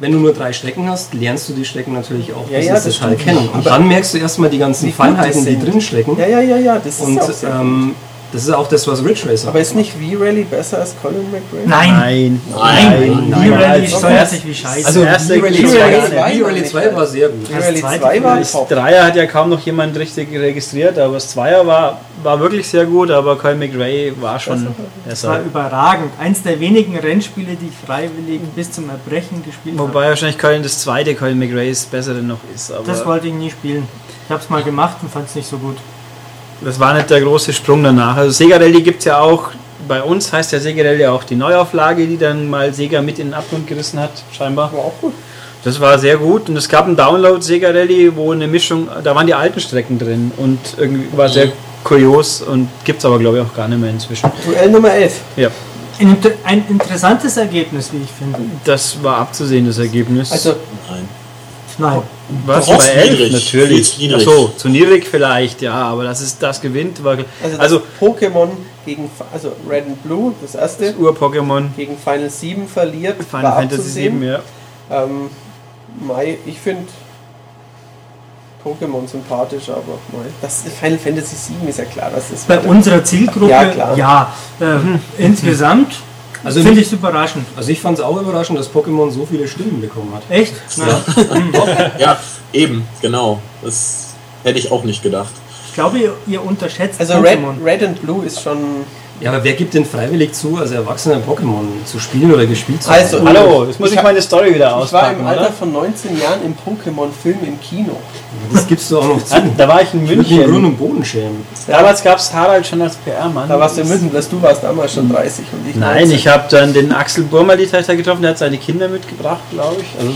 [SPEAKER 5] wenn du nur drei Strecken hast, lernst du die Strecken natürlich auch
[SPEAKER 4] Ja,
[SPEAKER 5] bis
[SPEAKER 4] ja,
[SPEAKER 5] ins
[SPEAKER 4] das
[SPEAKER 5] Detail
[SPEAKER 4] stimmt.
[SPEAKER 5] kennen. Und dann merkst du erstmal die ganzen
[SPEAKER 4] Wie gut die
[SPEAKER 5] Feinheiten, die
[SPEAKER 4] sind.
[SPEAKER 5] drinstecken.
[SPEAKER 4] Ja, ja, ja, ja, das ist
[SPEAKER 5] Und
[SPEAKER 4] ja auch sehr gut.
[SPEAKER 5] ähm, das ist auch das, was Ridge Racer
[SPEAKER 4] Aber ist nicht V-Rally besser als Colin McRae?
[SPEAKER 3] nein.
[SPEAKER 1] nein,
[SPEAKER 2] Nein,
[SPEAKER 3] Die Rally
[SPEAKER 1] niemals.
[SPEAKER 3] steuert sich wie scheiße.
[SPEAKER 1] Also, erste Rally
[SPEAKER 5] V-Rally 2,
[SPEAKER 1] zwei
[SPEAKER 5] war- V-Rally
[SPEAKER 4] nicht.
[SPEAKER 5] 2 war sehr gut.
[SPEAKER 4] V-Rally
[SPEAKER 3] Das zweite
[SPEAKER 4] 2 war
[SPEAKER 1] Das
[SPEAKER 4] top.
[SPEAKER 1] Dreier hat ja kaum noch jemand richtig registriert, aber das Zweier war, war wirklich sehr gut, aber Kyle McRae war schon
[SPEAKER 3] das war
[SPEAKER 1] besser.
[SPEAKER 3] überragend. Eins der wenigen Rennspiele, die ich freiwillig bis zum Erbrechen gespielt habe.
[SPEAKER 1] Wobei wahrscheinlich Kyle das zweite Kyle McRae's bessere noch ist. Aber
[SPEAKER 3] Das
[SPEAKER 1] das, war
[SPEAKER 3] wollte ich nie spielen. Ich habe es mal gemacht und fand es nicht so gut.
[SPEAKER 1] nicht der große Sprung danach. Also Sega Rally gibt es ja auch, bei uns heißt ja Sega Rally auch die Neuauflage, die dann mal Sega mit in den Abgrund gerissen hat, scheinbar.
[SPEAKER 4] War auch gut.
[SPEAKER 1] Das war sehr gut und es gab einen Download Sega Rally, wo eine Mischung, da waren die alten Strecken drin und irgendwie war sehr kurios und gibt es aber glaube ich auch gar nicht mehr inzwischen.
[SPEAKER 4] Duell Nummer 11.
[SPEAKER 1] Ja.
[SPEAKER 3] Ein, inter- ein interessantes Ergebnis, wie ich finde.
[SPEAKER 1] Das war abzusehen, das Ergebnis.
[SPEAKER 4] Also,
[SPEAKER 2] Nein.
[SPEAKER 3] Nein.
[SPEAKER 1] was
[SPEAKER 2] doch,
[SPEAKER 1] bei
[SPEAKER 2] zu
[SPEAKER 1] 11
[SPEAKER 2] niedrig. Viel
[SPEAKER 1] natürlich.
[SPEAKER 2] zu niedrig.
[SPEAKER 1] Ach so, zu niedrig vielleicht, ja, aber das ist das gewinnt war
[SPEAKER 4] also, das
[SPEAKER 1] also
[SPEAKER 4] Pokémon gegen, also Red and Blue, das erste,
[SPEAKER 1] das Also, Ur-Pokémon
[SPEAKER 4] gegen Final 7 verliert.
[SPEAKER 1] Final
[SPEAKER 4] war
[SPEAKER 1] Fantasy
[SPEAKER 4] abzusehen.
[SPEAKER 1] 7, ja.
[SPEAKER 4] Ähm, Mai, ich finde Pokémon sympathisch, aber Mai. Das Final Fantasy 7 ist ja klar, das ist
[SPEAKER 3] Bei unserer Zielgruppe,
[SPEAKER 4] Ja, klar.
[SPEAKER 3] ja. äh, insgesamt
[SPEAKER 5] Also
[SPEAKER 3] finde
[SPEAKER 5] nicht-
[SPEAKER 3] ich es überraschend.
[SPEAKER 5] Also ich fand es auch überraschend, dass Pokémon so viele Stimmen bekommen hat.
[SPEAKER 3] Echt? Nein.
[SPEAKER 2] Ja, eben, genau. Das hätte ich auch nicht gedacht.
[SPEAKER 3] Ich glaube, ihr, ihr unterschätzt
[SPEAKER 4] Also Red, Red and Blue ist schon.
[SPEAKER 5] Ja, aber wer gibt denn freiwillig zu, als Erwachsener Pokémon zu spielen oder gespielt zu haben?
[SPEAKER 4] Also,
[SPEAKER 1] Hallo, jetzt muss
[SPEAKER 4] Ich
[SPEAKER 1] ich,
[SPEAKER 4] hab-
[SPEAKER 1] meine Story wieder
[SPEAKER 4] Ich war
[SPEAKER 1] auspacken,
[SPEAKER 4] im Alter
[SPEAKER 1] oder?
[SPEAKER 4] von 19 Jahren im Pokémon-Film im Kino.
[SPEAKER 5] das gibst du auch noch zu.
[SPEAKER 1] Ah, da war ich in
[SPEAKER 5] Ich würde den Grund
[SPEAKER 1] München.
[SPEAKER 5] und Boden schämen.
[SPEAKER 1] Damals gab es Harald schon als PR-Mann.
[SPEAKER 4] Da warst du in München, dass du warst damals schon 30 und ich
[SPEAKER 1] Nein,
[SPEAKER 4] 19.
[SPEAKER 1] ich habe dann den Axel Burmali-Teiter getroffen, der hat seine Kinder mitgebracht, glaube ich. Also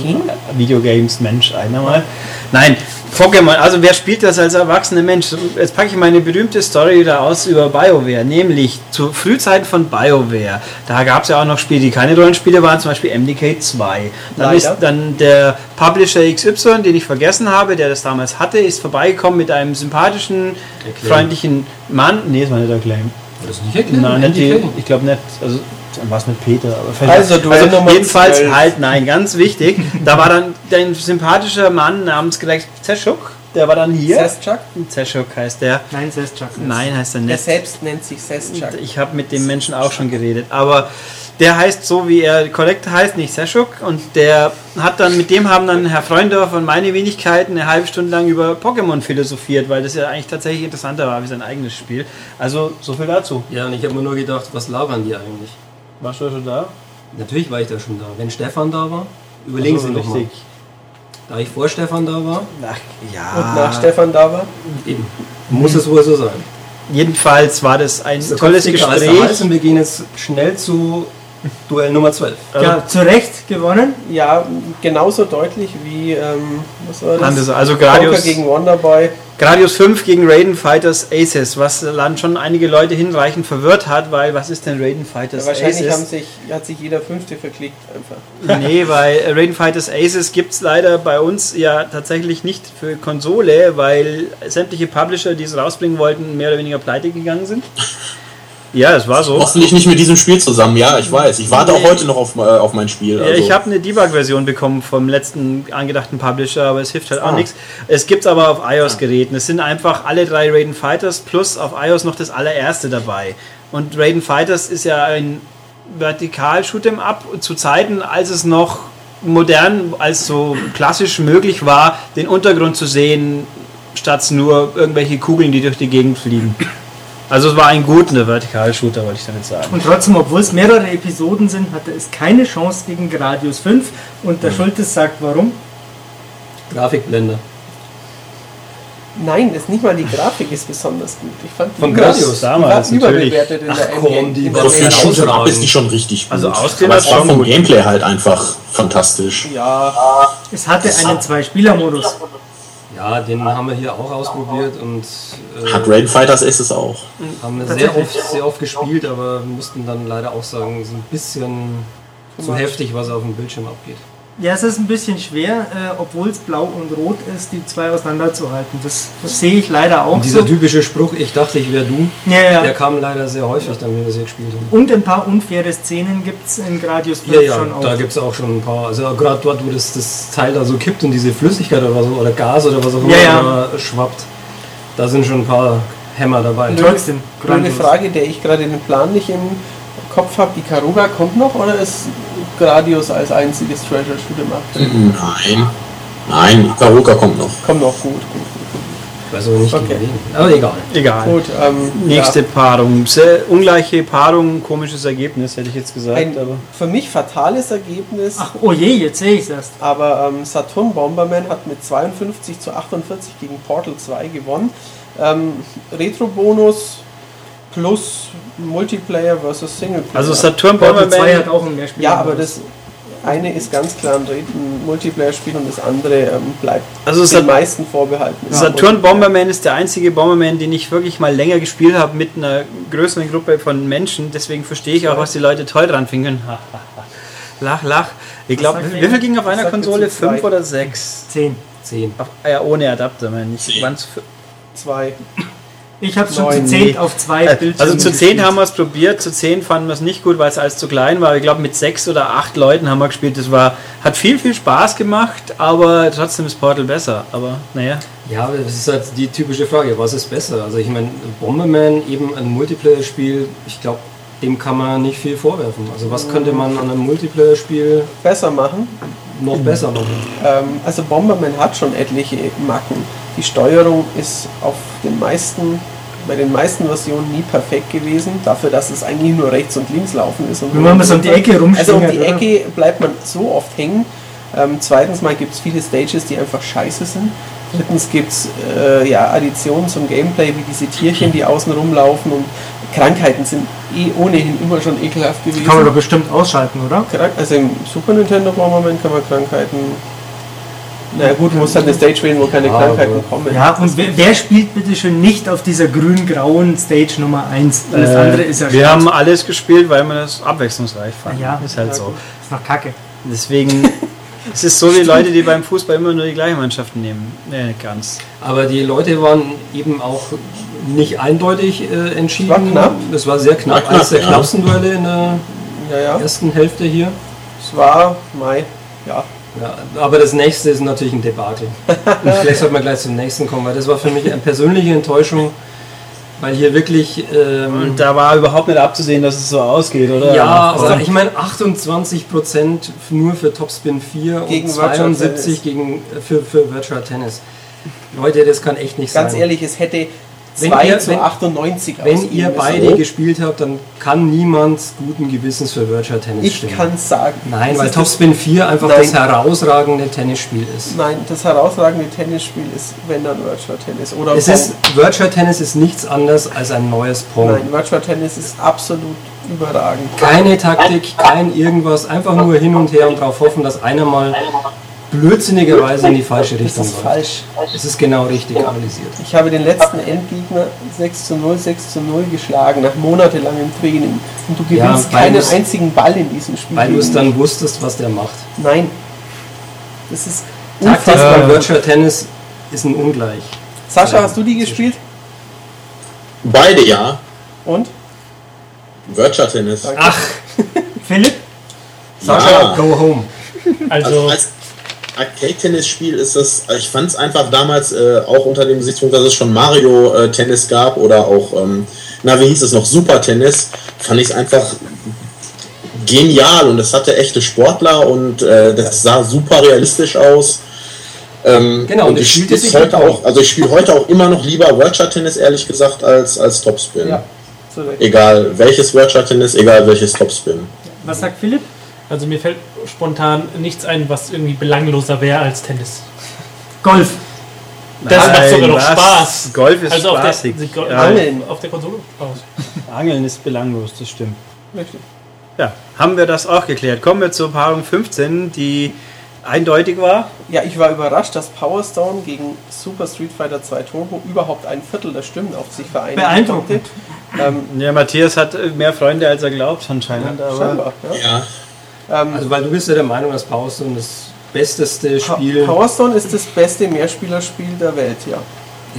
[SPEAKER 1] Videogames-Mensch, einer mal. Nein, Pokémon, also wer spielt das als erwachsener Mensch? Jetzt packe ich meine berühmte Story wieder aus über BioWare, nämlich zu Frühzeiten von BioWare. Da gab es ja auch noch Spiele, die keine Rollenspiele waren, zum Beispiel MDK 2. Dann
[SPEAKER 4] Leider.
[SPEAKER 1] ist dann der Publisher XY, den ich vergessen habe, der das damals hatte, ist vorbeigekommen mit einem sympathischen,
[SPEAKER 5] Acclaim.
[SPEAKER 1] freundlichen Mann. Nee, es war nicht Acclaim.
[SPEAKER 5] Das ist nicht erklärt.
[SPEAKER 1] Nein, nicht die, ich glaube nicht. Also dann war es mit Peter. Aber vielleicht-
[SPEAKER 4] Also, Duell Nummer
[SPEAKER 1] jedenfalls
[SPEAKER 4] 12.
[SPEAKER 1] halt, nein, ganz wichtig. Da war dann ein sympathischer Mann namens Greg Zeschuk. Der war dann hier.
[SPEAKER 4] Sestchak?
[SPEAKER 1] Zeschuk heißt der.
[SPEAKER 3] Nein, Sestchak.
[SPEAKER 1] Nein, heißt er
[SPEAKER 4] Der
[SPEAKER 1] nicht.
[SPEAKER 4] selbst nennt sich Sestchak.
[SPEAKER 1] Ich habe mit dem Menschen auch schon geredet. Aber der heißt so, wie er korrekt heißt, nicht Seschuk. Und der hat dann, mit dem haben dann Herr Freundorf und meine Wenigkeit eine halbe Stunde lang über Pokémon philosophiert, weil das ja eigentlich tatsächlich interessanter war wie sein eigenes Spiel. Also, so viel dazu.
[SPEAKER 5] Ja, und ich habe mir nur gedacht, was labern die eigentlich?
[SPEAKER 1] Warst du schon da?
[SPEAKER 5] Natürlich war ich da schon da. Wenn Stefan da war, überlegen
[SPEAKER 1] Also
[SPEAKER 5] Sie noch mal. Da ich vor Stefan da war,
[SPEAKER 1] Ach, ja.
[SPEAKER 4] Und nach Stefan da war?
[SPEAKER 5] eben, muss es wohl so sein.
[SPEAKER 1] Jedenfalls war das ein tolles
[SPEAKER 5] Dicker als der Hals
[SPEAKER 1] Gespräch.
[SPEAKER 5] Und wir gehen jetzt schnell zu Duell Nummer 12.
[SPEAKER 3] Ja, zu Recht gewonnen.
[SPEAKER 4] Ja, genauso deutlich wie, ähm, was war das?
[SPEAKER 1] Also, also
[SPEAKER 4] Joker
[SPEAKER 1] Gradius,
[SPEAKER 4] gegen Wonderboy.
[SPEAKER 1] Gradius 5 gegen Raiden Fighters Aces, was dann schon einige Leute hinreichend verwirrt hat, weil was ist denn Raiden Fighters
[SPEAKER 4] Ja, wahrscheinlich haben
[SPEAKER 1] Aces?
[SPEAKER 4] sich, hat sich jeder Fünfte verklickt einfach.
[SPEAKER 1] nee, weil äh, Raiden Fighters Aces gibt es leider bei uns ja tatsächlich nicht für Konsole, weil sämtliche Publisher, die es rausbringen wollten, mehr oder weniger pleite gegangen sind. Ja, es war so.
[SPEAKER 2] Hoffentlich nicht mit diesem Spiel zusammen, ja, ich weiß. Ich warte auch
[SPEAKER 1] Nee.
[SPEAKER 2] heute noch auf, äh, auf mein Spiel. also.
[SPEAKER 1] Ja, ich habe eine Debug-Version bekommen vom letzten angedachten Publisher, aber es hilft halt auch
[SPEAKER 2] Ah.
[SPEAKER 1] nichts. Es gibt es aber auf iOS-Geräten. Es sind einfach alle drei Raiden Fighters plus auf iOS noch das allererste dabei. Und Raiden Fighters ist ja ein vertikal shoot'em up zu Zeiten, als es noch modern, als so klassisch möglich war, den Untergrund zu sehen, statt nur irgendwelche Kugeln, die durch die Gegend fliegen. Also es war ein guter Vertikalshooter, wollte ich damit sagen.
[SPEAKER 3] Und trotzdem, obwohl es mehrere Episoden sind, hatte es keine Chance gegen Gradius 5. Und der Schultes sagt, warum?
[SPEAKER 5] Grafikblende.
[SPEAKER 4] Nein, das nicht mal die Grafik ist besonders gut. Ich fand die
[SPEAKER 5] Von
[SPEAKER 4] über-
[SPEAKER 5] Gradius
[SPEAKER 4] die war
[SPEAKER 1] damals, natürlich.
[SPEAKER 4] überbewertet in
[SPEAKER 5] Ach
[SPEAKER 4] der
[SPEAKER 5] komm,
[SPEAKER 4] NBA.
[SPEAKER 5] die
[SPEAKER 4] In der
[SPEAKER 5] war
[SPEAKER 2] Also für einen
[SPEAKER 5] Ja,
[SPEAKER 4] NBA.
[SPEAKER 2] Shooter ab
[SPEAKER 5] ausragend.
[SPEAKER 2] ist die schon richtig gut.
[SPEAKER 1] Also aussehen
[SPEAKER 2] Aber
[SPEAKER 1] hat's
[SPEAKER 2] es war
[SPEAKER 1] schon
[SPEAKER 2] vom
[SPEAKER 1] gut.
[SPEAKER 2] Gameplay halt einfach fantastisch.
[SPEAKER 4] Ja,
[SPEAKER 3] Es hatte einen Zwei-Spieler-Modus.
[SPEAKER 5] Ja, den haben wir hier auch ausprobiert und
[SPEAKER 2] Hat
[SPEAKER 5] äh,
[SPEAKER 2] Raid Fighters Aces auch.
[SPEAKER 5] haben wir sehr oft, sehr oft gespielt, aber mussten dann leider auch sagen, so ein bisschen zu heftig, was auf dem Bildschirm abgeht.
[SPEAKER 3] Ja, es ist ein bisschen schwer, äh, obwohl es blau und rot ist, die zwei auseinanderzuhalten. Das, das sehe ich leider auch
[SPEAKER 5] Und dieser
[SPEAKER 3] so.
[SPEAKER 5] typische Spruch, ich dachte, ich wäre du,
[SPEAKER 3] ja,
[SPEAKER 5] der
[SPEAKER 3] ja.
[SPEAKER 5] kam leider sehr häufig, dann wenn wir sie gespielt haben.
[SPEAKER 3] Und ein paar unfaire Szenen gibt es in Gradius 5
[SPEAKER 5] Ja, ja,
[SPEAKER 3] schon auch.
[SPEAKER 5] da gibt es auch schon ein paar. Also gerade dort, wo das, das Teil da so kippt und diese Flüssigkeit oder was auch- oder Gas oder was auch immer
[SPEAKER 3] Ja, ja.
[SPEAKER 5] da schwappt, da sind schon ein paar Hämmer dabei.
[SPEAKER 3] Trotzdem,
[SPEAKER 4] nur eine
[SPEAKER 3] grandios.
[SPEAKER 4] Frage, der ich gerade den Plan nicht im Kopf habe. Die Karuga kommt noch oder ist Gradius als einziges Treasure Shooter macht?
[SPEAKER 2] Nein. Nein, Karoka kommt noch.
[SPEAKER 4] Kommt noch gut. gut,
[SPEAKER 5] Ich weiß aber Also nicht
[SPEAKER 4] Okay.
[SPEAKER 5] okay. gegen wen. Aber egal.
[SPEAKER 1] Egal.
[SPEAKER 4] gut. gut ähm,
[SPEAKER 1] Nächste Paarung. Sehr ungleiche Paarung, komisches Ergebnis, hätte ich jetzt
[SPEAKER 4] Ja,
[SPEAKER 1] gesagt. aber
[SPEAKER 4] ein für mich fatales Ergebnis.
[SPEAKER 3] Ach, oh je, jetzt sehe ich es erst.
[SPEAKER 4] Aber ähm, Saturn Bomberman hat mit 52 zu 48 gegen Portal 2 gewonnen. Ähm, Retro-Bonus plus Multiplayer versus Singleplayer.
[SPEAKER 1] also Saturn
[SPEAKER 3] Portal 2 hat
[SPEAKER 1] Bomberman.
[SPEAKER 3] auch ein Mehrspieler.
[SPEAKER 4] ja, aber das eine ist ganz klar ein, Re- ein Multiplayer-Spiel und das andere ähm, bleibt
[SPEAKER 1] Also
[SPEAKER 4] den
[SPEAKER 1] Sat
[SPEAKER 4] meisten vorbehalten. Ja,
[SPEAKER 1] Saturn
[SPEAKER 4] Multiplayer.
[SPEAKER 1] Bomberman ist der einzige Bomberman, den ich wirklich mal länger gespielt habe mit einer größeren Gruppe von Menschen. Deswegen verstehe ich auch, was die Leute toll dran finden. lach, lach. Ich glaube,
[SPEAKER 3] sagt
[SPEAKER 1] wie
[SPEAKER 3] ihr?
[SPEAKER 1] viel ging auf einer
[SPEAKER 4] sagt ihr
[SPEAKER 1] Konsole?
[SPEAKER 4] zu zweit?
[SPEAKER 1] Fünf oder sechs?
[SPEAKER 3] 10.
[SPEAKER 5] Zehn.
[SPEAKER 1] Auf, ja, ohne Adapter, meine ich. Waren's fü-
[SPEAKER 4] Zwei.
[SPEAKER 3] Ich habe schon
[SPEAKER 4] Neun,
[SPEAKER 3] zu 10
[SPEAKER 1] nee.
[SPEAKER 3] auf zwei
[SPEAKER 1] Äh,
[SPEAKER 3] Bildschirmen.
[SPEAKER 1] Also zu
[SPEAKER 3] gespielt.
[SPEAKER 1] 10 haben wir es probiert, zu 10 fanden wir es nicht gut, weil es alles zu klein war. Ich glaube, mit sechs oder acht Leuten haben wir gespielt. Das war, hat viel, viel Spaß gemacht, aber trotzdem ist Portal besser. Aber naja,
[SPEAKER 5] Ja, aber das ist halt die typische Frage, was ist besser? Also ich meine, Bomberman, eben ein Multiplayer-Spiel, ich glaube, dem kann man nicht viel vorwerfen. Also was könnte man an einem Multiplayer-Spiel
[SPEAKER 4] Besser machen.
[SPEAKER 5] noch
[SPEAKER 3] Hm.
[SPEAKER 5] besser machen?
[SPEAKER 4] Ähm, also Bomberman hat schon etliche Macken. Die Steuerung ist auf den meisten, bei den meisten Versionen nie perfekt gewesen, dafür, dass es eigentlich nur rechts und links laufen ist. Und
[SPEAKER 3] Wenn man es um die Ecke
[SPEAKER 4] Also um
[SPEAKER 3] rumschwingert,
[SPEAKER 4] die
[SPEAKER 3] oder?
[SPEAKER 4] Ecke bleibt man so oft hängen. Ähm, zweitens mal gibt es viele Stages, die einfach scheiße sind. Drittens gibt es äh, ja, Additionen zum Gameplay, wie diese Tierchen, die außen rumlaufen und Krankheiten sind eh ohnehin immer schon ekelhaft gewesen.
[SPEAKER 3] Kann man doch bestimmt ausschalten, oder?
[SPEAKER 4] Krank- Also im Super Nintendo Bomberman kann man Krankheiten Na gut, du musst halt eine Stage wählen, wo keine
[SPEAKER 5] Ja,
[SPEAKER 4] Krankheiten
[SPEAKER 5] aber-
[SPEAKER 4] kommen.
[SPEAKER 3] Ja, und wer, wer spielt bitte schön nicht auf dieser grün-grauen Stage Nummer 1? Alles
[SPEAKER 1] Äh,
[SPEAKER 3] andere ist ja
[SPEAKER 1] wir
[SPEAKER 3] Schrott.
[SPEAKER 1] haben alles gespielt, weil man das abwechslungsreich fand.
[SPEAKER 3] Ja.
[SPEAKER 1] ist halt so.
[SPEAKER 3] ist noch Kacke.
[SPEAKER 1] Deswegen, es ist so wie Leute, die beim Fußball immer nur die gleiche Mannschaft nehmen. Nee, nicht ganz.
[SPEAKER 5] Aber die Leute waren eben auch nicht eindeutig äh, entschieden.
[SPEAKER 4] War knapp.
[SPEAKER 5] Es war sehr
[SPEAKER 2] War
[SPEAKER 5] knapp.
[SPEAKER 2] knapp,
[SPEAKER 5] Eines der
[SPEAKER 2] ja.
[SPEAKER 5] knappsten Duelle in der
[SPEAKER 4] Ja, ja.
[SPEAKER 5] ersten Hälfte hier.
[SPEAKER 4] Es war Mai. Ja.
[SPEAKER 5] Ja, aber das nächste ist natürlich ein Debakel. Und vielleicht sollten wir gleich zum nächsten kommen, weil das war für mich eine persönliche Enttäuschung, weil hier wirklich. Ähm,
[SPEAKER 1] Und da war überhaupt nicht abzusehen, dass es so ausgeht, oder?
[SPEAKER 5] ja, aber ich meine 28% nur für Topspin 4
[SPEAKER 4] Gegen
[SPEAKER 5] und
[SPEAKER 4] Virtual
[SPEAKER 5] 72 gegen, äh, für, für Virtual Tennis. Leute, das kann echt nicht
[SPEAKER 4] Ganz
[SPEAKER 5] sein.
[SPEAKER 4] ehrlich, es hätte
[SPEAKER 5] Wenn
[SPEAKER 4] 2
[SPEAKER 5] ihr-
[SPEAKER 4] zu
[SPEAKER 5] wenn-
[SPEAKER 4] 98
[SPEAKER 5] Wenn
[SPEAKER 4] ausgehen
[SPEAKER 5] ihr
[SPEAKER 4] müssen.
[SPEAKER 5] beide gespielt habt, dann kann niemand guten Gewissens für Virtual Tennis
[SPEAKER 4] Ich
[SPEAKER 5] stimmen.
[SPEAKER 4] kann sagen.
[SPEAKER 5] Nein,
[SPEAKER 4] Das
[SPEAKER 5] weil
[SPEAKER 4] ist das-
[SPEAKER 5] Topspin 4 einfach
[SPEAKER 4] Nein.
[SPEAKER 5] das herausragende Tennisspiel ist.
[SPEAKER 4] Nein, das herausragende Tennisspiel ist, wenn dann Virtual Tennis. Oder
[SPEAKER 5] Es
[SPEAKER 4] Pong.
[SPEAKER 5] ist, Virtual Tennis ist nichts anderes als ein neues Pong.
[SPEAKER 4] Nein, Virtual Tennis ist absolut überragend.
[SPEAKER 5] Keine Taktik, kein irgendwas, einfach nur hin und her und darauf hoffen, dass einer mal blödsinnigerweise in die falsche
[SPEAKER 4] Das
[SPEAKER 5] Richtung
[SPEAKER 4] ist falsch. Oh.
[SPEAKER 5] läuft. Es ist genau richtig analysiert.
[SPEAKER 4] Ich habe den letzten Endgegner 6 zu 0, 6 zu 0 geschlagen, nach monatelangem Training. Und du
[SPEAKER 5] Ja,
[SPEAKER 4] gewinnst
[SPEAKER 5] weil
[SPEAKER 4] keinen
[SPEAKER 5] du's-
[SPEAKER 4] einzigen Ball in diesem Spiel.
[SPEAKER 5] Weil du es dann wusstest, was der macht.
[SPEAKER 4] Nein. Das ist
[SPEAKER 5] Taktik
[SPEAKER 4] unfassbar.
[SPEAKER 5] bei Virtual Tennis ist ein Ungleich.
[SPEAKER 4] Sascha, hast du die gespielt?
[SPEAKER 2] Beide ja.
[SPEAKER 4] Und?
[SPEAKER 2] Virtual Tennis.
[SPEAKER 5] Ach,
[SPEAKER 3] Philipp?
[SPEAKER 2] Ja.
[SPEAKER 5] go home.
[SPEAKER 6] Also,
[SPEAKER 2] Also als Arcade-Tennis-Spiel ist das, ich fand es einfach damals äh, auch unter dem Gesichtspunkt, dass es schon Mario-Tennis gab oder auch, ähm, na wie hieß es noch, Super-Tennis, fand ich es einfach genial und es hatte echte Sportler und äh, das sah super realistisch aus. Ähm,
[SPEAKER 5] Genau,
[SPEAKER 2] und
[SPEAKER 5] und es
[SPEAKER 2] ich
[SPEAKER 5] spielte
[SPEAKER 2] spiele
[SPEAKER 5] sich
[SPEAKER 2] heute
[SPEAKER 5] gut.
[SPEAKER 2] auch, also ich spiele heute auch immer noch lieber Virtual Tennis, ehrlich gesagt, als, als Topspin.
[SPEAKER 4] Ja. Zu Recht.
[SPEAKER 2] Egal welches Virtual Tennis, egal welches Topspin.
[SPEAKER 3] Was sagt Philipp?
[SPEAKER 6] also mir fällt spontan nichts ein, was irgendwie belangloser wäre als Tennis.
[SPEAKER 3] Golf.
[SPEAKER 6] Das macht sogar noch
[SPEAKER 1] was?
[SPEAKER 6] Spaß.
[SPEAKER 1] Golf ist
[SPEAKER 6] Also auf der,
[SPEAKER 1] spaßig.
[SPEAKER 6] die Go-
[SPEAKER 1] ja.
[SPEAKER 4] Angeln.
[SPEAKER 6] auf der Konsole Spaß.
[SPEAKER 1] Angeln ist belanglos, das stimmt.
[SPEAKER 4] Richtig.
[SPEAKER 1] Ja, haben wir das auch geklärt. Kommen wir zur Paarung 15, die eindeutig war.
[SPEAKER 4] Ja, ich war überrascht, dass Power Stone gegen Super Street Fighter 2 Turbo überhaupt ein Viertel der Stimmen auf sich vereinen
[SPEAKER 3] Beeindruckend.
[SPEAKER 4] konnte. Ähm,
[SPEAKER 1] Ja, Matthias hat äh, mehr Freunde, als er glaubt anscheinend. aber
[SPEAKER 4] scheinbar, ja.
[SPEAKER 2] Ja.
[SPEAKER 4] Ähm,
[SPEAKER 5] Also weil du bist ja der Meinung, dass Powerstone das besteste
[SPEAKER 4] Pa-
[SPEAKER 5] Spiel
[SPEAKER 4] Power Stone ist das beste Mehrspielerspiel der Welt, ja.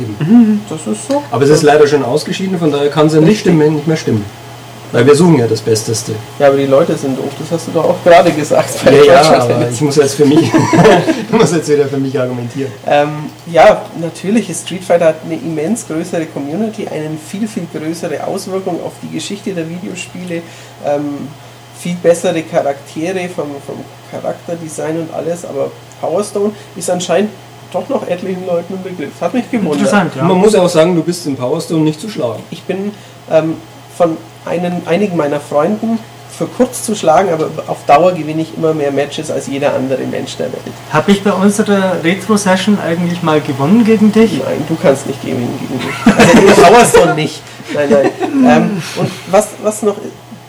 [SPEAKER 5] eben.
[SPEAKER 4] Das ist so.
[SPEAKER 5] Aber es ist leider schon ausgeschieden, von daher kann es ja nicht, stimmen, nicht mehr stimmen. Weil wir suchen ja das Besteste.
[SPEAKER 4] Ja, aber die Leute sind doof, das hast du doch auch gerade gesagt.
[SPEAKER 5] Ja, ja,
[SPEAKER 4] Virtual
[SPEAKER 5] aber
[SPEAKER 4] Tennis.
[SPEAKER 5] ich muss jetzt für mich, du musst jetzt wieder für mich argumentieren.
[SPEAKER 4] Ähm, ja, natürlich, ist Street Fighter hat eine immens größere Community, eine viel, viel größere Auswirkung auf die Geschichte der Videospiele, ähm, viel bessere Charaktere vom, vom Charakterdesign und alles, aber Power Stone ist anscheinend doch noch etlichen Leuten ein Begriff. Hat mich gewundert.
[SPEAKER 3] Interessant, ja.
[SPEAKER 5] Man muss ja auch sagen, du bist im Powerstone nicht zu schlagen.
[SPEAKER 4] Ich bin ähm, von einen, einigen meiner Freunden für kurz zu schlagen, aber auf Dauer gewinne ich immer mehr Matches als jeder andere Mensch der Welt.
[SPEAKER 3] Habe ich bei unserer Retro-Session eigentlich mal gewonnen gegen dich?
[SPEAKER 4] Nein, du kannst nicht gegen ihn gegen mich. Also du Powerstone nicht. Nein, nein. Ähm, und was, was noch,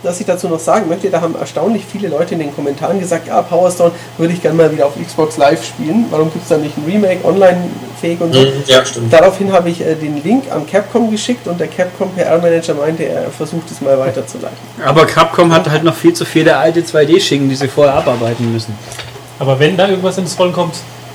[SPEAKER 4] was ich dazu noch sagen möchte, da haben erstaunlich viele Leute in den Kommentaren gesagt, ja, Powerstone würde ich gerne mal wieder auf Xbox Live spielen. Warum gibt es da nicht ein Remake, online-fähig und so?
[SPEAKER 2] Ja, stimmt.
[SPEAKER 4] Daraufhin habe ich äh, den Link an Capcom geschickt und der Capcom PR-Manager meinte, er versucht es mal weiterzuleiten.
[SPEAKER 1] Aber Capcom hat halt noch viel zu viele alte 2D-Schicken, die sie vorher abarbeiten müssen.
[SPEAKER 6] Aber wenn da irgendwas ins Rollen kommt,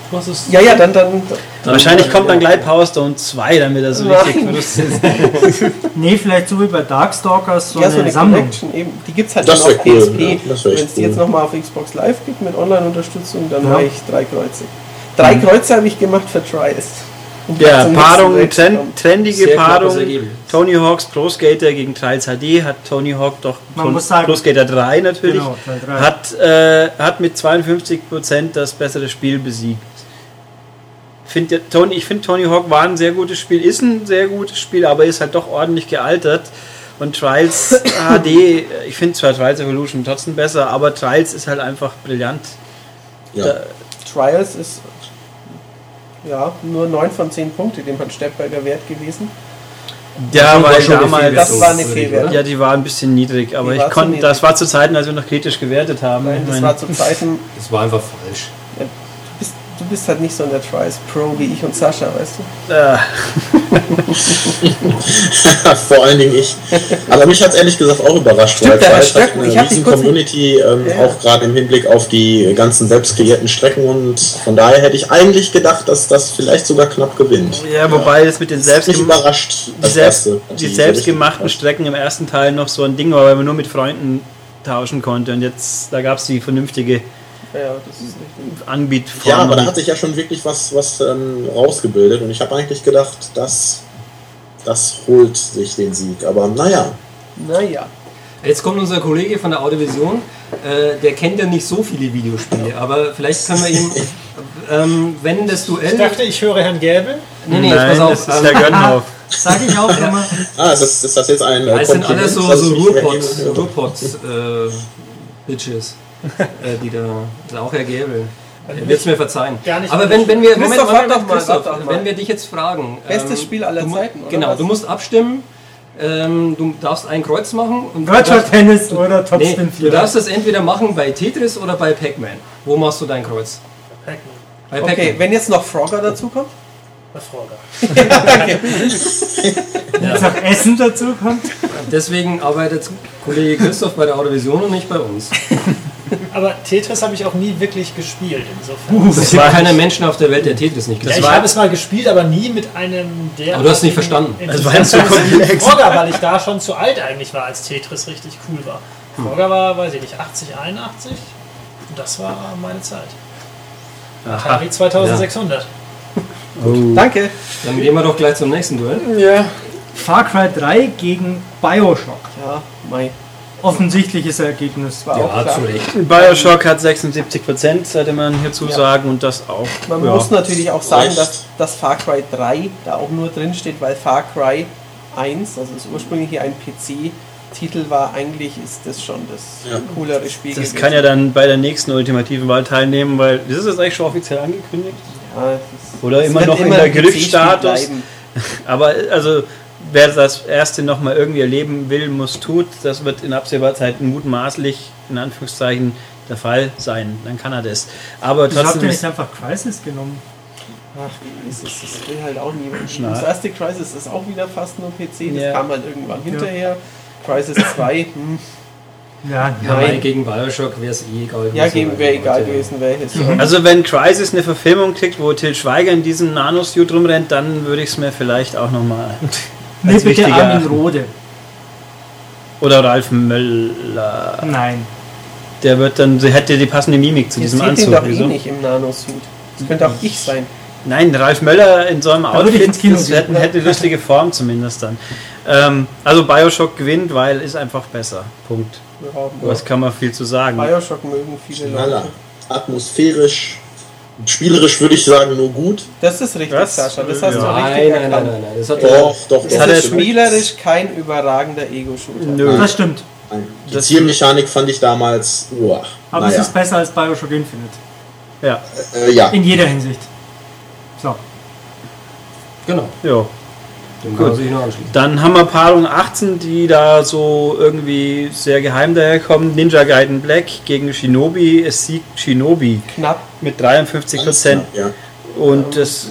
[SPEAKER 6] du hast es.
[SPEAKER 4] Ja, ja, dann, dann,
[SPEAKER 1] Wahrscheinlich kommt dann äh, gleich Power Stone 2, damit er so richtig
[SPEAKER 4] Nein.
[SPEAKER 1] verrückt ist.
[SPEAKER 3] Nee, vielleicht so wie bei Darkstalkers, so
[SPEAKER 4] ja,
[SPEAKER 3] eine
[SPEAKER 4] so eine
[SPEAKER 3] Sammlung.
[SPEAKER 4] Collection eben. Die gibt es halt
[SPEAKER 2] Das
[SPEAKER 4] dann auf
[SPEAKER 2] wär cool,
[SPEAKER 4] PSP.
[SPEAKER 2] ja. Das wär echt
[SPEAKER 4] Wenn es die
[SPEAKER 2] cool.
[SPEAKER 4] jetzt nochmal auf Xbox Live gibt mit Online-Unterstützung, dann
[SPEAKER 3] Ja.
[SPEAKER 4] mache ich drei Kreuze. Drei Kreuze habe ich gemacht für Trials. Um Und
[SPEAKER 1] Ja,
[SPEAKER 4] zum
[SPEAKER 1] Paarung,
[SPEAKER 4] nächsten Match
[SPEAKER 1] trend,
[SPEAKER 4] kommen.
[SPEAKER 1] trendige
[SPEAKER 5] Sehr knappes
[SPEAKER 1] Paarung.
[SPEAKER 5] Ergebnis.
[SPEAKER 1] Tony Hawks Pro Skater gegen Trials HD hat Tony Hawk doch
[SPEAKER 3] Man
[SPEAKER 1] Pro-
[SPEAKER 3] muss sagen-
[SPEAKER 1] Pro Skater 3 natürlich.
[SPEAKER 3] Genau, Teil drei.
[SPEAKER 1] Hat, äh, hat mit 52% das bessere Spiel besiegt. Find, der Tony, ich finde Tony Hawk war ein sehr gutes Spiel, ist ein sehr gutes Spiel, aber ist halt doch ordentlich gealtert. Und Trials HD, äh, ich finde zwar Trials Evolution trotzdem besser, aber Trials ist halt einfach brillant.
[SPEAKER 2] Ja.
[SPEAKER 4] Trials ist ja nur 9 von 10 Punkte, dem hat Steppberger wert gewesen.
[SPEAKER 1] Ja,
[SPEAKER 5] war
[SPEAKER 1] weil
[SPEAKER 5] schon eine
[SPEAKER 1] damals.
[SPEAKER 5] Fehlwertung.
[SPEAKER 4] Das war eine
[SPEAKER 5] Oder?
[SPEAKER 4] Fehlwertung.
[SPEAKER 1] Ja, die war ein bisschen niedrig, aber
[SPEAKER 4] Die
[SPEAKER 1] ich
[SPEAKER 4] war zu
[SPEAKER 1] konnte.
[SPEAKER 4] niedrig.
[SPEAKER 1] Das war zu Zeiten, als wir noch kritisch gewertet haben.
[SPEAKER 4] Nein,
[SPEAKER 1] Ich
[SPEAKER 4] das
[SPEAKER 1] meine,
[SPEAKER 4] war zu Zeiten,
[SPEAKER 5] Das war einfach falsch.
[SPEAKER 4] bist, du bist halt nicht so ein der Trials Pro wie ich und Sascha, weißt du?
[SPEAKER 1] Äh,
[SPEAKER 2] Vor allen Dingen ich. Aber mich hat es ehrlich gesagt auch überrascht,
[SPEAKER 4] Stimmt,
[SPEAKER 2] weil
[SPEAKER 4] da
[SPEAKER 2] Fleisch
[SPEAKER 4] Strecken,
[SPEAKER 2] hat eine
[SPEAKER 4] ich hab dich
[SPEAKER 2] riesen
[SPEAKER 4] kurz-
[SPEAKER 2] Community, ähm,
[SPEAKER 4] Ja.
[SPEAKER 2] auch gerade im Hinblick auf die ganzen selbst kreierten Strecken und von daher hätte ich eigentlich gedacht, dass das vielleicht sogar knapp gewinnt.
[SPEAKER 1] ja, wobei das mit den
[SPEAKER 2] Selbst mich
[SPEAKER 1] selbstgemachten
[SPEAKER 2] überrascht.
[SPEAKER 1] die,
[SPEAKER 2] als
[SPEAKER 1] selbst,
[SPEAKER 2] erste,
[SPEAKER 1] die
[SPEAKER 2] so
[SPEAKER 1] selbstgemachten
[SPEAKER 2] richtig-
[SPEAKER 1] Strecken im ersten Teil noch so ein Ding war, weil man nur mit Freunden tauschen konnte und jetzt, da gab es die vernünftige
[SPEAKER 4] Ja, das ist richtig.
[SPEAKER 1] Anbietform.
[SPEAKER 2] Ja, aber da hat sich ja schon wirklich was, was ähm, rausgebildet und ich habe eigentlich gedacht, dass das holt sich den Sieg. Aber naja,
[SPEAKER 4] Naja.
[SPEAKER 5] Jetzt kommt unser Kollege von der Audiovision, äh, der kennt ja nicht so viele Videospiele, aber vielleicht können wir ihm, ähm, wenn das Duell.
[SPEAKER 7] Ich dachte, ich höre Herrn Gäbe.
[SPEAKER 5] nee, nee,
[SPEAKER 1] Nein,
[SPEAKER 5] jetzt
[SPEAKER 1] das ist Herr Gönnhoff.
[SPEAKER 3] Sag ich auch immer.
[SPEAKER 2] ah, ist das, ist das jetzt ein. äh,
[SPEAKER 5] Ja, es sind
[SPEAKER 2] Kompliment,
[SPEAKER 5] alles so,
[SPEAKER 2] dass ich
[SPEAKER 5] so
[SPEAKER 2] mich
[SPEAKER 5] Ruhrpots,
[SPEAKER 2] übergebe?
[SPEAKER 5] Ruhrpots, äh, Bitches, äh, die da, da auch Herr Gäbel.
[SPEAKER 4] Also
[SPEAKER 5] Er wird es mir verzeihen.
[SPEAKER 7] Gar nicht
[SPEAKER 5] aber wenn, wenn wir, Moment,
[SPEAKER 4] Christoph,
[SPEAKER 5] Moment,
[SPEAKER 4] warte doch mal,
[SPEAKER 5] Christoph,
[SPEAKER 4] warte doch mal.
[SPEAKER 5] wenn wir dich jetzt fragen. ähm,
[SPEAKER 4] Bestes Spiel aller
[SPEAKER 5] du mu-
[SPEAKER 4] Zeiten, oder
[SPEAKER 5] Genau,
[SPEAKER 4] was?
[SPEAKER 5] du musst abstimmen, ähm, du darfst ein Kreuz machen. Und du
[SPEAKER 3] Virtual
[SPEAKER 5] darfst,
[SPEAKER 3] Tennis oder
[SPEAKER 5] nee,
[SPEAKER 3] Topspin
[SPEAKER 5] du
[SPEAKER 3] 4.
[SPEAKER 5] darfst das entweder machen bei Tetris oder bei Pac-Man. Wo machst du dein Kreuz? Bei Pac-Man.
[SPEAKER 4] Okay, wenn jetzt noch Frogger dazukommt.
[SPEAKER 7] Eine Frage.
[SPEAKER 3] Wenn es auch Essen dazu kommt.
[SPEAKER 5] Deswegen arbeitet Kollege Christoph bei der Autovision und nicht bei uns.
[SPEAKER 7] Aber Tetris habe ich auch nie wirklich gespielt, insofern.
[SPEAKER 5] Es gibt keinen Menschen auf der Welt, der Tetris nicht
[SPEAKER 7] ja,
[SPEAKER 5] gespielt
[SPEAKER 7] ich habe es mal gespielt, aber nie mit einem der.
[SPEAKER 5] Aber du hast nicht verstanden.
[SPEAKER 7] Das
[SPEAKER 6] Also
[SPEAKER 7] war jetzt so komplex. Frogger, weil ich da schon zu alt eigentlich war, als Tetris richtig cool war.
[SPEAKER 5] Hm.
[SPEAKER 7] Frogger war, weiß ich nicht, 80, 81. Und das war meine Zeit. Atari 2600.
[SPEAKER 4] Danke.
[SPEAKER 5] Dann gehen wir doch gleich zum nächsten Duell.
[SPEAKER 4] Ja.
[SPEAKER 3] Far Cry 3 gegen Bioshock.
[SPEAKER 4] Ja, mei.
[SPEAKER 3] Offensichtliches Ergebnis.
[SPEAKER 4] War auch klar.
[SPEAKER 5] Recht.
[SPEAKER 1] Bioshock hat 76%, sollte man hierzu sagen, und das auch.
[SPEAKER 4] Man
[SPEAKER 1] ja.
[SPEAKER 4] muss natürlich auch sagen,
[SPEAKER 2] Recht.
[SPEAKER 4] dass, dass Far Cry 3 da auch nur drin steht, weil Far Cry 1, also das ursprüngliche ein PC-Titel war, eigentlich ist das schon das
[SPEAKER 2] Ja.
[SPEAKER 4] coolere Spiel.
[SPEAKER 1] Das kann ja dann bei der nächsten ultimativen Wahl teilnehmen, weil ist das eigentlich schon offiziell angekündigt?
[SPEAKER 4] Ja, es Ah, ist-
[SPEAKER 1] Oder
[SPEAKER 4] es
[SPEAKER 1] immer
[SPEAKER 4] wird
[SPEAKER 1] noch in
[SPEAKER 4] immer
[SPEAKER 1] der
[SPEAKER 4] ein PC-Spiel
[SPEAKER 1] Griffstatus?
[SPEAKER 4] bleiben.
[SPEAKER 1] Aber also wer das erste nochmal irgendwie erleben will, muss tut. Das wird in absehbarer Zeit mutmaßlich in Anführungszeichen der Fall sein. Dann kann er das. Aber
[SPEAKER 3] Ich habe
[SPEAKER 1] trotzdem
[SPEAKER 3] nicht
[SPEAKER 1] ist
[SPEAKER 3] einfach Crisis genommen.
[SPEAKER 4] Ach, das, ist, das will halt auch niemand.
[SPEAKER 1] Schnall.
[SPEAKER 4] Das erste Crisis ist auch wieder fast nur PC, das
[SPEAKER 1] Ja.
[SPEAKER 4] kam halt irgendwann hinterher. Crisis 2, hm.
[SPEAKER 3] Ja,
[SPEAKER 5] Ja,
[SPEAKER 4] Nein.
[SPEAKER 5] weil gegen Bioshock wäre es eh egal.
[SPEAKER 4] ja,
[SPEAKER 5] gewesen,
[SPEAKER 4] geben
[SPEAKER 5] weil
[SPEAKER 4] wäre
[SPEAKER 5] die
[SPEAKER 4] egal
[SPEAKER 5] Leute-
[SPEAKER 4] gewesen, welches.
[SPEAKER 1] also wenn Crisis eine Verfilmung kriegt, wo Til Schweiger in diesem Nanosuit rumrennt, dann würde ich es mir vielleicht auch nochmal.
[SPEAKER 3] Nee,
[SPEAKER 1] Als
[SPEAKER 3] bitte
[SPEAKER 1] wichtiger-
[SPEAKER 3] Armin Rode.
[SPEAKER 1] Oder Ralf Möller.
[SPEAKER 3] Nein.
[SPEAKER 1] Der wird dann, sie hätte die passende Mimik zu
[SPEAKER 4] Ihr
[SPEAKER 1] diesem
[SPEAKER 4] seht
[SPEAKER 1] Anzug.
[SPEAKER 4] ihn doch eh
[SPEAKER 1] Wieso?
[SPEAKER 4] nicht im Nanosuit. Das könnte auch ich sein.
[SPEAKER 1] Nein, Ralf Möller in so einem
[SPEAKER 3] würde ich
[SPEAKER 1] Outfit
[SPEAKER 3] ins Kino
[SPEAKER 1] das
[SPEAKER 3] gehen.
[SPEAKER 1] hätte, hätte lustige Form zumindest dann. Ähm, also Bioshock gewinnt, weil ist einfach besser. Punkt. Was kann man viel zu sagen?
[SPEAKER 4] Bioshock mögen viele
[SPEAKER 2] Knaller.
[SPEAKER 4] Leute.
[SPEAKER 2] Atmosphärisch. Spielerisch würde ich sagen, nur gut.
[SPEAKER 4] Das ist richtig,
[SPEAKER 1] Das-
[SPEAKER 4] Sascha. Das hast du
[SPEAKER 5] Nein,
[SPEAKER 4] richtig
[SPEAKER 5] nein, nein,
[SPEAKER 4] erkannt.
[SPEAKER 5] nein, nein. Das hat
[SPEAKER 1] Oh.
[SPEAKER 2] Doch, doch,
[SPEAKER 4] Es
[SPEAKER 2] doch.
[SPEAKER 1] hat er
[SPEAKER 4] ist
[SPEAKER 1] schon-
[SPEAKER 4] spielerisch kein überragender Ego-Shooter.
[SPEAKER 1] Nö.
[SPEAKER 3] Das stimmt.
[SPEAKER 2] Nein. Die
[SPEAKER 1] Das-
[SPEAKER 2] Zielmechanik fand ich damals, uah,
[SPEAKER 3] Aber es
[SPEAKER 2] naja,
[SPEAKER 3] ist besser als Bioshock Infinite.
[SPEAKER 1] Ja,
[SPEAKER 2] äh, ja.
[SPEAKER 3] In jeder Hinsicht. So.
[SPEAKER 5] Genau.
[SPEAKER 1] ja.
[SPEAKER 5] Dem
[SPEAKER 1] Gut.
[SPEAKER 5] kann man sich noch anschließen.
[SPEAKER 1] Dann haben wir Paarung 18, die da so irgendwie sehr geheim daherkommen. Ninja Gaiden Black gegen Shinobi. Es siegt Shinobi
[SPEAKER 4] Knapp.
[SPEAKER 1] mit 53 Prozent.
[SPEAKER 2] Ja.
[SPEAKER 1] Und das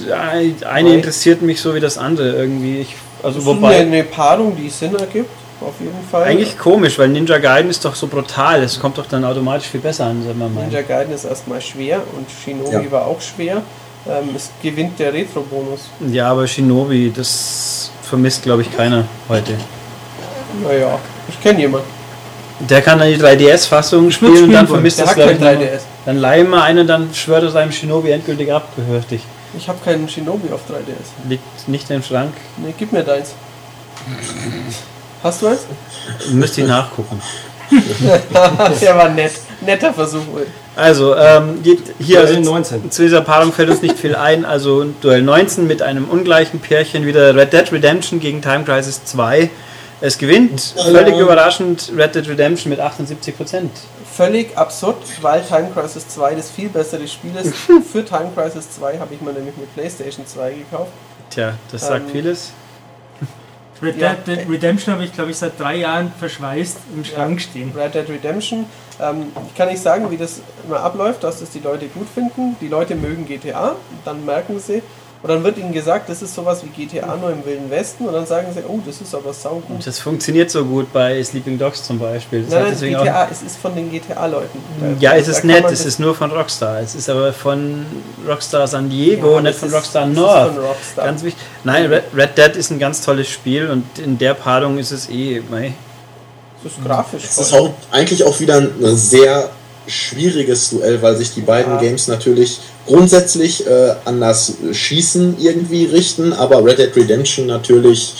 [SPEAKER 1] äh, eine interessiert mich so wie das andere irgendwie. Ich, also
[SPEAKER 4] Das
[SPEAKER 1] wobei.
[SPEAKER 4] ist eine, eine Paarung, die Sinn ergibt, auf jeden Fall.
[SPEAKER 1] Eigentlich komisch, weil Ninja Gaiden ist doch so brutal. Es kommt doch dann automatisch viel besser an, wenn man meint.
[SPEAKER 4] Ninja Gaiden ist erstmal schwer und Shinobi
[SPEAKER 2] Ja.
[SPEAKER 4] war auch schwer. Ähm, es gewinnt der Retro-Bonus.
[SPEAKER 1] Ja, aber Shinobi, das vermisst, glaube ich, keiner heute.
[SPEAKER 4] Naja, ich kenne jemanden.
[SPEAKER 1] Der kann dann die 3DS-Fassung spielen und dann
[SPEAKER 3] spielen
[SPEAKER 1] vermisst
[SPEAKER 4] Der
[SPEAKER 1] das,
[SPEAKER 4] hat
[SPEAKER 1] glaube
[SPEAKER 4] kein
[SPEAKER 1] ich, niemand.
[SPEAKER 4] 3DS.
[SPEAKER 1] Dann leihen wir einen und dann schwört er seinem Shinobi endgültig ab, gehört dich.
[SPEAKER 4] Ich habe keinen Shinobi auf 3DS.
[SPEAKER 1] Liegt nicht im Schrank.
[SPEAKER 4] Ne, gib mir deins. Hast du eins?
[SPEAKER 1] Müsste ich nachgucken.
[SPEAKER 4] der war nett. Netter Versuch. Ulf.
[SPEAKER 1] Also, ähm, geht hier
[SPEAKER 5] Duell
[SPEAKER 1] also
[SPEAKER 5] 19.
[SPEAKER 1] zu dieser Paarung fällt uns nicht viel ein. Also Duell 19 mit einem ungleichen Pärchen wieder Red Dead Redemption gegen Time Crisis 2. Es gewinnt völlig überraschend Red Dead Redemption mit 78 Prozent.
[SPEAKER 4] Völlig absurd, weil Time Crisis 2 das viel bessere Spiel ist. Für Time Crisis 2 habe ich mir nämlich eine Playstation 2 gekauft.
[SPEAKER 1] Tja, das sagt
[SPEAKER 4] Ähm,
[SPEAKER 1] vieles.
[SPEAKER 3] Red
[SPEAKER 4] Ja.
[SPEAKER 3] Dead Dead Redemption habe ich, glaube ich, seit drei Jahren verschweißt im Schrank stehen.
[SPEAKER 4] Red Dead Redemption. Ähm, ich kann nicht sagen, wie das immer abläuft, dass das die Leute gut finden. Die Leute mögen GTA, dann merken sie, und dann wird ihnen gesagt, das ist sowas wie GTA nur im Wilden Westen, und dann sagen sie, oh, das ist aber saugut.
[SPEAKER 1] Das funktioniert so gut bei Sleeping Dogs zum Beispiel. Das
[SPEAKER 4] Nein,
[SPEAKER 1] hat
[SPEAKER 4] nein,
[SPEAKER 1] deswegen
[SPEAKER 4] GTA, es ist von den GTA-Leuten.
[SPEAKER 1] auch, ja, es ist nett, es ist
[SPEAKER 4] nur
[SPEAKER 1] nur von Rockstar. Es ist aber von Rockstar San Diego, nicht von Rockstar North.
[SPEAKER 4] Von Rockstar.
[SPEAKER 1] Ganz wichtig. Nein, Red, Red Dead ist ein ganz tolles Spiel und in der Paarung ist es eh. Mei.
[SPEAKER 4] es ist grafisch.
[SPEAKER 2] Es ist
[SPEAKER 4] toll.
[SPEAKER 2] auch eigentlich auch wieder ein sehr schwieriges Duell, weil sich die beiden
[SPEAKER 4] Ja.
[SPEAKER 2] Games natürlich grundsätzlich äh, an das Schießen irgendwie richten, aber Red Dead Redemption natürlich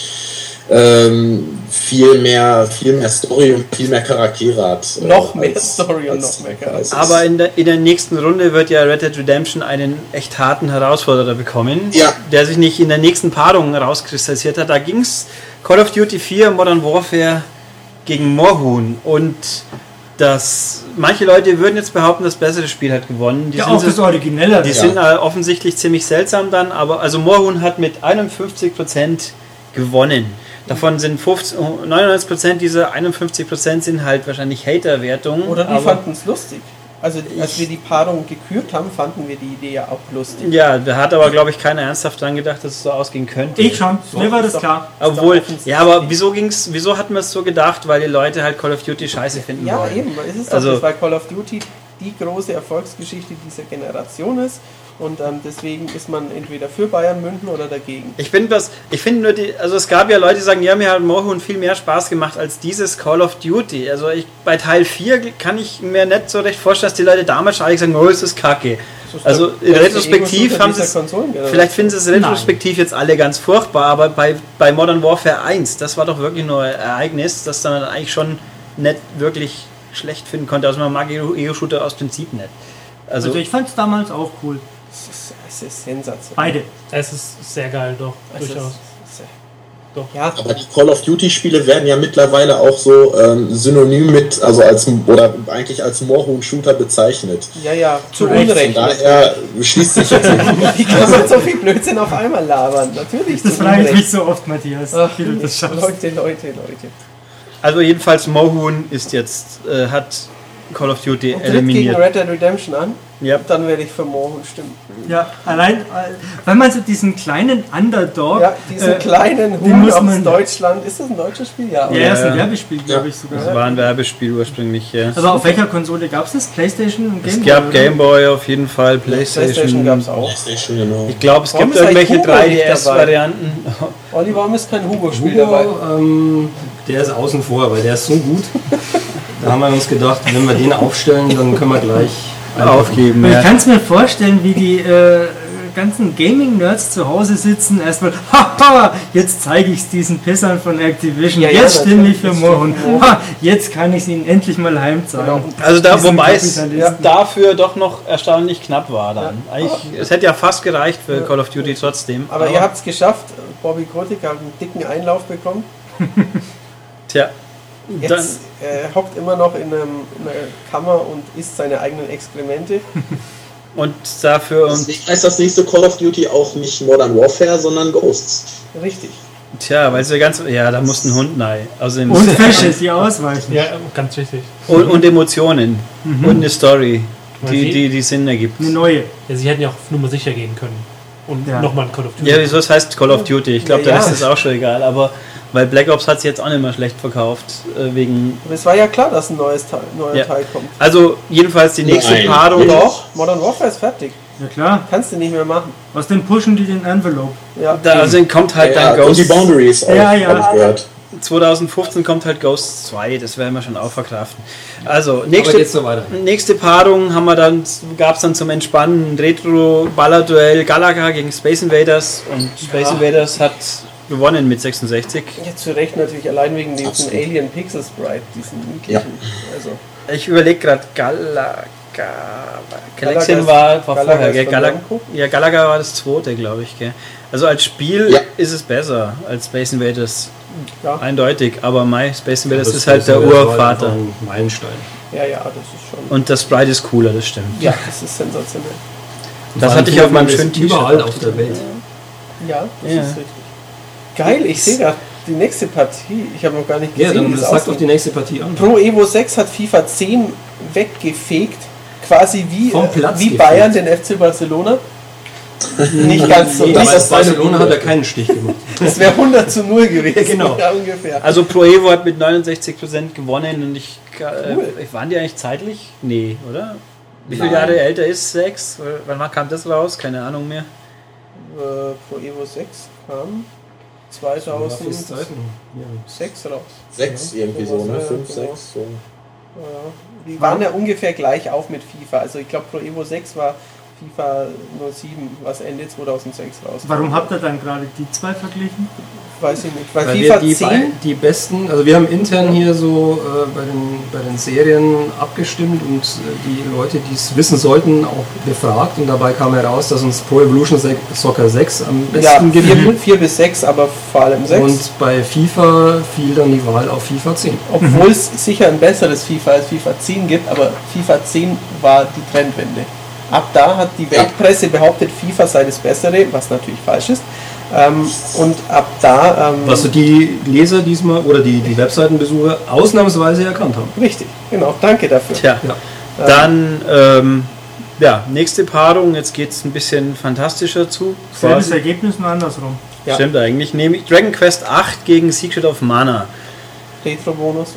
[SPEAKER 2] ähm, viel mehr, viel mehr Story und viel mehr Charaktere hat. äh,
[SPEAKER 4] Noch mehr Story und noch mehr Charaktere.
[SPEAKER 2] als-
[SPEAKER 1] Aber in der, in der nächsten Runde wird ja Red Dead Redemption einen echt harten Herausforderer bekommen,
[SPEAKER 2] Ja.
[SPEAKER 1] der sich nicht in der nächsten Paarung herauskristallisiert hat. Da ging es Call of Duty 4 Modern Warfare gegen Morhun und das manche Leute würden jetzt behaupten, das bessere Spiel hat gewonnen. Die
[SPEAKER 3] Ja,
[SPEAKER 1] sind
[SPEAKER 3] auch
[SPEAKER 1] so-
[SPEAKER 3] das Originelle.
[SPEAKER 1] die
[SPEAKER 2] Ja.
[SPEAKER 1] sind äh, offensichtlich ziemlich seltsam dann, aber also Morhun hat mit 51% gewonnen. Davon sind 50, 99% dieser 51% sind halt wahrscheinlich Hater-Wertungen.
[SPEAKER 4] Oder die
[SPEAKER 1] aber-
[SPEAKER 4] fanden es lustig. Also als wir die Paarung gekürt haben, fanden wir die Idee ja auch lustig.
[SPEAKER 1] Ja, da hat aber, glaube ich, keiner ernsthaft dran gedacht, dass es so ausgehen könnte.
[SPEAKER 3] Ich schon. Mir war das
[SPEAKER 4] Doch.
[SPEAKER 3] klar.
[SPEAKER 1] Obwohl,
[SPEAKER 4] Ist doch
[SPEAKER 1] ja, aber wieso ging's, wieso hatten wir es so gedacht? Weil die Leute halt Call of Duty scheiße finden
[SPEAKER 4] Ja,
[SPEAKER 1] wollen.
[SPEAKER 4] eben, es ist
[SPEAKER 1] Also-
[SPEAKER 4] doch das, weil Call of Duty die große Erfolgsgeschichte dieser Generation ist und ähm, deswegen ist man entweder für Bayern München oder dagegen.
[SPEAKER 1] Ich bin was, ich finde nur die, also es gab ja Leute, die sagen, ja, mir hat Morhun viel mehr Spaß gemacht als dieses Call of Duty. Also ich, bei Teil 4 kann ich mir nicht so recht vorstellen, dass die Leute damals schon eigentlich sagen, oh, es ist kacke.
[SPEAKER 4] Das ist
[SPEAKER 1] Also
[SPEAKER 4] der
[SPEAKER 1] in
[SPEAKER 4] beste
[SPEAKER 1] retrospektiv
[SPEAKER 4] Ego-Shooter
[SPEAKER 1] haben sie
[SPEAKER 4] dieser
[SPEAKER 1] es,
[SPEAKER 4] Konsolengeneration.
[SPEAKER 1] vielleicht finden sie es
[SPEAKER 3] Nein.
[SPEAKER 1] retrospektiv jetzt alle ganz furchtbar, aber bei, bei Modern Warfare 1, das war doch wirklich nur ein Ereignis, das dann eigentlich schon nicht wirklich schlecht finden konnte. Also man mag Ego-Shooter aus Prinzip nicht. Also,
[SPEAKER 3] Also ich fand es damals auch cool.
[SPEAKER 4] Es ist, es ist sensationell.
[SPEAKER 3] Beide.
[SPEAKER 6] Es ist sehr geil, doch.
[SPEAKER 4] Es ist,
[SPEAKER 6] durchaus.
[SPEAKER 4] es ist,
[SPEAKER 6] Doch.
[SPEAKER 4] Ja,
[SPEAKER 2] Aber die Call of Duty Spiele werden ja mittlerweile auch so ähm, synonym mit, also als oder eigentlich als Moorhuhn-Shooter bezeichnet.
[SPEAKER 4] ja, ja, zu
[SPEAKER 3] Recht.
[SPEAKER 2] Von
[SPEAKER 4] Unrecht.
[SPEAKER 2] daher schließt sich jetzt
[SPEAKER 4] Wie kann man so viel Blödsinn auf einmal labern? Natürlich
[SPEAKER 3] Das
[SPEAKER 4] zu
[SPEAKER 3] frage ich mich
[SPEAKER 4] Unrecht.
[SPEAKER 3] so oft, Matthias,
[SPEAKER 4] Ach,
[SPEAKER 3] wie du das schaffst.
[SPEAKER 4] Leute, Leute, Leute.
[SPEAKER 1] also jedenfalls Morhun ist jetzt, äh, hat Call of Duty
[SPEAKER 4] Und tritt gegen
[SPEAKER 1] eliminiert.
[SPEAKER 4] Red Dead Redemption an,
[SPEAKER 1] Ja.
[SPEAKER 4] dann werde ich für Morgen stimmen.
[SPEAKER 3] Ja, allein, äh, wenn man so diesen kleinen Underdog,
[SPEAKER 4] Ja, diesen
[SPEAKER 3] äh,
[SPEAKER 4] kleinen
[SPEAKER 3] den
[SPEAKER 4] Huhn
[SPEAKER 3] muss
[SPEAKER 4] aus
[SPEAKER 3] man-
[SPEAKER 4] Deutschland. Ist das ein deutsches Spiel? Ja.
[SPEAKER 3] ja,
[SPEAKER 4] oder?
[SPEAKER 3] er ist ein
[SPEAKER 1] Ja.
[SPEAKER 3] Werbespiel, glaube ich sogar.
[SPEAKER 1] Das war ein Werbespiel ursprünglich, ja.
[SPEAKER 4] Also
[SPEAKER 3] Aber auf welcher Konsole gab es das? Playstation und Game
[SPEAKER 1] es
[SPEAKER 3] Boy,
[SPEAKER 1] gab
[SPEAKER 3] oder?
[SPEAKER 1] Game Boy auf jeden Fall, PlayStation.
[SPEAKER 4] PlayStation gab es auch.
[SPEAKER 2] PlayStation, genau.
[SPEAKER 1] Ich glaube, es
[SPEAKER 4] Warum
[SPEAKER 1] gibt
[SPEAKER 4] ist
[SPEAKER 1] irgendwelche
[SPEAKER 4] eigentlich Hugo nicht
[SPEAKER 1] 3DS-Varianten.
[SPEAKER 4] Olli, warum ist kein Hugo-Spiel dabei?
[SPEAKER 5] Hugo, ähm, der ist außen vor, weil der ist so gut. Da haben wir uns gedacht, wenn wir den aufstellen, dann können wir gleich
[SPEAKER 1] Aufgeben,
[SPEAKER 3] Ich
[SPEAKER 1] ja.
[SPEAKER 3] kann es mir vorstellen, wie die äh, ganzen Gaming-Nerds zu Hause sitzen. Erstmal, haha, jetzt zeige ich es diesen Pissern von Activision.
[SPEAKER 4] Ja, ja,
[SPEAKER 3] jetzt
[SPEAKER 4] das-
[SPEAKER 3] stimme ich für
[SPEAKER 4] das-
[SPEAKER 3] Morgen.
[SPEAKER 4] Oh.
[SPEAKER 3] Ha, jetzt kann ich es ihnen endlich mal heimzahlen.
[SPEAKER 4] Genau.
[SPEAKER 1] Also da,
[SPEAKER 3] Diesen
[SPEAKER 1] wobei es
[SPEAKER 3] Kapitalisten.
[SPEAKER 1] dafür doch noch erstaunlich knapp war dann. Eigentlich, es hätte ja fast gereicht für Call of Duty trotzdem.
[SPEAKER 4] Aber ihr habt es geschafft. Bobby Kotick hat einen dicken Einlauf bekommen.
[SPEAKER 1] Tja, dann,
[SPEAKER 4] Jetzt äh, hockt immer noch in, einem, in einer Kammer und isst seine eigenen Experimente.
[SPEAKER 1] und dafür, und,
[SPEAKER 2] Deswegen heißt das nächste Call of Duty auch nicht Modern Warfare, sondern Ghosts.
[SPEAKER 4] Richtig.
[SPEAKER 1] tja, weil sie ganz, ja, da muss ein Hund rein. Also
[SPEAKER 4] Genau.
[SPEAKER 1] im-
[SPEAKER 3] Und Fische, die ausweichen.
[SPEAKER 6] Ja, ganz wichtig.
[SPEAKER 1] und, und Emotionen
[SPEAKER 3] Mhm.
[SPEAKER 1] und eine Story,
[SPEAKER 6] Man
[SPEAKER 1] die,
[SPEAKER 6] sieht-
[SPEAKER 1] die, die Sinn ergibt.
[SPEAKER 3] Eine neue.
[SPEAKER 6] Ja, sie hätten ja auch auf Nummer sicher gehen können. Und
[SPEAKER 3] Ja.
[SPEAKER 6] nochmal ein Call of Duty.
[SPEAKER 1] Ja, wieso es heißt Call of Duty? Ich glaube,
[SPEAKER 4] Ja,
[SPEAKER 1] dann
[SPEAKER 4] ja.
[SPEAKER 1] ist es auch schon egal. Aber weil Black Ops hat es jetzt auch nicht mehr schlecht verkauft äh, wegen
[SPEAKER 4] Aber es war ja klar, dass ein neues Teil, neuer
[SPEAKER 1] Ja.
[SPEAKER 4] Teil kommt.
[SPEAKER 1] Also jedenfalls die nächste
[SPEAKER 2] Nein.
[SPEAKER 1] Paarung.
[SPEAKER 4] Doch, Modern Warfare ist fertig.
[SPEAKER 3] Ja klar.
[SPEAKER 4] Kannst du nicht mehr machen.
[SPEAKER 3] Aus dem pushen die den Envelope.
[SPEAKER 4] Ja.
[SPEAKER 1] Da sind- kommt halt
[SPEAKER 2] Ja,
[SPEAKER 1] dann
[SPEAKER 2] und
[SPEAKER 1] Ghosts.
[SPEAKER 2] die Boundaries auch,
[SPEAKER 3] Ja, ja.
[SPEAKER 2] hab ich gehört.
[SPEAKER 1] 2015 kommt halt Ghosts 2, das werden wir schon auch verkraften. Also
[SPEAKER 5] Aber
[SPEAKER 1] nächste,
[SPEAKER 5] jetzt so weiter.
[SPEAKER 1] nächste Paarung haben wir dann, gab es dann zum Entspannen ein Retro-Baller-Duell Galaga gegen Space Invaders und Space Invaders hat gewonnen mit 66.
[SPEAKER 4] Ja, zu Recht natürlich allein wegen diesem
[SPEAKER 2] Absolut.
[SPEAKER 4] Alien Pixel Sprite, diesen niedlichen. Also,
[SPEAKER 1] Ich überlege gerade Galaga. Galaxian
[SPEAKER 4] ist-
[SPEAKER 1] war, war
[SPEAKER 4] Galaga
[SPEAKER 1] vorher,
[SPEAKER 4] ist
[SPEAKER 1] gell?
[SPEAKER 4] von
[SPEAKER 1] Galaga,
[SPEAKER 4] Namco?
[SPEAKER 1] ja, Galaga war das zweite, glaube ich. Gell? Also als Spiel
[SPEAKER 2] Ja.
[SPEAKER 1] ist es besser als Space Invaders.
[SPEAKER 4] ja,
[SPEAKER 1] Eindeutig, aber My Space Invaders
[SPEAKER 5] Das
[SPEAKER 1] ist halt der
[SPEAKER 5] war
[SPEAKER 1] Urvater.
[SPEAKER 5] einfach ein Meilenstein.
[SPEAKER 4] ja, ja, das ist schon.
[SPEAKER 1] Und das Sprite ist cooler, das stimmt.
[SPEAKER 4] Ja, das ist sensationell.
[SPEAKER 1] Das hatte ich auf meinem schönen T-Shirt.
[SPEAKER 5] Überall auf der Welt.
[SPEAKER 4] Ja, das
[SPEAKER 1] Ja.
[SPEAKER 4] ist richtig. Geil, ich sehe gerade, die nächste Partie. Ich habe noch gar nicht
[SPEAKER 5] Ja,
[SPEAKER 4] gesehen.
[SPEAKER 5] dann
[SPEAKER 4] wie das
[SPEAKER 5] sagt doch
[SPEAKER 4] aussieht.
[SPEAKER 5] die nächste Partie an.
[SPEAKER 4] Pro Evo 6 hat FIFA 10 weggefegt. Quasi wie, äh,
[SPEAKER 5] Vom Platz
[SPEAKER 4] wie
[SPEAKER 5] gefegt.
[SPEAKER 4] Bayern den FC Barcelona. Nicht ganz so.
[SPEAKER 5] Nee,
[SPEAKER 4] Das, das,
[SPEAKER 5] damals Barcelona hat er keinen Stich gemacht.
[SPEAKER 4] wäre 100 zu 0 gewesen.
[SPEAKER 5] genau.
[SPEAKER 4] Ja, ungefähr. Äh,
[SPEAKER 1] Also Pro Evo hat mit 69% gewonnen und ich, äh,
[SPEAKER 4] Cool.
[SPEAKER 1] waren die eigentlich zeitlich? Nee, oder? Wie viele Jahre älter ist? Sechs? Oder Wann kam das raus? Keine Ahnung mehr.
[SPEAKER 4] Äh, Pro Evo 6 kam 2006 raus.
[SPEAKER 2] Sechs irgendwie so, ne? Fünf,
[SPEAKER 4] Genau.
[SPEAKER 2] sechs, so.
[SPEAKER 4] Ja. Die waren ja ungefähr gleich auf mit FIFA. Also ich glaube Pro Evo 6 war FIFA 07, was Ende 2006 raus.
[SPEAKER 3] Warum habt ihr dann gerade die zwei verglichen?
[SPEAKER 4] Weiß ich nicht. Weil,
[SPEAKER 5] Weil wir
[SPEAKER 4] FIFA
[SPEAKER 5] die,
[SPEAKER 4] 10
[SPEAKER 5] bei- die besten, also wir haben intern hier so äh, bei, den, bei den Serien abgestimmt und äh, die Leute, die es wissen sollten, auch befragt und dabei kam heraus, dass uns Pro Evolution Sec- Soccer 6 am
[SPEAKER 4] ja,
[SPEAKER 5] besten
[SPEAKER 4] vier
[SPEAKER 5] gewinnt.
[SPEAKER 4] vier bis sechs aber vor allem sechs
[SPEAKER 5] Und bei FIFA fiel dann die Wahl auf FIFA 10.
[SPEAKER 4] Obwohl es sicher ein besseres FIFA als FIFA 10 gibt, aber FIFA 10 war die Trendwende. Ab da hat die Weltpresse behauptet, FIFA sei das Bessere, was natürlich falsch ist. Ähm, und ab da. Ähm,
[SPEAKER 5] Was so die Leser diesmal oder die, die Webseitenbesucher ausnahmsweise erkannt haben.
[SPEAKER 4] Richtig, genau, danke dafür.
[SPEAKER 1] Tja,
[SPEAKER 5] Ja.
[SPEAKER 1] dann, ähm, ja, nächste Paarung. Jetzt geht es ein bisschen fantastischer zu.
[SPEAKER 3] Selbes
[SPEAKER 1] Quasi.
[SPEAKER 3] Ergebnis nur andersrum.
[SPEAKER 4] Ja.
[SPEAKER 1] Stimmt eigentlich. Nehme ich Dragon Quest 8 gegen Secret of Mana.
[SPEAKER 4] Retro-Bonus.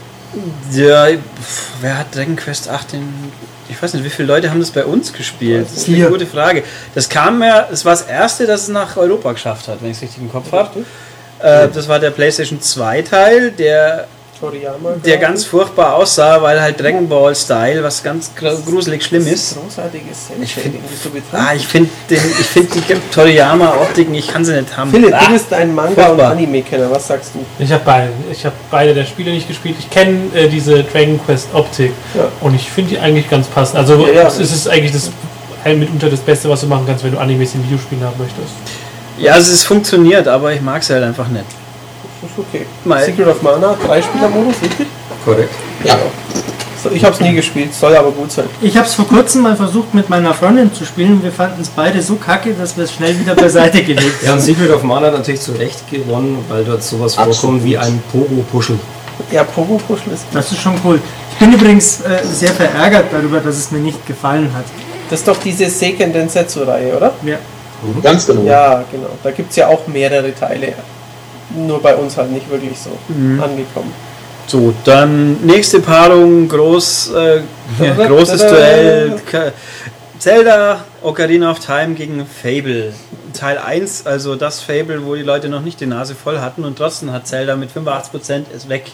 [SPEAKER 1] Ja, pf, wer hat Dragon Quest 8 denn? Ich weiß nicht, wie viele Leute haben das bei uns gespielt? Das ist eine
[SPEAKER 3] Vier.
[SPEAKER 1] gute Frage. Das kam ja, es war das erste, das es nach Europa geschafft hat, wenn ich es richtig im Kopf
[SPEAKER 4] Mhm.
[SPEAKER 1] habe. Äh, das war der PlayStation 2 Teil, der,
[SPEAKER 4] Toriyama. genau.
[SPEAKER 1] der ganz furchtbar aussah, weil halt Dragon Ball Style, was ganz gra- gruselig schlimm ist.
[SPEAKER 4] Großartiges
[SPEAKER 1] Ich find-
[SPEAKER 4] Sending, so betreibt.
[SPEAKER 1] Ah, ich finde ich find die Toriyama-Optiken, ich kann sie nicht haben.
[SPEAKER 4] Philipp,
[SPEAKER 1] ah,
[SPEAKER 4] du bist ein Manga- und
[SPEAKER 1] furchtbar.
[SPEAKER 4] Anime-Kenner, was sagst du?
[SPEAKER 6] Ich habe beide, ich hab beide der Spiele nicht gespielt. Ich kenne äh, diese Dragon Quest Optik
[SPEAKER 4] Ja.
[SPEAKER 6] und ich finde die eigentlich ganz passend. Also
[SPEAKER 4] Ja, ja.
[SPEAKER 6] es ist eigentlich das ein- mitunter das Beste, was du machen kannst, wenn du Animes in Videospielen haben möchtest.
[SPEAKER 1] ja, es ist funktioniert, aber ich mag sie halt einfach nicht.
[SPEAKER 4] Das ist okay.
[SPEAKER 1] Mal-
[SPEAKER 4] Secret of Mana, Drei-Spieler-Modus, richtig?
[SPEAKER 5] Korrekt.
[SPEAKER 2] Ja,
[SPEAKER 4] So, Ich habe es nie gespielt, soll aber gut sein.
[SPEAKER 3] Ich habe es vor kurzem mal versucht, mit meiner Freundin zu spielen. und Wir fanden es beide so kacke, dass wir es schnell wieder beiseite gelegt
[SPEAKER 5] Ja, und
[SPEAKER 3] haben.
[SPEAKER 5] Secret of Mana hat natürlich zu Recht gewonnen, weil dort sowas
[SPEAKER 2] Absolut.
[SPEAKER 5] vorkommt wie ein Pogo-Puschel.
[SPEAKER 4] Ja, Pogo-Puschel ist.
[SPEAKER 3] Das ist schon cool. Ich bin übrigens äh, sehr verärgert darüber, dass es mir nicht gefallen hat.
[SPEAKER 4] Das ist doch diese Seiken Densetsu-Reihe, oder?
[SPEAKER 3] Ja.
[SPEAKER 2] ganz genau.
[SPEAKER 4] Ja, genau. Da gibt es ja auch mehrere Teile. Nur bei uns halt nicht wirklich so angekommen.
[SPEAKER 1] So, dann nächste Paarung, groß, äh, ja, großes Duell. Ka- Zelda Ocarina of Time gegen Fable. Teil 1, also das Fable, wo die Leute noch nicht die Nase voll hatten und trotzdem hat Zelda mit 85% es wegge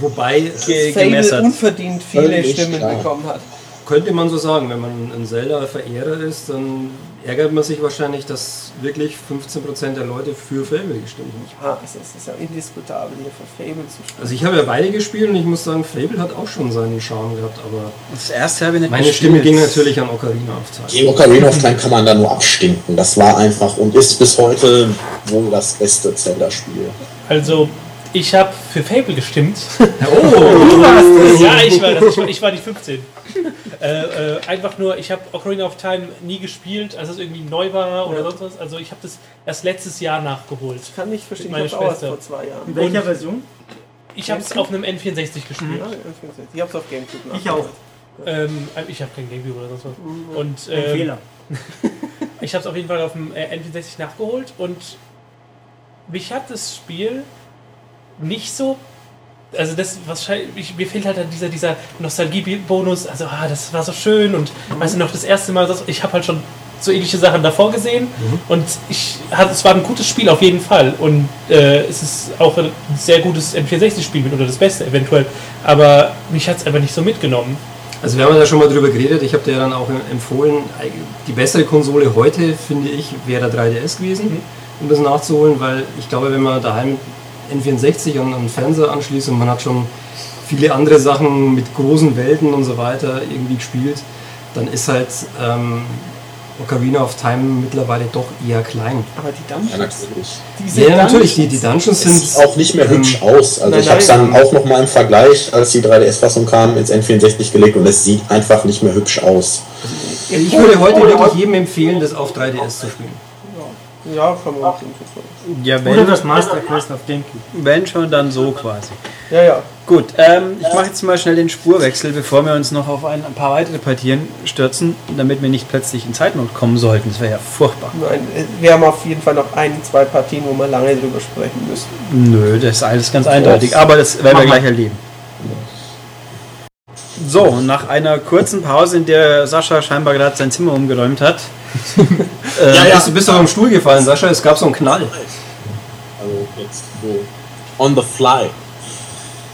[SPEAKER 5] Wobei,
[SPEAKER 1] ge
[SPEAKER 4] Fable
[SPEAKER 1] gemessert.
[SPEAKER 4] unverdient viele
[SPEAKER 2] Völlig
[SPEAKER 4] Stimmen
[SPEAKER 2] klar.
[SPEAKER 4] bekommen hat.
[SPEAKER 5] könnte man so sagen, wenn man ein Zelda-Verehrer ist, dann ärgert man sich wahrscheinlich, dass wirklich 15% der Leute für Fable gestimmt haben.
[SPEAKER 4] Ah, es ist, es ist ja indiskutabel, hier für Fable zu sprechen.
[SPEAKER 5] Also ich habe ja beide gespielt und ich muss sagen, Fable hat auch schon seinen Charme gehabt, aber
[SPEAKER 1] Das erste habe ich nicht
[SPEAKER 5] meine
[SPEAKER 1] gespielt.
[SPEAKER 5] Stimme ging natürlich an Ocarina auf Zeit.
[SPEAKER 2] Im Ocarina of Time kann man da nur abstinken. Das war einfach und ist bis heute wohl das beste Zelda-Spiel.
[SPEAKER 6] Also ich habe für Fable gestimmt.
[SPEAKER 5] Oh!
[SPEAKER 6] ja, ich war, das, ich war, ich war die 15. äh, äh, einfach nur, ich habe Ocarina of Time nie gespielt, als es irgendwie neu war oder sonst was. Also ich habe das erst letztes Jahr nachgeholt.
[SPEAKER 4] Ich kann nicht verstehen,
[SPEAKER 6] Meine
[SPEAKER 4] ich habe auch erst
[SPEAKER 6] Schwester.
[SPEAKER 4] vor zwei Jahren.
[SPEAKER 3] In welcher
[SPEAKER 6] Und-
[SPEAKER 3] Version?
[SPEAKER 6] Ich habe es auf einem N64 gespielt.
[SPEAKER 4] Ja, ich habe es auf Gamecube
[SPEAKER 3] Ich auch.
[SPEAKER 6] Ähm, ich habe kein Gamecube oder sonst was. Und
[SPEAKER 3] Mhm. Ein
[SPEAKER 6] ähm,
[SPEAKER 3] Fehler.
[SPEAKER 6] Ich habe es auf jeden Fall auf dem äh, N64 nachgeholt und mich hat das Spiel nicht so. Also das wahrscheinlich ich, mir fehlt halt dann dieser dieser Nostalgie-Bonus. Also ah, das war so schön und
[SPEAKER 3] Mhm.
[SPEAKER 6] weißt du noch das erste Mal, das, ich habe halt schon so ähnliche Sachen davor gesehen
[SPEAKER 3] Mhm.
[SPEAKER 6] und ich hatte es war ein gutes Spiel auf jeden Fall und äh, es ist auch ein sehr gutes N64-Spiel mit oder das Beste eventuell. Aber mich hat es einfach nicht so mitgenommen.
[SPEAKER 5] Also wir haben ja schon mal drüber geredet, ich habe dir dann auch empfohlen, die bessere Konsole heute, finde ich, wäre der 3DS gewesen, um das nachzuholen, weil ich glaube, wenn man daheim N64 an einen Fernseher anschließt und man hat schon viele andere Sachen mit großen Welten und so weiter irgendwie gespielt, dann ist halt ähm, Ocarina of Time mittlerweile doch eher klein.
[SPEAKER 4] Aber die
[SPEAKER 2] Ja,
[SPEAKER 4] Dungeons,
[SPEAKER 2] natürlich.
[SPEAKER 4] diese
[SPEAKER 5] Ja, natürlich, die,
[SPEAKER 4] Dungeons-
[SPEAKER 5] die Dungeons
[SPEAKER 2] Sieht
[SPEAKER 5] sind
[SPEAKER 2] auch nicht mehr hübsch aus. Also
[SPEAKER 4] ähm, Nein,
[SPEAKER 2] ich habe es
[SPEAKER 4] nein.
[SPEAKER 2] dann auch noch mal im Vergleich, als die 3DS-Fassung kam, ins N64 gelegt und es sieht einfach nicht mehr hübsch aus.
[SPEAKER 5] Ich würde heute wirklich jedem empfehlen, das auf 3DS zu spielen.
[SPEAKER 4] Ja, kann man auch jedenfalls mal.
[SPEAKER 1] Ja,
[SPEAKER 3] Oder
[SPEAKER 1] wenn,
[SPEAKER 3] das Master Quest auf Gamecube.
[SPEAKER 1] wenn schon, dann so quasi.
[SPEAKER 4] Ja, ja.
[SPEAKER 1] Gut, ähm, ich mache jetzt mal schnell den Spurwechsel, bevor wir uns noch auf ein, ein paar weitere Partien stürzen, damit wir nicht plötzlich in Zeitnot kommen sollten. Das wäre ja furchtbar.
[SPEAKER 4] Nein, äh, wir haben auf jeden Fall noch ein, zwei Partien, wo wir lange drüber sprechen müssen.
[SPEAKER 1] Nö, das ist alles ganz eindeutig, aber das werden wir gleich erleben. So, nach einer kurzen Pause, in der Sascha scheinbar gerade sein Zimmer umgeräumt hat.
[SPEAKER 4] Ähm,
[SPEAKER 1] äh,
[SPEAKER 2] Ja, ja.
[SPEAKER 4] also,
[SPEAKER 1] bist- Bist du vom Stuhl gefallen, Sascha? Es gab so einen Knall.
[SPEAKER 2] Also jetzt so on the fly.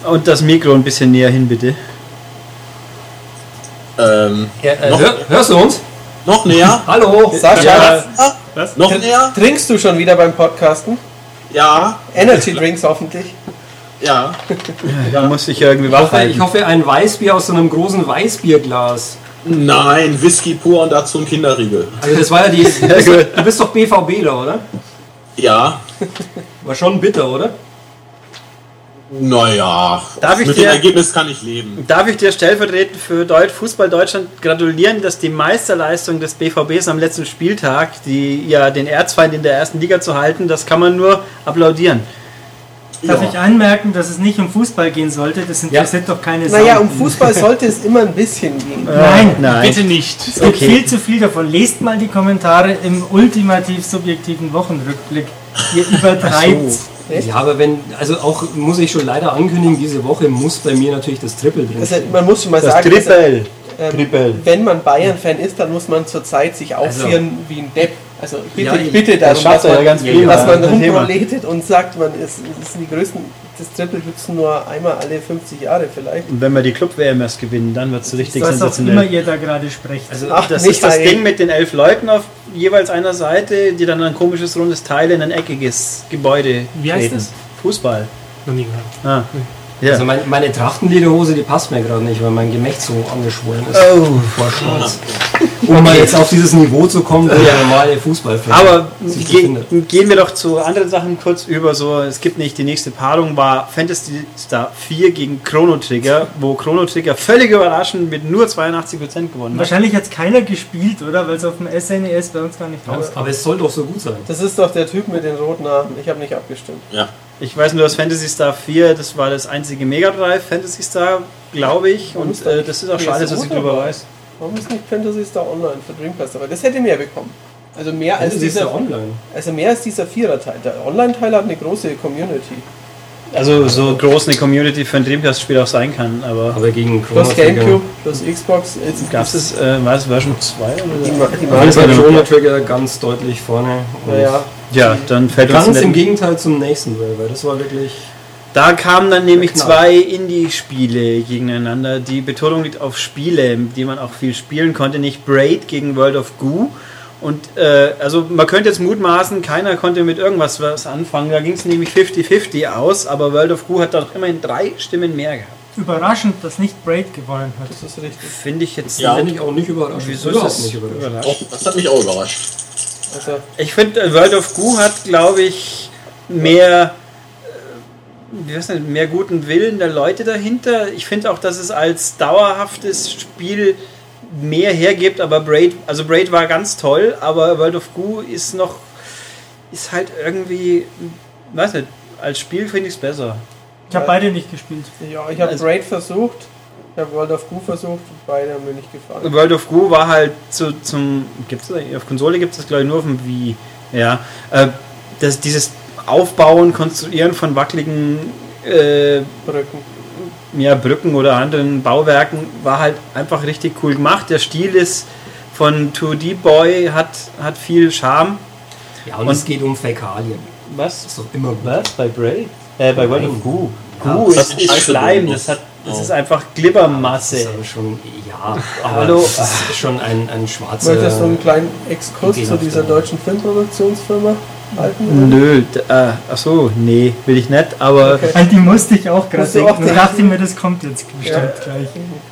[SPEAKER 1] Und das Mikro ein bisschen näher hin, bitte.
[SPEAKER 2] Ähm,
[SPEAKER 5] Ja, äh,
[SPEAKER 2] Noch-
[SPEAKER 5] hör, hörst du uns?
[SPEAKER 2] noch näher?
[SPEAKER 5] Hallo!
[SPEAKER 4] Sascha,
[SPEAKER 1] Ja.
[SPEAKER 2] Ah, noch näher?
[SPEAKER 4] trinkst du schon wieder beim Podcasten?
[SPEAKER 2] Ja,
[SPEAKER 4] Energy Drinks hoffentlich.
[SPEAKER 2] ja.
[SPEAKER 1] Da muss ich ja irgendwie
[SPEAKER 5] Ich hoffe, ich
[SPEAKER 1] wachhalten.
[SPEAKER 5] hoffe, ein Weißbier aus so einem großen Weißbierglas.
[SPEAKER 2] Nein, Whisky pur und dazu ein Kinderriegel.
[SPEAKER 5] Also das war ja die.
[SPEAKER 1] gut.
[SPEAKER 5] Du bist doch BVBler, oder?
[SPEAKER 2] Ja,
[SPEAKER 5] War schon bitter, oder?
[SPEAKER 2] naja.
[SPEAKER 1] Darf ich
[SPEAKER 2] Mit
[SPEAKER 1] dir-
[SPEAKER 2] dem Ergebnis kann ich leben.
[SPEAKER 1] Darf ich dir stellvertretend für Deut Fußball Deutschland gratulieren, dass die Meisterleistung des BVBs am letzten Spieltag, die ja den Erzfeind in der ersten Liga zu halten, das kann man nur applaudieren.
[SPEAKER 3] Darf
[SPEAKER 2] Ja.
[SPEAKER 3] ich anmerken, dass es nicht um Fußball gehen sollte? Das interessiert doch keine Sau. Äh,
[SPEAKER 4] Naja, um Fußball sollte es immer ein bisschen gehen.
[SPEAKER 3] Nein,
[SPEAKER 1] Nein.
[SPEAKER 6] Bitte nicht.
[SPEAKER 3] es gibt
[SPEAKER 1] okay.
[SPEAKER 3] viel zu viel davon. Lest mal die Kommentare im ultimativ subjektiven Wochenrückblick. Ihr übertreibt.
[SPEAKER 4] Echt?
[SPEAKER 5] Ja, aber wenn, also auch muss ich schon leider ankündigen, diese Woche muss bei mir natürlich das Triple drin
[SPEAKER 4] Also, man muss schon mal
[SPEAKER 1] Das
[SPEAKER 4] sagen, dass,
[SPEAKER 1] Triple. Triple.
[SPEAKER 4] ähm, wenn man Bayern-Fan ist, dann muss man zurzeit sich aufführen wie ein Depp. Also bitte,
[SPEAKER 5] Ja, ich-
[SPEAKER 4] bitte darum,
[SPEAKER 1] schafft er ja
[SPEAKER 4] man,
[SPEAKER 1] ganz viel,
[SPEAKER 4] dass
[SPEAKER 1] ja,
[SPEAKER 4] man
[SPEAKER 1] das Thema.
[SPEAKER 4] rumproletet und sagt, man ist, das sind die größten, das Triple gibt es nur einmal alle 50 Jahre vielleicht.
[SPEAKER 1] Und wenn wir die Club-WM erst gewinnen, dann wird es richtig
[SPEAKER 3] Was auch immer
[SPEAKER 1] sensationell.
[SPEAKER 3] ihr da gerade sprecht.
[SPEAKER 5] Also,
[SPEAKER 4] Ach,
[SPEAKER 1] Das ist das
[SPEAKER 4] Michael.
[SPEAKER 1] Ding mit den elf Leuten auf jeweils einer Seite, die dann ein komisches rundes Teil in ein eckiges Gebäude
[SPEAKER 6] Wie heißt
[SPEAKER 1] treten.
[SPEAKER 6] das?
[SPEAKER 1] Fußball.
[SPEAKER 6] Noch nie gehört.
[SPEAKER 1] Ah. Ja.
[SPEAKER 5] also mein, meine Trachtenlederhose, die passt mir gerade nicht, weil mein Gemächt so angeschwollen ist.
[SPEAKER 1] oh.
[SPEAKER 5] Vor Schmerz. Um mal jetzt auf dieses Niveau zu kommen, wo der normale Fußballfan
[SPEAKER 1] Aber
[SPEAKER 5] sich
[SPEAKER 1] ge
[SPEAKER 5] befindet.
[SPEAKER 1] gehen wir doch zu anderen Sachen kurz über. So, es gibt nicht die nächste Paarung war Fantasy Star 4 gegen Chrono Trigger, wo Chrono Trigger völlig überraschend mit nur 82% gewonnen hat.
[SPEAKER 3] Wahrscheinlich hat es keiner gespielt, oder? Weil es auf dem SNES bei uns gar nicht rauskam.
[SPEAKER 5] Aber es soll doch so gut sein.
[SPEAKER 4] Das ist doch der Typ mit den roten Haaren. Ich habe nicht abgestimmt.
[SPEAKER 2] Ja.
[SPEAKER 1] Ich weiß nur, dass Fantasy Star 4, das war das einzige Mega Drive Fantasy Star, glaube ich. Und äh, das ist auch schon alles, was ich drüber weiß.
[SPEAKER 4] Warum ist nicht Fantasy Star Online für Dreamcast? Aber das hätte mehr bekommen. Also mehr als,
[SPEAKER 5] Fantasy Star
[SPEAKER 4] dieser,
[SPEAKER 5] online.
[SPEAKER 4] also mehr als dieser Vierer-Teil. Der Online-Teil hat eine große Community.
[SPEAKER 1] Also so groß eine Community für ein Dreamcast-Spiel auch sein kann, aber
[SPEAKER 5] Aber gegen Chrono
[SPEAKER 4] Plus Gamecube, plus Xbox. Jetzt
[SPEAKER 1] gab es, äh, war es Version 2
[SPEAKER 4] Die,
[SPEAKER 1] oder?
[SPEAKER 4] Ma- die
[SPEAKER 5] Trigger. Alles bei
[SPEAKER 4] Marvel-
[SPEAKER 5] Chrono Trigger ganz deutlich vorne. Und
[SPEAKER 4] Naja,
[SPEAKER 1] Ja, dann fällt uns
[SPEAKER 5] Ganz
[SPEAKER 1] in
[SPEAKER 5] im
[SPEAKER 1] der-
[SPEAKER 5] Gegenteil zum nächsten Duell, weil das war wirklich.
[SPEAKER 1] Da kamen dann nämlich
[SPEAKER 5] Genau.
[SPEAKER 1] zwei Indie-Spiele gegeneinander. Die Betonung liegt auf Spiele, die man auch viel spielen konnte. Nicht Braid gegen World of Goo. Und äh, also man könnte jetzt mutmaßen, keiner konnte mit irgendwas was anfangen. Da ging es nämlich 50-50 aus, aber World of Goo hat da doch immerhin drei Stimmen mehr gehabt.
[SPEAKER 3] Überraschend, dass nicht Braid gewonnen hat.
[SPEAKER 4] das ist richtig.
[SPEAKER 1] Finde ich jetzt
[SPEAKER 2] Ja.
[SPEAKER 5] Finde ich auch nicht überraschend.
[SPEAKER 1] Wieso ist
[SPEAKER 5] Überhaupt
[SPEAKER 1] das
[SPEAKER 5] nicht überraschend.
[SPEAKER 2] Auch, Oh, das hat mich auch überrascht.
[SPEAKER 4] Also,
[SPEAKER 1] Ich finde, äh, World of Goo hat, glaube ich, mehr, äh, wie weiß nicht, mehr guten Willen der Leute dahinter. Ich finde auch, dass es als dauerhaftes Spiel mehr hergibt, aber Braid, also Braid war ganz toll, aber World of Goo ist noch, ist halt irgendwie, weiß nicht, als Spiel finde ich es besser.
[SPEAKER 3] Ich habe beide nicht gespielt.
[SPEAKER 4] ja, ich habe
[SPEAKER 1] Also-
[SPEAKER 4] Braid versucht, ich habe World of Goo versucht, beide haben mir nicht gefallen.
[SPEAKER 1] World of Goo war halt zu, zum. Gibt's das, auf Konsole gibt es das, glaube ich, nur auf dem Wii. Ja. Äh, das, dieses Aufbauen, Konstruieren von wackeligen äh,
[SPEAKER 5] Ähm,
[SPEAKER 4] Brücken.
[SPEAKER 1] ja, Brücken oder anderen Bauwerken war halt einfach richtig cool gemacht. Der Stil ist von 2D Boy, hat, hat viel Charme.
[SPEAKER 5] Ja, und,
[SPEAKER 1] Und-
[SPEAKER 5] es geht um Fäkalien.
[SPEAKER 1] Was?
[SPEAKER 5] Das ist doch immer gut.
[SPEAKER 1] Was? Bei Braid? Äh, bei World of Goo. Goo
[SPEAKER 2] Ah, das
[SPEAKER 1] ist,
[SPEAKER 2] hat
[SPEAKER 1] ist
[SPEAKER 2] Scheiße
[SPEAKER 1] Schleim,
[SPEAKER 2] drin.
[SPEAKER 1] das, hat, das
[SPEAKER 2] Oh.
[SPEAKER 1] ist einfach
[SPEAKER 5] Das ist
[SPEAKER 1] Glibbermasse.
[SPEAKER 5] aber schon, ja, aber
[SPEAKER 1] Hallo.
[SPEAKER 5] das ist schon ein, ein schwarzer.
[SPEAKER 4] Möchtest du einen kleinen Exkurs zu
[SPEAKER 5] Gehhaft,
[SPEAKER 4] dieser
[SPEAKER 5] ja.
[SPEAKER 4] deutschen Filmproduktionsfirma halten?
[SPEAKER 1] Nö, d- äh, ach so, nee, will ich nicht, aber.
[SPEAKER 3] An die musste ich auch gerade
[SPEAKER 4] Musst du auch
[SPEAKER 3] denken. Ich
[SPEAKER 4] denken.
[SPEAKER 3] dachte mir, das kommt jetzt bestimmt gleich.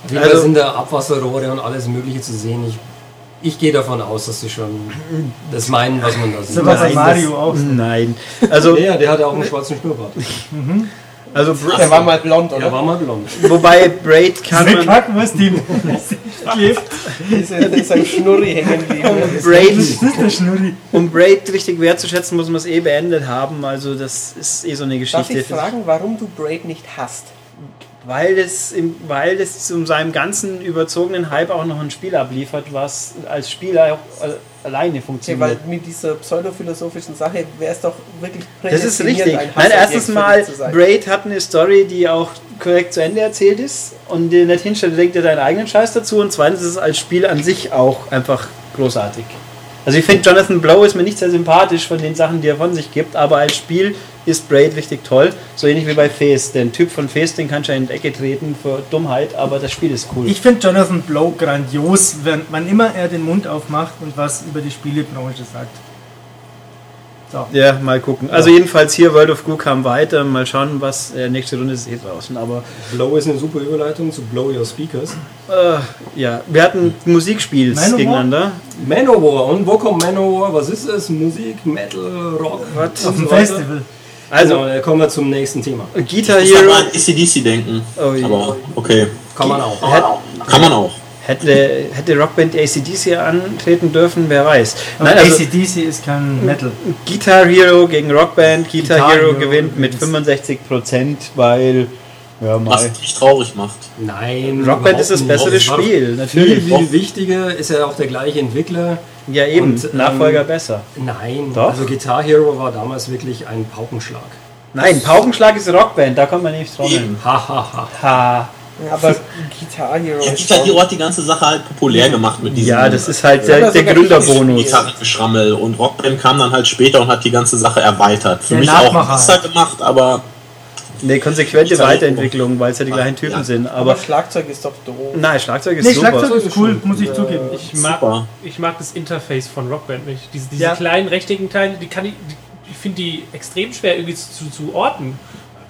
[SPEAKER 5] Wie
[SPEAKER 1] also-
[SPEAKER 5] also, sind da Abwasserrohre und alles Mögliche zu sehen? Ich, ich gehe davon aus, dass sie schon das meinen, was man da sieht.
[SPEAKER 3] So was
[SPEAKER 1] Nein,
[SPEAKER 3] Mario
[SPEAKER 1] das-
[SPEAKER 3] auch so.
[SPEAKER 1] Nein. Also
[SPEAKER 5] Ja, der hat ja auch einen schwarzen Schnurrbart.
[SPEAKER 1] Also
[SPEAKER 4] Der war mal blond,
[SPEAKER 5] Er
[SPEAKER 4] oder?
[SPEAKER 5] war mal blond.
[SPEAKER 1] wobei Braid kann
[SPEAKER 3] Diese
[SPEAKER 1] man.
[SPEAKER 3] Kackwürstchen. klebt.
[SPEAKER 4] Der ist in seinem Schnurri hängen geblieben.
[SPEAKER 1] Braid,
[SPEAKER 3] Das ist der Schnurri.
[SPEAKER 1] um Braid richtig wertzuschätzen, muss man es eh beendet haben. Also das ist eh so eine
[SPEAKER 4] Darf
[SPEAKER 1] Geschichte.
[SPEAKER 4] ich fragen, warum du Braid nicht hast?
[SPEAKER 1] Weil das, im, weil das zu seinem ganzen überzogenen Hype auch noch ein Spiel abliefert, was als Spieler auch al- alleine
[SPEAKER 4] Okay,
[SPEAKER 1] funktioniert.
[SPEAKER 4] weil mit dieser pseudophilosophischen Sache wäre es doch wirklich
[SPEAKER 1] das ist
[SPEAKER 4] prädestiniert,
[SPEAKER 1] richtig.
[SPEAKER 4] ein
[SPEAKER 1] Nein,
[SPEAKER 4] Hassobjekt
[SPEAKER 1] erstens
[SPEAKER 4] für
[SPEAKER 1] mal,
[SPEAKER 4] dich zu sein.
[SPEAKER 1] Braid hat eine Story, die auch korrekt zu Ende erzählt ist und dir nicht hinstellt, leg dir deinen eigenen Scheiß dazu. Und zweitens ist es als Spiel an sich auch einfach großartig. Also ich finde, Jonathan Blow ist mir nicht sehr sympathisch von den Sachen, die er von sich gibt, aber als Spiel ist Braid richtig toll. So ähnlich wie bei Face. Den Typ von Face, den kannst du in die Ecke treten für Dummheit, aber das Spiel ist cool.
[SPEAKER 3] Ich finde Jonathan Blow grandios, wenn, wann immer er den Mund aufmacht und was über die Spielebranche sagt. So.
[SPEAKER 1] Ja, mal gucken. Also jedenfalls hier World of Goo kam weiter. Mal schauen, was äh, nächste Runde ist eh draußen. Aber
[SPEAKER 5] Blow ist eine super Überleitung zu Blow Your Speakers.
[SPEAKER 1] äh, ja, wir hatten Musikspiels
[SPEAKER 3] Manowar?
[SPEAKER 1] gegeneinander.
[SPEAKER 5] Manowar. Und wo kommt Manowar? Was ist es? Musik, Metal, Rock?
[SPEAKER 1] Was?
[SPEAKER 5] und
[SPEAKER 3] Auf dem
[SPEAKER 5] so weiter.
[SPEAKER 3] Festival.
[SPEAKER 5] Also,
[SPEAKER 1] Also
[SPEAKER 5] dann kommen wir zum nächsten Thema.
[SPEAKER 1] Guitar
[SPEAKER 2] Ich kann
[SPEAKER 1] Hero
[SPEAKER 2] mal an ACDC denken.
[SPEAKER 1] Oh, ja.
[SPEAKER 2] Aber okay.
[SPEAKER 5] Kann man auch.
[SPEAKER 1] hätte,
[SPEAKER 2] Kann man auch.
[SPEAKER 1] hätte, hätte Rockband ACDC antreten dürfen, wer weiß.
[SPEAKER 3] Aber
[SPEAKER 1] Nein, also
[SPEAKER 3] ACDC ist kein Metal.
[SPEAKER 1] Guitar Hero gegen Rockband. Guitar,
[SPEAKER 3] Guitar
[SPEAKER 1] Hero
[SPEAKER 3] Hero
[SPEAKER 1] gewinnt mit
[SPEAKER 3] übrigens.
[SPEAKER 1] 65 Prozent, weil ja mal.
[SPEAKER 2] Was dich traurig macht.
[SPEAKER 5] Nein.
[SPEAKER 1] Rockband
[SPEAKER 5] überhaupt
[SPEAKER 1] ist das
[SPEAKER 5] nicht.
[SPEAKER 1] bessere
[SPEAKER 5] war
[SPEAKER 1] Spiel,
[SPEAKER 5] Viel,
[SPEAKER 1] natürlich.
[SPEAKER 5] viel wichtiger ist ja auch der gleiche Entwickler.
[SPEAKER 1] Ja eben,
[SPEAKER 5] Und, ähm,
[SPEAKER 1] Nachfolger besser.
[SPEAKER 5] Nein,
[SPEAKER 1] Doch.
[SPEAKER 5] also Guitar Hero war damals wirklich ein Paukenschlag.
[SPEAKER 1] Nein, Paukenschlag ist Rockband, da kommt man nicht trommeln.
[SPEAKER 5] Ha, ha, ha.
[SPEAKER 1] Ha.
[SPEAKER 4] Ja, aber Guitar Hero
[SPEAKER 2] Ja,
[SPEAKER 4] ist
[SPEAKER 2] Guitar
[SPEAKER 4] schon...
[SPEAKER 2] Hero hat die ganze Sache halt populär gemacht mit diesem
[SPEAKER 1] Ja, das ist halt der,
[SPEAKER 4] das
[SPEAKER 1] der
[SPEAKER 4] ist sogar
[SPEAKER 1] Gründerbonus.
[SPEAKER 2] Gitarrengeschrammel und Rockband kam dann halt später und hat die ganze Sache erweitert. Für
[SPEAKER 3] Der
[SPEAKER 2] mich
[SPEAKER 3] Nachmacher
[SPEAKER 2] auch besser gemacht, aber
[SPEAKER 1] Eine konsequente
[SPEAKER 2] Gitarre-
[SPEAKER 1] Weiterentwicklung, weil es ja die gleichen Typen
[SPEAKER 2] Ja.
[SPEAKER 1] sind.
[SPEAKER 4] Aber
[SPEAKER 1] Aber
[SPEAKER 4] Schlagzeug ist doch doof.
[SPEAKER 1] nein, Schlagzeug ist
[SPEAKER 3] Nee,
[SPEAKER 1] super.
[SPEAKER 3] Schlagzeug ist cool, muss ich
[SPEAKER 5] Ja.
[SPEAKER 3] zugeben.
[SPEAKER 6] Ich mag,
[SPEAKER 2] super.
[SPEAKER 6] ich mag das Interface von Rockband nicht. Diese, diese
[SPEAKER 3] Ja.
[SPEAKER 6] kleinen rechteckigen Teile, die kann ich, die, ich finde die extrem schwer irgendwie zu, zu orten.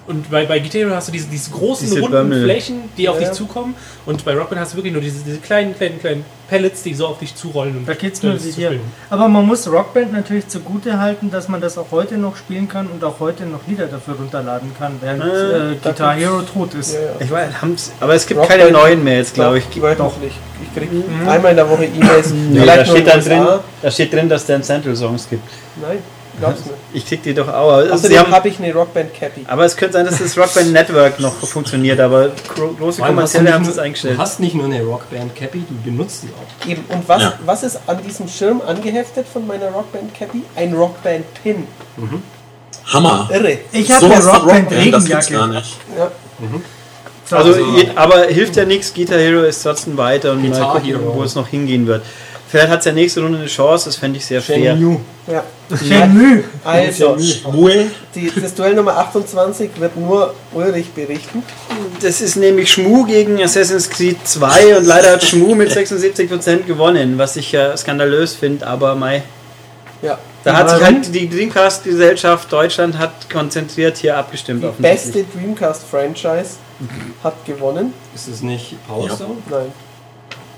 [SPEAKER 6] Und bei, bei Guitar Hero hast du diese, diese großen
[SPEAKER 1] Diese
[SPEAKER 6] runden
[SPEAKER 1] Bömmel.
[SPEAKER 6] Flächen, die auf
[SPEAKER 4] Ja.
[SPEAKER 6] dich zukommen. Und bei Rockband hast du wirklich nur diese, diese kleinen, kleinen, kleinen Pellets, die so auf dich zurollen. Und
[SPEAKER 3] Da geht's mir
[SPEAKER 6] das
[SPEAKER 3] wie
[SPEAKER 6] zu
[SPEAKER 3] dir.
[SPEAKER 6] spielen.
[SPEAKER 3] Aber man muss Rockband natürlich zugute halten, dass man das auch heute noch spielen kann und auch heute noch Lieder dafür runterladen kann, während
[SPEAKER 1] Äh,
[SPEAKER 3] äh, Guitar Hero tot ist.
[SPEAKER 4] Ja, ja.
[SPEAKER 1] Ich weiß, haben's, aber es gibt
[SPEAKER 4] Rockband-
[SPEAKER 1] keine neuen mehr jetzt, glaube ich.
[SPEAKER 4] Ich weiß noch nicht. Ich krieg einmal in der Woche E-Mails.
[SPEAKER 1] Nee, da,
[SPEAKER 4] Vielleicht nur in
[SPEAKER 1] steht dann
[SPEAKER 4] den USA.
[SPEAKER 1] drin, da steht drin, dass Dan Central Songs gibt.
[SPEAKER 4] Nein, glaubst du nicht.
[SPEAKER 1] Ich krieg die doch auch. aber sie
[SPEAKER 4] Außerdem
[SPEAKER 1] haben,
[SPEAKER 4] habe ich eine Rockband Cappy.
[SPEAKER 1] aber es könnte sein, dass das Rockband Network noch funktioniert, aber gro große
[SPEAKER 5] Vor allem hast du
[SPEAKER 1] kommerzielle
[SPEAKER 5] nicht
[SPEAKER 1] haben es
[SPEAKER 5] nur-
[SPEAKER 1] eingestellt.
[SPEAKER 5] Du hast nicht nur eine Rockband Cappy, du benutzt die auch.
[SPEAKER 4] Eben. Und was,
[SPEAKER 2] Ja.
[SPEAKER 4] was ist an diesem Schirm angeheftet von meiner Rockband Cappy? Ein Rockband Pin.
[SPEAKER 2] Hammer.
[SPEAKER 4] Irre.
[SPEAKER 3] Ich habe
[SPEAKER 2] Sowas
[SPEAKER 3] eine
[SPEAKER 2] von
[SPEAKER 3] Rockband
[SPEAKER 2] das gibt's gar
[SPEAKER 3] Regenjacke.
[SPEAKER 2] nicht.
[SPEAKER 4] Ja.
[SPEAKER 3] So,
[SPEAKER 1] Also, je- aber hilft ja nichts. Guitar Hero ist trotzdem weiter und mal
[SPEAKER 5] Guitar
[SPEAKER 1] gucken,
[SPEAKER 5] Hero.
[SPEAKER 1] wo es noch hingehen wird. Vielleicht hat es ja nächste Runde eine Chance, das fände ich sehr fair.
[SPEAKER 5] New.
[SPEAKER 4] ja.
[SPEAKER 3] Shenmue.
[SPEAKER 4] Also,
[SPEAKER 2] Schmuel,
[SPEAKER 4] die, das Duell Nummer 28 wird nur Ulrich berichten.
[SPEAKER 1] Das ist nämlich Schmu gegen Assassin's Creed 2 und leider hat Schmu mit 76% gewonnen, was ich ja skandalös finde, aber mei.
[SPEAKER 4] Ja.
[SPEAKER 1] Da hat sich
[SPEAKER 3] Warum?
[SPEAKER 1] halt die Dreamcast-Gesellschaft Deutschland hat konzentriert hier abgestimmt
[SPEAKER 4] Die
[SPEAKER 1] offensichtlich.
[SPEAKER 4] beste Dreamcast-Franchise hat gewonnen.
[SPEAKER 5] Ist es nicht Power
[SPEAKER 2] Ja.
[SPEAKER 5] Stone?
[SPEAKER 4] Nein,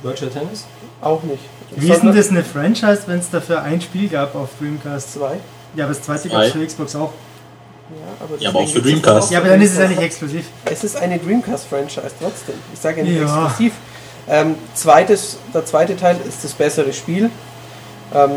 [SPEAKER 5] Deutscher Tennis?
[SPEAKER 4] auch nicht.
[SPEAKER 3] Wie ist denn
[SPEAKER 4] Sondern
[SPEAKER 3] das eine Franchise, wenn es dafür ein Spiel gab auf Dreamcast?
[SPEAKER 4] Zwei.
[SPEAKER 3] Ja, aber das zweite
[SPEAKER 2] Zwei.
[SPEAKER 3] gab es für Xbox auch.
[SPEAKER 4] Ja, aber,
[SPEAKER 2] Ja, aber auch für
[SPEAKER 4] deswegen gibt's
[SPEAKER 2] Dreamcast.
[SPEAKER 4] auch
[SPEAKER 3] Ja, aber dann ist es ja nicht exklusiv.
[SPEAKER 4] Es ist eine Dreamcast-Franchise trotzdem. Ich sage ja nicht
[SPEAKER 3] Ja.
[SPEAKER 4] exklusiv. Ähm, zweites, der zweite Teil ist das bessere Spiel. Ähm,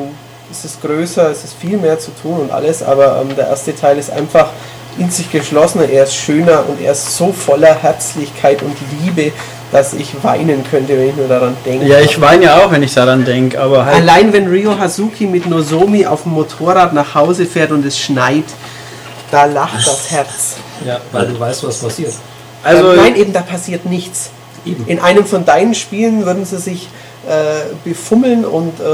[SPEAKER 4] es ist größer, es ist viel mehr zu tun und alles, aber ähm, der erste Teil ist einfach in sich geschlossener, er ist schöner und er ist so voller Herzlichkeit und Liebe, dass ich weinen könnte, wenn ich nur daran denke.
[SPEAKER 1] Ja, ich weine ja auch, wenn ich daran denke, aber halt.
[SPEAKER 4] Allein wenn Ryo Hazuki mit Nozomi auf dem Motorrad nach Hause fährt und es schneit, da lacht das Herz.
[SPEAKER 5] Ja, weil du weißt, was passiert.
[SPEAKER 1] Also,
[SPEAKER 4] Ähm, Nein, eben da passiert nichts.
[SPEAKER 5] Eben.
[SPEAKER 4] In einem von deinen Spielen würden sie sich äh, befummeln und äh,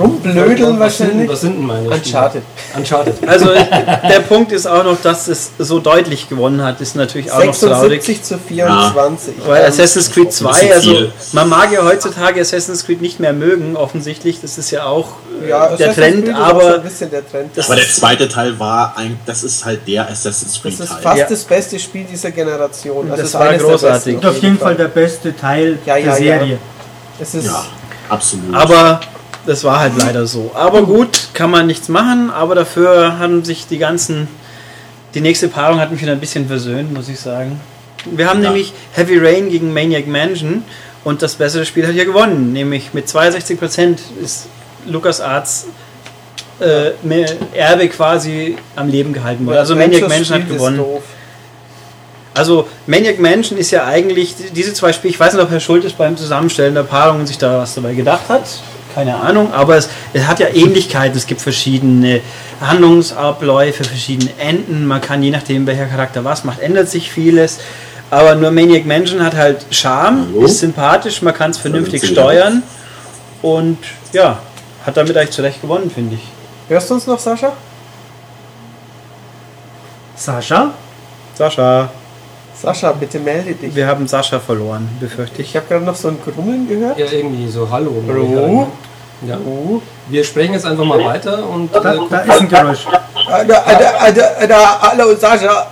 [SPEAKER 4] rumblödeln
[SPEAKER 5] was sind,
[SPEAKER 4] wahrscheinlich.
[SPEAKER 5] Was sind denn meine
[SPEAKER 4] Uncharted.
[SPEAKER 5] Spiele? Uncharted.
[SPEAKER 1] also der Punkt ist auch noch, dass es so deutlich gewonnen hat, ist natürlich auch noch traurig.
[SPEAKER 4] 76 zu 24.
[SPEAKER 1] Weil Assassin's Creed 2,
[SPEAKER 2] bisschen
[SPEAKER 1] also
[SPEAKER 2] viel.
[SPEAKER 1] man mag ja heutzutage Assassin's Creed nicht mehr mögen, offensichtlich, das ist ja auch äh,
[SPEAKER 4] ja,
[SPEAKER 1] der
[SPEAKER 4] Assassin's
[SPEAKER 1] Trend,
[SPEAKER 4] Creed ist auch so ein
[SPEAKER 1] aber
[SPEAKER 4] bisschen der Trend. Das,
[SPEAKER 2] Aber der zweite Teil war ein, das ist halt der Assassin's Creed
[SPEAKER 4] ist
[SPEAKER 2] Teil.
[SPEAKER 4] fast
[SPEAKER 1] halt. Ja.
[SPEAKER 4] das beste Spiel dieser Generation.
[SPEAKER 1] Das
[SPEAKER 4] es ist
[SPEAKER 1] war
[SPEAKER 4] eines der
[SPEAKER 1] großartig.
[SPEAKER 4] besten,
[SPEAKER 3] Und auf jeden Fall der beste Teil
[SPEAKER 4] Ja, ja,
[SPEAKER 3] der
[SPEAKER 4] ja.
[SPEAKER 3] Serie.
[SPEAKER 4] Es ist
[SPEAKER 2] Ja, absolut.
[SPEAKER 1] Aber das war halt leider so. Aber gut, kann man nichts machen. Aber dafür haben sich die ganzen Die nächste Paarung hat mich wieder ein bisschen versöhnt, muss ich sagen. Wir haben nämlich Heavy Rain gegen Maniac Mansion und das bessere Spiel hat ja gewonnen, nämlich mit 62% ist LucasArts äh, mehr Erbe quasi am Leben gehalten worden. Also Maniac Mansion hat gewonnen. Also Maniac Mansion ist ja eigentlich diese zwei Spiele, ich weiß nicht, ob Herr Schultes beim Zusammenstellen der Paarungen sich da was dabei gedacht hat, keine Ahnung, aber es, es hat ja Ähnlichkeiten, es gibt verschiedene Handlungsabläufe, verschiedene Enden, man kann je nachdem, welcher Charakter was macht, ändert sich vieles, aber nur Maniac Mansion hat halt Charme,
[SPEAKER 2] Hallo?
[SPEAKER 1] ist sympathisch, man kann es vernünftig
[SPEAKER 2] Vernünftig.
[SPEAKER 1] steuern und ja, hat damit eigentlich zurecht gewonnen, finde ich.
[SPEAKER 4] Hörst du uns noch, Sascha?
[SPEAKER 3] Sascha?
[SPEAKER 1] Sascha,
[SPEAKER 4] Sascha, bitte melde dich.
[SPEAKER 1] wir haben Sascha verloren, befürchte ich.
[SPEAKER 4] Ich habe gerade noch so ein Grummeln gehört.
[SPEAKER 5] Ja, irgendwie so Hallo. glaub ich,
[SPEAKER 4] Hallo?
[SPEAKER 5] Ja.
[SPEAKER 4] Oh.
[SPEAKER 5] Wir sprechen jetzt einfach mal weiter und äh,
[SPEAKER 3] Da, da ist ein Geräusch.
[SPEAKER 4] Alter, Alter, Alter, Alter, äh, hallo Sascha.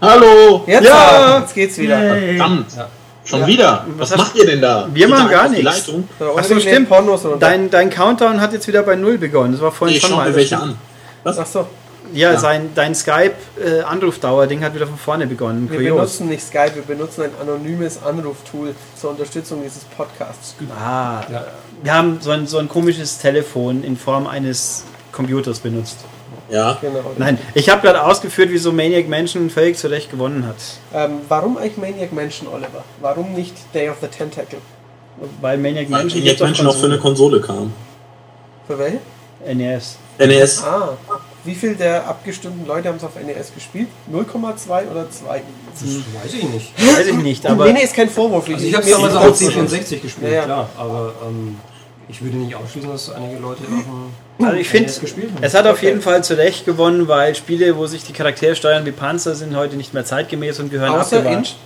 [SPEAKER 2] Hallo!
[SPEAKER 4] Jetzt,
[SPEAKER 1] Ja.
[SPEAKER 4] jetzt geht's wieder.
[SPEAKER 2] Verdammt!
[SPEAKER 5] Ja.
[SPEAKER 2] Schon wieder? Was,
[SPEAKER 1] hast-
[SPEAKER 2] macht ihr denn da?
[SPEAKER 1] Wir
[SPEAKER 2] Geht
[SPEAKER 1] machen
[SPEAKER 2] da
[SPEAKER 1] gar
[SPEAKER 2] einfach die
[SPEAKER 1] nichts.
[SPEAKER 2] Leitung?
[SPEAKER 4] Oder
[SPEAKER 1] Ach so,
[SPEAKER 4] unsere
[SPEAKER 1] stimmt.
[SPEAKER 4] Pornos runter.
[SPEAKER 1] Dein, dein Countdown hat jetzt wieder bei Null begonnen, das war vorhin
[SPEAKER 2] Ich
[SPEAKER 1] schon
[SPEAKER 2] schau
[SPEAKER 1] mal.
[SPEAKER 2] mir welche an.
[SPEAKER 4] Ach so,
[SPEAKER 1] Ja,
[SPEAKER 2] Ja.
[SPEAKER 1] Sein, dein Skype-Anrufdauer-Ding hat wieder von vorne begonnen.
[SPEAKER 4] wir
[SPEAKER 1] Kurios.
[SPEAKER 4] benutzen nicht Skype, wir benutzen ein anonymes Anruftool zur Unterstützung dieses Podcasts.
[SPEAKER 1] Ah,
[SPEAKER 5] Ja.
[SPEAKER 1] wir haben so ein, so ein komisches Telefon in Form eines Computers benutzt.
[SPEAKER 2] Ja.
[SPEAKER 4] Genau.
[SPEAKER 1] Nein, ich habe gerade ausgeführt, wieso Maniac Mansion völlig zu Recht gewonnen hat.
[SPEAKER 4] Ähm, warum eigentlich Maniac Mansion, Oliver? Warum nicht Day of the Tentacle?
[SPEAKER 1] Weil Maniac
[SPEAKER 2] Weil
[SPEAKER 1] Mansion
[SPEAKER 2] Maniac Mansion auch für eine Konsole E kam.
[SPEAKER 4] Für welche?
[SPEAKER 1] NES.
[SPEAKER 2] NES.
[SPEAKER 4] Ah, wie viel der abgestimmten Leute haben es auf NES gespielt? 0,2 oder 2?
[SPEAKER 5] weiß ich nicht.
[SPEAKER 1] Weiß ich nicht, aber
[SPEAKER 4] nee, nee, ist kein Vorwurf.
[SPEAKER 5] Also ich habe es
[SPEAKER 4] mir-
[SPEAKER 5] damals
[SPEAKER 4] mir-
[SPEAKER 5] auch auf C64 gespielt,
[SPEAKER 4] Ja, ja.
[SPEAKER 5] klar. Aber ähm, ich würde nicht ausschließen, dass einige Leute
[SPEAKER 4] Hm.
[SPEAKER 5] auch
[SPEAKER 1] also ich finde,
[SPEAKER 5] gespielt haben.
[SPEAKER 1] es hat auf jeden Fall zu Recht gewonnen, weil Spiele, wo sich die Charaktere steuern wie Panzer, sind heute nicht mehr zeitgemäß und gehören
[SPEAKER 4] Außer in
[SPEAKER 1] abgewagt.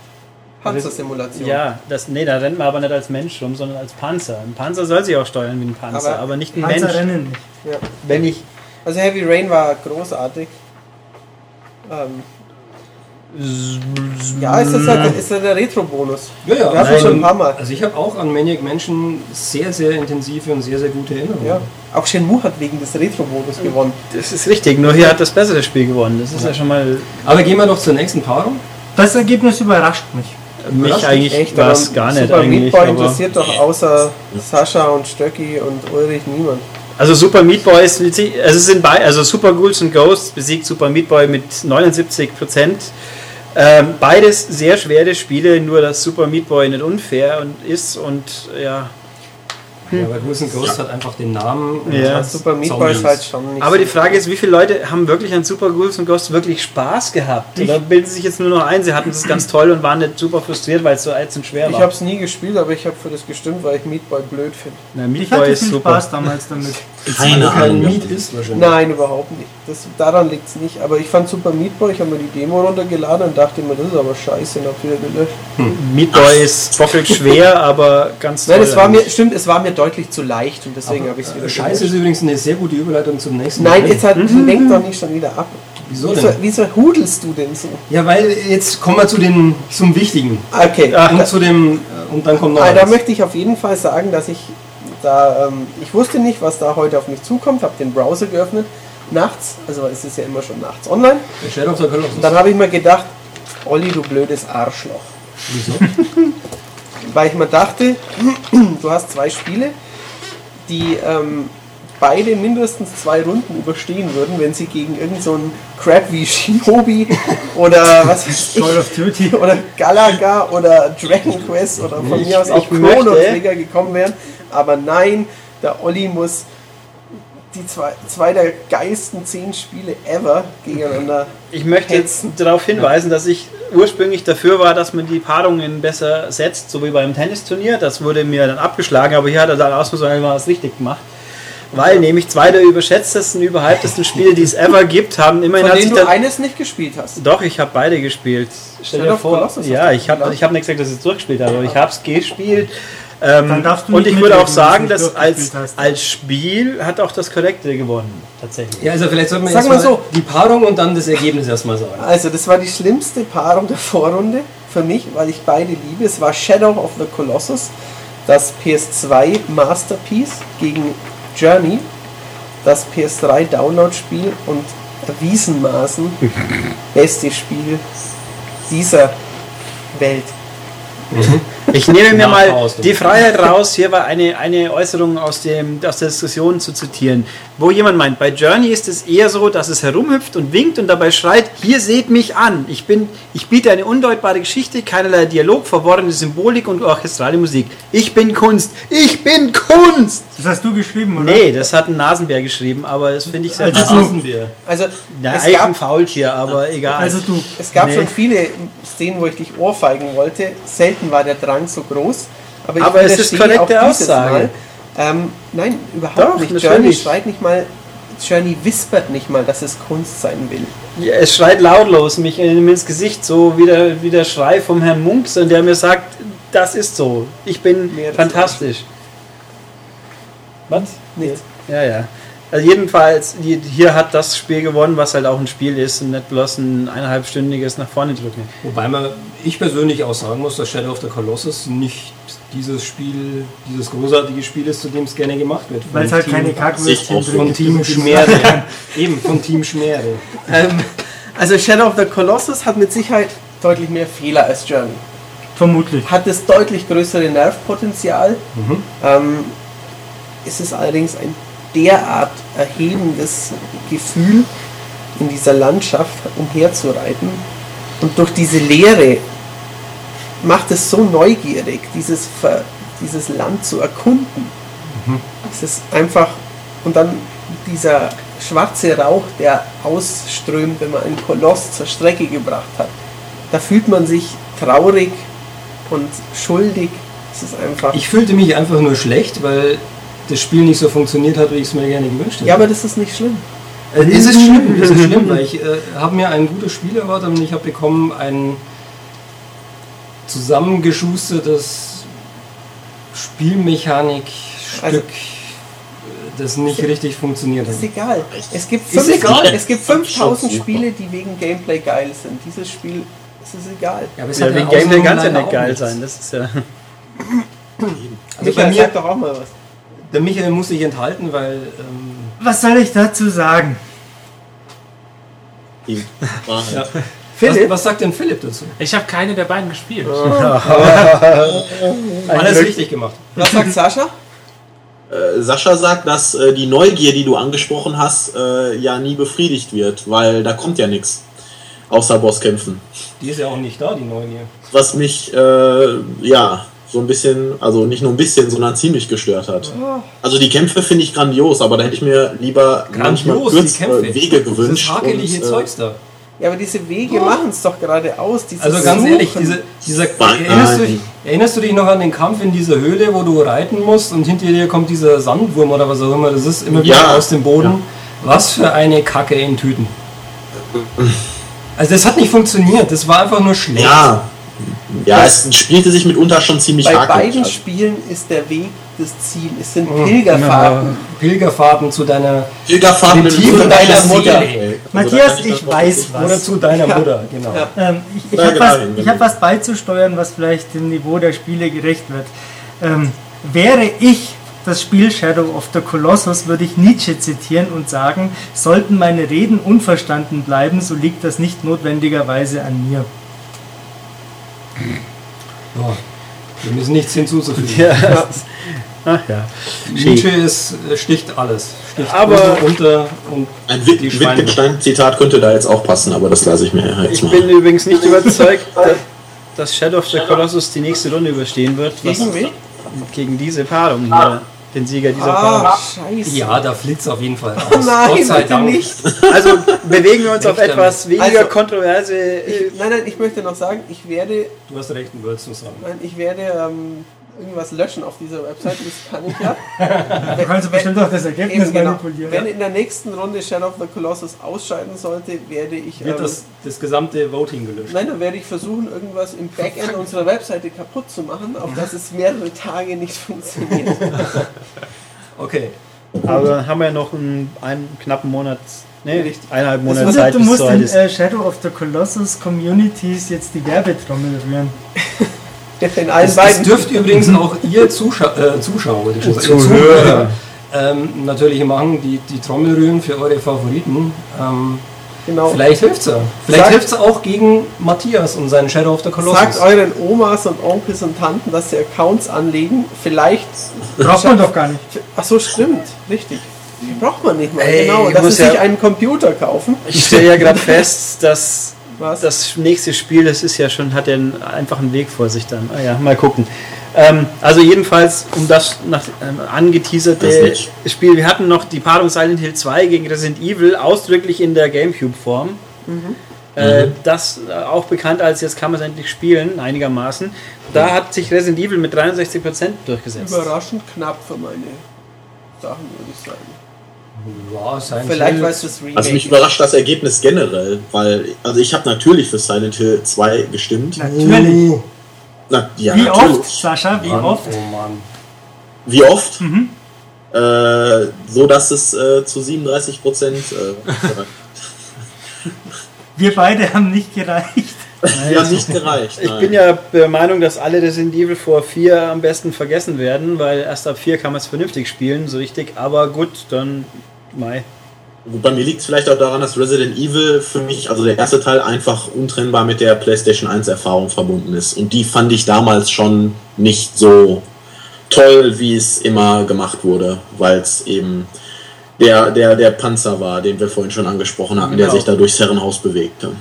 [SPEAKER 4] Panzersimulation.
[SPEAKER 1] Ja, das, nee, da rennt man aber nicht als Mensch rum, sondern als Panzer. Ein Panzer soll sich auch steuern wie ein Panzer, aber,
[SPEAKER 4] Aber
[SPEAKER 1] nicht ein
[SPEAKER 3] Panzer
[SPEAKER 1] Mensch.
[SPEAKER 3] rennen nicht.
[SPEAKER 4] Ja.
[SPEAKER 1] Wenn ich
[SPEAKER 4] Also Heavy Rain war großartig. Ähm, ja, ist das, halt, ist das der Retro-Bonus?
[SPEAKER 5] Ja, ja.
[SPEAKER 4] Wir hatten
[SPEAKER 5] nein,
[SPEAKER 4] schon ein paar Mal.
[SPEAKER 5] Also ich habe auch an Maniac Menschen sehr, sehr intensive und sehr, sehr gute Erinnerungen.
[SPEAKER 4] Ja. Auch Shenmue hat wegen des Retro-Bonus gewonnen.
[SPEAKER 1] Das ist richtig, nur hier hat das bessere Spiel gewonnen. Das ist ja, schon mal
[SPEAKER 5] Aber gehen wir noch zur nächsten Paarung.
[SPEAKER 3] Das Ergebnis überrascht mich.
[SPEAKER 1] mich
[SPEAKER 5] Überraschend.
[SPEAKER 1] eigentlich war es
[SPEAKER 4] aber
[SPEAKER 1] gar nicht
[SPEAKER 4] Super Meat
[SPEAKER 1] eigentlich.
[SPEAKER 4] Boy
[SPEAKER 1] Aber
[SPEAKER 4] interessiert doch außer Sascha und Stöcki und Ulrich niemand.
[SPEAKER 1] also Super Meat Boy ist witzig, also es sind bei also Super Ghouls and Ghosts besiegt Super Meat Boy mit 79 Prozent. Ähm, beides sehr schwere Spiele, nur dass Super Meat Boy nicht unfair und ist und ja.
[SPEAKER 5] Ja, weil Wilson Ghost hat einfach den Namen. und
[SPEAKER 1] Ja.
[SPEAKER 5] hat
[SPEAKER 4] Super Meat Boy
[SPEAKER 5] Zombies.
[SPEAKER 4] ist halt schon nicht
[SPEAKER 1] Aber die
[SPEAKER 4] so-
[SPEAKER 1] Frage ist, wie viele Leute haben wirklich an Super Ghouls and Ghosts wirklich Spaß gehabt? Oder bilden sie sich jetzt nur noch ein, sie hatten es ganz toll und waren nicht super frustriert, weil es so ätzend schwer
[SPEAKER 4] Ich
[SPEAKER 1] war?
[SPEAKER 4] habe es nie gespielt, aber ich habe für das gestimmt, weil ich Meat Boy blöd finde.
[SPEAKER 1] Na, Meat
[SPEAKER 3] Ich
[SPEAKER 1] Boy
[SPEAKER 3] hatte
[SPEAKER 1] ist
[SPEAKER 3] viel
[SPEAKER 1] super.
[SPEAKER 3] Spaß damals damit.
[SPEAKER 2] Keine
[SPEAKER 5] Kein
[SPEAKER 2] Ahnung.
[SPEAKER 5] Miet ist wahrscheinlich.
[SPEAKER 4] Nein, überhaupt nicht. Das, daran liegt es nicht. Aber ich fand Super Meat Boy, ich habe mir die Demo runtergeladen und dachte mir, das ist aber scheiße, und hab wieder gelöscht.
[SPEAKER 1] Meat Boy ist bockelt schwer, aber ganz
[SPEAKER 4] Nein, es war
[SPEAKER 1] eigentlich.
[SPEAKER 4] mir, stimmt, es war mir deutlich zu leicht und deswegen habe ich es wieder
[SPEAKER 5] Scheiße ist
[SPEAKER 4] gelöscht.
[SPEAKER 5] übrigens eine sehr gute Überleitung zum nächsten
[SPEAKER 4] Nein,
[SPEAKER 5] Thema.
[SPEAKER 4] jetzt hat,
[SPEAKER 1] Mhm.
[SPEAKER 4] lenk doch nicht schon wieder ab.
[SPEAKER 5] Wieso
[SPEAKER 4] Wieso,
[SPEAKER 5] denn?
[SPEAKER 4] wieso hudelst du denn so?
[SPEAKER 5] Ja, weil jetzt kommen wir zu den, zum Wichtigen.
[SPEAKER 4] Okay,
[SPEAKER 1] Ah.
[SPEAKER 5] Und zu dem, äh, und dann kommt noch
[SPEAKER 4] Ah, da
[SPEAKER 5] eins.
[SPEAKER 4] möchte ich auf jeden Fall sagen, dass ich da, ähm, ich wusste nicht, was da heute auf mich zukommt, habe den Browser geöffnet, nachts, also es ist ja immer schon nachts online.
[SPEAKER 5] Der Shadow of the Colossus.
[SPEAKER 4] Und dann habe ich mir gedacht, Olli, du blödes Arschloch.
[SPEAKER 5] Wieso?
[SPEAKER 4] Weil ich mir dachte, du hast zwei Spiele, die ähm, beide mindestens zwei Runden überstehen würden, wenn sie gegen irgendeinen so einen Crap wie Shinobi oder was weiß
[SPEAKER 3] Call of Duty.
[SPEAKER 4] ich, oder Galaga oder Dragon Quest oder von
[SPEAKER 1] Ich-
[SPEAKER 4] mir aus auch
[SPEAKER 1] ich möchte-
[SPEAKER 4] Chrono Trigger gekommen wären. Aber nein, der Olli muss die zwei, zwei der geilsten zehn Spiele ever gegeneinander
[SPEAKER 1] Ich möchte jetzt darauf hinweisen, dass ich ursprünglich dafür war, dass man die Paarungen besser setzt, so wie beim Tennisturnier. Das wurde mir dann abgeschlagen, aber hier hat er dann ausnahmsweise mal was richtig gemacht. Weil nämlich zwei der überschätztesten, überhyptesten Spiele, die es ever gibt, haben immerhin
[SPEAKER 4] von
[SPEAKER 1] hat sich
[SPEAKER 4] denen du
[SPEAKER 1] da
[SPEAKER 4] eines nicht gespielt hast.
[SPEAKER 1] Doch, ich habe beide gespielt. Stell dir
[SPEAKER 4] Shadow of
[SPEAKER 1] vor,
[SPEAKER 4] Colossus hast
[SPEAKER 1] ja,
[SPEAKER 4] du
[SPEAKER 1] ich habe
[SPEAKER 4] gespielt,
[SPEAKER 1] ich hab nicht gesagt, dass ich es durchgespielt habe, aber ich habe es gespielt. Ähm,
[SPEAKER 3] Dann darfst du
[SPEAKER 1] und
[SPEAKER 3] nicht
[SPEAKER 1] ich würde
[SPEAKER 3] mitreden,
[SPEAKER 1] auch sagen,
[SPEAKER 3] wenn du es
[SPEAKER 1] dass
[SPEAKER 3] nicht
[SPEAKER 1] als,
[SPEAKER 3] durchgespielt hast.
[SPEAKER 1] als Spiel hat auch das Korrekte gewonnen, tatsächlich.
[SPEAKER 5] Ja, also vielleicht sollten wir
[SPEAKER 4] Sag
[SPEAKER 5] erst
[SPEAKER 4] mal
[SPEAKER 5] mal
[SPEAKER 4] so.
[SPEAKER 5] die Paarung und dann das Ergebnis erstmal sagen.
[SPEAKER 4] Also, das war die schlimmste Paarung der Vorrunde für mich, weil ich beide liebe. Es war Shadow of the Colossus, das PS2 Masterpiece gegen Journey, das PS3 Download-Spiel und erwiesenmaßen bestes Spiel dieser Welt.
[SPEAKER 1] Ich nehme mir
[SPEAKER 5] Nach
[SPEAKER 1] mal
[SPEAKER 5] Hause.
[SPEAKER 1] die Freiheit raus, hier war eine, eine Äußerung aus, dem, aus der Diskussion zu zitieren, wo jemand meint, bei Journey ist es eher so, dass es herumhüpft und winkt und dabei schreit, hier seht mich an, ich, bin, ich biete eine undeutbare Geschichte, keinerlei Dialog, verworrene Symbolik und orchestrale Musik. Ich bin Kunst, ich bin Kunst!
[SPEAKER 3] Das hast du geschrieben, oder?
[SPEAKER 1] Nee, das hat ein Nasenbär geschrieben, aber das finde ich sehr
[SPEAKER 3] Also
[SPEAKER 1] passend.
[SPEAKER 3] du,
[SPEAKER 4] Also
[SPEAKER 1] Na,
[SPEAKER 4] es,
[SPEAKER 1] eigentlich ein
[SPEAKER 4] gab,
[SPEAKER 1] Faultier, aber egal.
[SPEAKER 3] also du.
[SPEAKER 4] es gab
[SPEAKER 1] Nee.
[SPEAKER 4] schon viele Szenen, wo ich dich ohrfeigen wollte. Selten war der Drang so groß. Aber, ich
[SPEAKER 1] Aber es ist
[SPEAKER 4] widerstehe
[SPEAKER 1] korrekte
[SPEAKER 4] auch dieses
[SPEAKER 1] Aussage.
[SPEAKER 4] Mal. Ähm, nein, überhaupt
[SPEAKER 1] Doch,
[SPEAKER 4] nicht.
[SPEAKER 1] natürlich.
[SPEAKER 4] Journey schreit nicht mal, Journey wispert nicht mal, dass es Kunst sein will.
[SPEAKER 1] Ja, es schreit lautlos mich in- ins Gesicht, so wie der, wie der Schrei vom Herrn Munks, und der mir sagt, das ist so. Ich bin
[SPEAKER 4] Ja, das
[SPEAKER 1] fantastisch. Was?
[SPEAKER 4] Nichts.
[SPEAKER 1] Ja, ja. Also jedenfalls, die- hier hat das Spiel gewonnen, was halt auch ein Spiel ist und nicht bloß ein eineinhalbstündiges nach vorne drücken.
[SPEAKER 5] Wobei man, ich persönlich auch sagen muss, dass Shadow of the Colossus nicht dieses Spiel, dieses großartige Spiel ist, zu dem es gerne gemacht wird.
[SPEAKER 3] Weil es
[SPEAKER 5] Vom
[SPEAKER 3] halt
[SPEAKER 5] Team-
[SPEAKER 3] keine Kackwürstchen
[SPEAKER 2] sich
[SPEAKER 5] Von
[SPEAKER 3] drin
[SPEAKER 5] Team
[SPEAKER 3] gibt, die man
[SPEAKER 5] Schmerde.
[SPEAKER 3] sagen kann.
[SPEAKER 5] Eben, von Team Schmerde.
[SPEAKER 4] Ähm, also Shadow of the Colossus hat mit Sicherheit deutlich mehr Fehler als Journey.
[SPEAKER 3] Vermutlich.
[SPEAKER 4] Hat das deutlich größere Nervpotenzial. Ähm, es ist allerdings ein derart erhebendes Gefühl, in dieser Landschaft umherzureiten. Und durch diese Leere macht es so neugierig, dieses, Ver dieses Land zu erkunden. Es ist einfach. Und dann dieser schwarze Rauch, der ausströmt, wenn man einen Koloss zur Strecke gebracht hat. Da fühlt man sich traurig und schuldig. Es ist einfach.
[SPEAKER 5] Ich fühlte mich einfach nur schlecht, weil das Spiel nicht so funktioniert hat, wie ich es mir gerne gewünscht hätte.
[SPEAKER 4] ja, aber das ist nicht schlimm.
[SPEAKER 5] Äh, Es ist schlimm, es ist schlimm, weil ich äh, habe mir ein gutes Spiel erwartet und ich habe bekommen ein zusammengeschustertes Spielmechanikstück, äh,
[SPEAKER 4] Also-
[SPEAKER 5] das nicht richtig funktioniert hat.
[SPEAKER 4] Ist egal. Es gibt,
[SPEAKER 5] Ist
[SPEAKER 4] fünf,
[SPEAKER 5] egal.
[SPEAKER 4] Es gibt 5000
[SPEAKER 2] Super.
[SPEAKER 4] Spiele, die wegen Gameplay geil sind. Dieses Spiel es ist egal.
[SPEAKER 5] Ja, aber es
[SPEAKER 1] Ja,
[SPEAKER 5] hat
[SPEAKER 1] wegen
[SPEAKER 5] außenrum
[SPEAKER 1] Gameplay kann es ja
[SPEAKER 5] leider
[SPEAKER 1] nicht
[SPEAKER 5] auch
[SPEAKER 1] geil
[SPEAKER 5] nichts.
[SPEAKER 1] sein. Das ist ja.
[SPEAKER 5] Also bei
[SPEAKER 4] Michael,
[SPEAKER 5] mir,
[SPEAKER 4] sag doch auch mal was.
[SPEAKER 5] der Michael muss sich enthalten, weil ähm,
[SPEAKER 3] Was soll ich dazu sagen?
[SPEAKER 1] Also
[SPEAKER 2] Die halt Wahrheit.
[SPEAKER 5] was, was sagt denn Philipp dazu?
[SPEAKER 6] Ich habe keine der beiden gespielt.
[SPEAKER 5] Alles richtig gemacht.
[SPEAKER 4] Was sagt Sascha?
[SPEAKER 2] Äh, Sascha sagt, dass äh, die Neugier, die du angesprochen hast, äh, ja nie befriedigt wird, weil da kommt ja nichts. Außer Bosskämpfen.
[SPEAKER 5] Die ist ja auch nicht da, die neuen hier.
[SPEAKER 2] Was mich, äh, ja, so ein bisschen, also nicht nur ein bisschen, sondern ziemlich gestört hat.
[SPEAKER 5] Oh.
[SPEAKER 2] Also die Kämpfe finde ich grandios, aber da hätte ich mir lieber manchmal kürzere Wege gewünscht.
[SPEAKER 5] Das
[SPEAKER 2] und,
[SPEAKER 5] hakelige
[SPEAKER 2] äh,
[SPEAKER 5] Zeugs da.
[SPEAKER 4] Ja, aber diese Wege
[SPEAKER 3] Oh.
[SPEAKER 4] machen es doch gerade aus. Dieses
[SPEAKER 5] Also ganz
[SPEAKER 4] Suchen.
[SPEAKER 5] ehrlich, diese, dieser,
[SPEAKER 2] Nein.
[SPEAKER 5] erinnerst, du dich, erinnerst du dich noch an den Kampf in dieser Höhle, wo du reiten musst und hinter dir kommt dieser Sandwurm oder was auch immer, das ist immer wieder
[SPEAKER 2] Ja.
[SPEAKER 5] aus dem Boden. Was für eine Kacke in Tüten. Also das hat nicht funktioniert, das war einfach nur schlecht.
[SPEAKER 2] ja, ja, es spielte sich mitunter schon ziemlich
[SPEAKER 4] Bei
[SPEAKER 2] hakelig
[SPEAKER 4] beiden
[SPEAKER 5] Also-
[SPEAKER 2] an.
[SPEAKER 4] Spielen ist der Weg das Ziel. Es sind
[SPEAKER 3] Oh,
[SPEAKER 4] Pilgerfahrten.
[SPEAKER 3] genau.
[SPEAKER 5] Pilgerfahrten zu deiner
[SPEAKER 2] Pilgerfahrten
[SPEAKER 5] Mit
[SPEAKER 2] mit
[SPEAKER 5] Tiefen
[SPEAKER 2] Tiefen
[SPEAKER 5] deiner Mutter.
[SPEAKER 2] ey.
[SPEAKER 3] Matthias,
[SPEAKER 2] Also da kann
[SPEAKER 3] ich
[SPEAKER 2] das
[SPEAKER 3] weiß
[SPEAKER 2] Wort
[SPEAKER 5] oder
[SPEAKER 2] nicht-
[SPEAKER 5] zu deiner Mutter, genau.
[SPEAKER 4] Ja.
[SPEAKER 3] Ähm, ich ich
[SPEAKER 2] Ja,
[SPEAKER 3] habe
[SPEAKER 2] genau,
[SPEAKER 3] was,
[SPEAKER 2] genau.
[SPEAKER 3] ich hab was beizusteuern, was vielleicht dem Niveau der Spiele gerecht wird. Ähm, wäre ich das Spiel Shadow of the Colossus, würde ich Nietzsche zitieren und sagen, sollten meine Reden unverstanden bleiben, so liegt das nicht notwendigerweise an mir.
[SPEAKER 5] Ja. Wir müssen nichts hinzuzufügen.
[SPEAKER 1] ja. Ach ja.
[SPEAKER 5] Nietzsche ist, äh, sticht alles. Sticht
[SPEAKER 1] Aber-
[SPEAKER 5] oben, unter und
[SPEAKER 2] Ein
[SPEAKER 5] Die
[SPEAKER 2] Wit-
[SPEAKER 5] Schweine.
[SPEAKER 2] Wittgenstein-Zitat könnte da jetzt auch passen, aber das lasse ich mir jetzt
[SPEAKER 1] Ich
[SPEAKER 2] mal.
[SPEAKER 1] bin übrigens nicht überzeugt, dass- dass Shadow of the Colossus die nächste Runde überstehen wird. was-
[SPEAKER 4] Gegen wen?
[SPEAKER 1] Gegen diese Paarung hier. Den Sieger dieser Paarung.
[SPEAKER 4] Ah, scheiße.
[SPEAKER 5] ja, da flitzt auf jeden Fall raus.
[SPEAKER 4] Nein,
[SPEAKER 5] Gott sei
[SPEAKER 4] bitte
[SPEAKER 5] Dank.
[SPEAKER 4] nicht.
[SPEAKER 1] Also bewegen wir uns auf
[SPEAKER 5] Nicht
[SPEAKER 1] etwas weniger
[SPEAKER 4] Also-
[SPEAKER 1] kontroverse. äh,
[SPEAKER 4] Ich, nein, nein, ich möchte noch sagen, ich werde,
[SPEAKER 5] Du hast recht, du wolltest nur sagen.
[SPEAKER 4] nein, ich werde ähm, irgendwas löschen auf dieser Website. Das kann ich ja.
[SPEAKER 3] Da kannst du bestimmt auch das Ergebnis
[SPEAKER 4] Eben, genau.
[SPEAKER 3] manipulieren.
[SPEAKER 4] Wenn in der nächsten Runde Shadow of the Colossus ausscheiden sollte, werde ich.
[SPEAKER 5] Wird
[SPEAKER 4] ähm,
[SPEAKER 5] das, das gesamte Voting gelöscht?
[SPEAKER 4] Nein, dann werde ich versuchen, irgendwas im Backend unserer Webseite kaputt zu machen, auf das es mehrere Tage nicht funktioniert.
[SPEAKER 5] Okay.
[SPEAKER 1] Aber dann haben wir noch einen, einen knappen Monat, ne,
[SPEAKER 4] Richtig.
[SPEAKER 1] eineinhalb
[SPEAKER 3] Du
[SPEAKER 1] Monate
[SPEAKER 3] musst,
[SPEAKER 1] Zeit
[SPEAKER 3] du
[SPEAKER 1] bis
[SPEAKER 3] musst
[SPEAKER 1] zur
[SPEAKER 3] in
[SPEAKER 1] Altes.
[SPEAKER 3] äh, Shadow of the Colossus Communities jetzt die Werbetrommel rühren.
[SPEAKER 4] In allen
[SPEAKER 5] Das, das
[SPEAKER 4] beiden. Oh,
[SPEAKER 5] dürft übrigens auch ihr Zuscha äh, Zuschauer, wollte ich schon sagen, ihr
[SPEAKER 1] Zuhörer.
[SPEAKER 5] ähm, natürlich machen, die, die Trommel rühren für eure Favoriten. Ähm,
[SPEAKER 4] Genau.
[SPEAKER 5] Vielleicht hilft's ja. Vielleicht
[SPEAKER 4] Sagt-
[SPEAKER 5] hilft's auch gegen Matthias und seinen Shadow of the Colossus.
[SPEAKER 4] Sagt euren Omas und Onkels und Tanten, dass sie Accounts anlegen. Vielleicht.
[SPEAKER 3] Braucht man doch gar nicht.
[SPEAKER 4] Ach so, stimmt. Richtig. Die braucht man nicht mal.
[SPEAKER 1] Ey,
[SPEAKER 4] genau.
[SPEAKER 1] ich
[SPEAKER 4] Dass
[SPEAKER 1] muss
[SPEAKER 4] sie sich
[SPEAKER 1] ja-
[SPEAKER 4] einen Computer kaufen.
[SPEAKER 1] Ich stelle ja gerade fest, dass
[SPEAKER 4] Was?
[SPEAKER 1] das nächste Spiel, das ist ja schon, hat ja einen einfachen Weg vor sich dann. Ah ja, mal gucken. Ähm, also jedenfalls, um das nach ähm,
[SPEAKER 2] Das
[SPEAKER 1] angeteaserte
[SPEAKER 2] nicht.
[SPEAKER 1] Spiel, wir hatten noch die Paarung Silent Hill 2 gegen Resident Evil, ausdrücklich in der Gamecube-Form.
[SPEAKER 2] Mhm.
[SPEAKER 1] Äh, das äh, auch bekannt als jetzt kann man es endlich spielen, einigermaßen.
[SPEAKER 2] Mhm.
[SPEAKER 1] Da hat sich Resident Evil mit 63% durchgesetzt.
[SPEAKER 4] Überraschend knapp für meine Sachen, würde ich sagen.
[SPEAKER 5] Ja, sein
[SPEAKER 4] Vielleicht
[SPEAKER 5] Schild.
[SPEAKER 4] weiß das Remake.
[SPEAKER 2] Also mich überrascht das Ergebnis generell, weil, also ich habe natürlich für Silent Hill 2 gestimmt.
[SPEAKER 5] Oh,
[SPEAKER 3] Natürlich.
[SPEAKER 2] Na, ja,
[SPEAKER 3] Wie
[SPEAKER 2] natürlich.
[SPEAKER 3] oft, Sascha, wie oft?
[SPEAKER 5] Oh Mann.
[SPEAKER 2] Wie oft? Äh, so dass es äh, zu 37 Prozent. Äh,
[SPEAKER 3] Wir beide haben nicht gereicht.
[SPEAKER 2] ja, nicht gereicht.
[SPEAKER 1] Ich
[SPEAKER 2] nein.
[SPEAKER 1] bin ja der Meinung, dass alle Resident Evil vor 4 am besten vergessen werden, weil erst ab 4 kann man es vernünftig spielen, so richtig. Aber gut, dann Mai.
[SPEAKER 2] Gut, Bei mir liegt es vielleicht auch daran, dass Resident Evil für mich, also der erste Teil, einfach untrennbar mit der PlayStation 1-Erfahrung verbunden ist. Und die fand ich damals schon nicht so toll, wie es immer gemacht wurde, weil es eben der, der, der Panzer war, den wir vorhin schon angesprochen hatten, der
[SPEAKER 5] Genau.
[SPEAKER 2] sich da durchs Herrenhaus bewegte.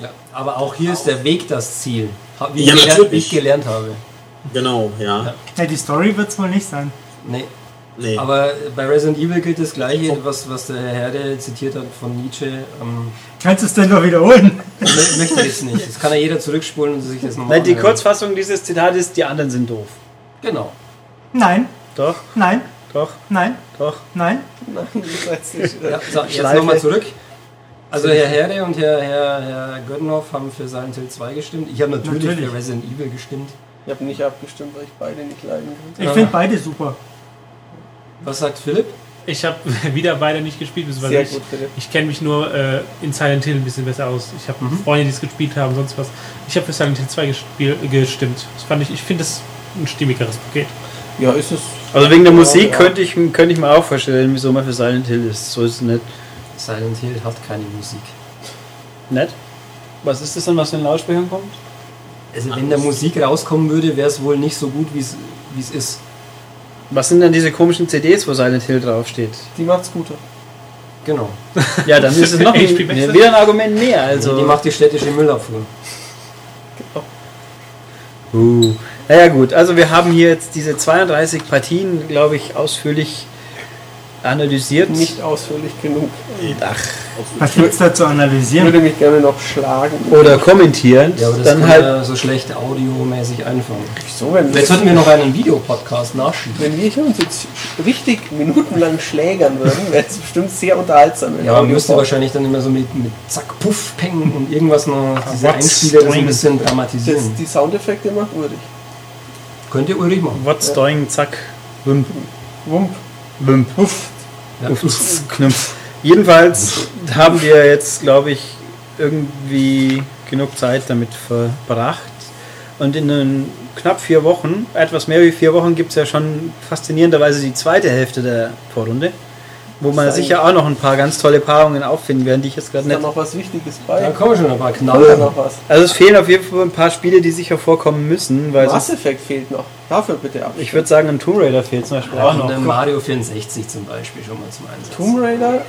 [SPEAKER 5] Ja, aber auch hier ist der Weg das Ziel. Ha- Wie,
[SPEAKER 2] Ja,
[SPEAKER 5] ich gelernt, wie
[SPEAKER 2] natürlich.
[SPEAKER 5] ich gelernt habe.
[SPEAKER 2] Genau, ja.
[SPEAKER 3] Ja, die Story wird es wohl nicht sein.
[SPEAKER 5] Nee.
[SPEAKER 2] Nee.
[SPEAKER 5] Aber bei Resident Evil gilt das gleiche, was, was der Herr Herde zitiert hat von Nietzsche. Ähm,
[SPEAKER 3] Kannst du es denn noch wiederholen?
[SPEAKER 5] mö- möchte ich es nicht. Das kann ja jeder zurückspulen und sich das nochmal
[SPEAKER 1] Nein, die
[SPEAKER 5] anhören.
[SPEAKER 1] Kurzfassung dieses Zitats ist, die anderen sind doof.
[SPEAKER 5] Genau.
[SPEAKER 3] Nein,
[SPEAKER 1] Doch,
[SPEAKER 3] nein,
[SPEAKER 1] doch,
[SPEAKER 3] nein,
[SPEAKER 1] doch.
[SPEAKER 3] nein.
[SPEAKER 4] Nein, das heißt nicht.
[SPEAKER 5] Ja, so, jetzt
[SPEAKER 1] Schleife.
[SPEAKER 5] nochmal zurück. Also Herr Herde und Herr, Herr, Herr Göttenhoff haben für Silent Hill 2 gestimmt. Ich habe natürlich,
[SPEAKER 3] Natürlich.
[SPEAKER 5] für Resident Evil gestimmt.
[SPEAKER 4] Ich habe nicht abgestimmt, weil ich beide nicht leiden kann.
[SPEAKER 3] Ich finde beide super.
[SPEAKER 5] Was sagt Philipp?
[SPEAKER 6] Ich habe wieder beide nicht gespielt,
[SPEAKER 4] Sehr
[SPEAKER 6] beziehungsweise ich,
[SPEAKER 4] gut, Philipp.
[SPEAKER 6] ich kenne mich nur äh, in Silent Hill ein bisschen besser aus. Ich habe Freunde, die es gespielt haben, sonst was. Ich habe für Silent Hill 2 gespiel, gestimmt. Das fand ich, ich finde es ein stimmigeres Paket.
[SPEAKER 4] Ja, ist es.
[SPEAKER 1] Also wegen der
[SPEAKER 4] Ja,
[SPEAKER 1] Musik
[SPEAKER 4] ja.
[SPEAKER 1] könnte ich, könnte ich mir auch vorstellen, wieso man für Silent Hill ist. So ist es nicht.
[SPEAKER 5] Silent Hill hat keine Musik.
[SPEAKER 1] Nett? Was ist das denn, was in den Lautsprechern kommt?
[SPEAKER 5] Also wenn da Musik rauskommen würde, wäre es wohl nicht so gut, wie es wie es ist.
[SPEAKER 1] Was sind denn diese komischen CDs, wo Silent Hill draufsteht?
[SPEAKER 4] Die macht's guter.
[SPEAKER 5] Genau.
[SPEAKER 1] Ja, dann ist es noch
[SPEAKER 6] HP
[SPEAKER 1] ein,
[SPEAKER 6] Baxter?
[SPEAKER 1] wieder ein Argument mehr.
[SPEAKER 5] Also
[SPEAKER 1] Also
[SPEAKER 5] die macht die städtische Müllabfuhr.
[SPEAKER 1] Uh. Naja gut, also wir haben hier jetzt diese 32 Partien, glaube ich, ausführlich analysiert.
[SPEAKER 4] Nicht ausführlich genug.
[SPEAKER 3] Was gibt's da zu
[SPEAKER 4] Ich
[SPEAKER 3] analysieren?
[SPEAKER 4] würde mich gerne noch schlagen.
[SPEAKER 1] oder kommentierend.
[SPEAKER 5] Ja, aber das
[SPEAKER 1] dann
[SPEAKER 5] kann
[SPEAKER 1] halt
[SPEAKER 5] ja so schlecht audiomäßig einfangen.
[SPEAKER 4] So, wenn
[SPEAKER 5] Vielleicht sollten wir noch einen Videopodcast nachschieben.
[SPEAKER 4] Wenn wir hier uns jetzt richtig minutenlang schlägern würden, wäre es bestimmt sehr unterhaltsam. wenn
[SPEAKER 5] Ja, aber
[SPEAKER 4] Audio
[SPEAKER 5] man müsste
[SPEAKER 4] kommt.
[SPEAKER 5] wahrscheinlich dann immer so mit, mit Zack, Puff, Peng und irgendwas noch diese
[SPEAKER 6] What's
[SPEAKER 5] Einspieler so ein
[SPEAKER 6] doing?
[SPEAKER 5] bisschen
[SPEAKER 4] das,
[SPEAKER 5] dramatisieren.
[SPEAKER 4] die Soundeffekte macht Ulrich.
[SPEAKER 5] Könnt ihr Ulrich machen.
[SPEAKER 1] What's doing, zack, wimp,
[SPEAKER 4] Wump.
[SPEAKER 1] wimp,
[SPEAKER 4] Puff.
[SPEAKER 5] Ja.
[SPEAKER 1] uff, knumpf. Jedenfalls haben wir jetzt, glaube ich, irgendwie genug Zeit damit verbracht. Und in den knapp vier Wochen, etwas mehr wie vier Wochen, gibt es ja schon faszinierenderweise die zweite Hälfte der Vorrunde, wo man
[SPEAKER 4] Sein.
[SPEAKER 1] sicher auch noch ein paar ganz tolle Paarungen auffinden werden, die ich jetzt gerade
[SPEAKER 4] Ist da
[SPEAKER 1] nicht
[SPEAKER 4] noch was Wichtiges
[SPEAKER 5] Da
[SPEAKER 4] bei?
[SPEAKER 5] kommen schon ein paar
[SPEAKER 4] Oder
[SPEAKER 5] Knaller.
[SPEAKER 4] noch was?
[SPEAKER 1] Also es fehlen auf jeden Fall ein paar Spiele, die sicher vorkommen müssen, weil
[SPEAKER 4] Mass
[SPEAKER 1] sonst,
[SPEAKER 4] Effect fehlt noch. Dafür bitte ab.
[SPEAKER 1] Also- ich würde sagen, ein Tomb Raider fehlt zum Beispiel
[SPEAKER 5] Da
[SPEAKER 1] auch
[SPEAKER 5] kommt
[SPEAKER 1] noch.
[SPEAKER 5] der Mario 64 zum Beispiel schon mal zum Einsatz.
[SPEAKER 4] Tomb Raider.